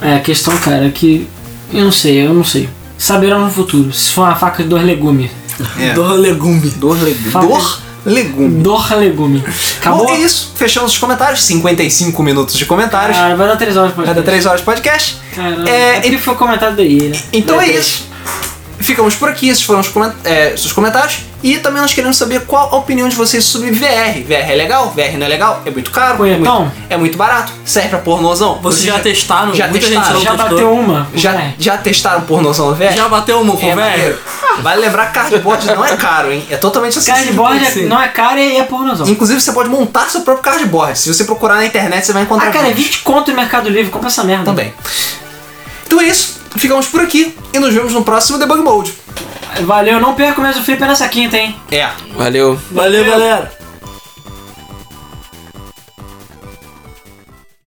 S2: É, a questão, cara, é que. Eu não sei, eu não sei. Saberão no futuro, se for uma faca de dois legumes.
S1: É.
S5: Do legume.
S1: Dor, legume.
S2: Fala-
S1: Dor, legume.
S2: Dor legume. Acabou?
S1: Bom, é isso. Fechamos os comentários. 55 minutos de comentários.
S2: Cara, vai dar três horas pra
S1: Cada 3 horas de podcast.
S2: Ah, é Caramba.
S1: É,
S2: É, ele foi comentado daí, né?
S1: Então
S2: Vai
S1: é
S2: ter.
S1: isso. Ficamos por aqui, esses foram os comen- é, seus comentários. E também nós queremos saber qual a opinião de vocês sobre VR. VR é legal? VR não é legal? É muito caro? É muito,
S2: Punhetão?
S1: é muito barato? Serve pra pornozão?
S5: Vocês já testaram?
S1: Já
S5: Muita gente
S1: testaram.
S5: não
S2: Já
S5: testou.
S2: bateu uma?
S1: Já, já testaram pornozão no VR?
S5: Já bateu uma com
S1: É,
S5: o velho?
S1: maneiro. Vale lembrar que cardboard não é caro, hein? É totalmente acessível.
S2: Cardboard é-
S1: Sim. Então,
S2: não é caro e é pornozão.
S1: Inclusive, você pode montar seu próprio cardboard. Se você procurar na internet, você vai encontrar.
S2: Ah, cara, é
S1: vários.
S2: 20 conto no Mercado Livre, compra essa merda.
S1: Também. Então é isso. Ficamos por aqui e nos vemos no próximo Debug Mode.
S2: Valeu, não perca o mesmo flipper nessa é quinta, hein?
S1: É.
S4: Valeu.
S5: Valeu, galera.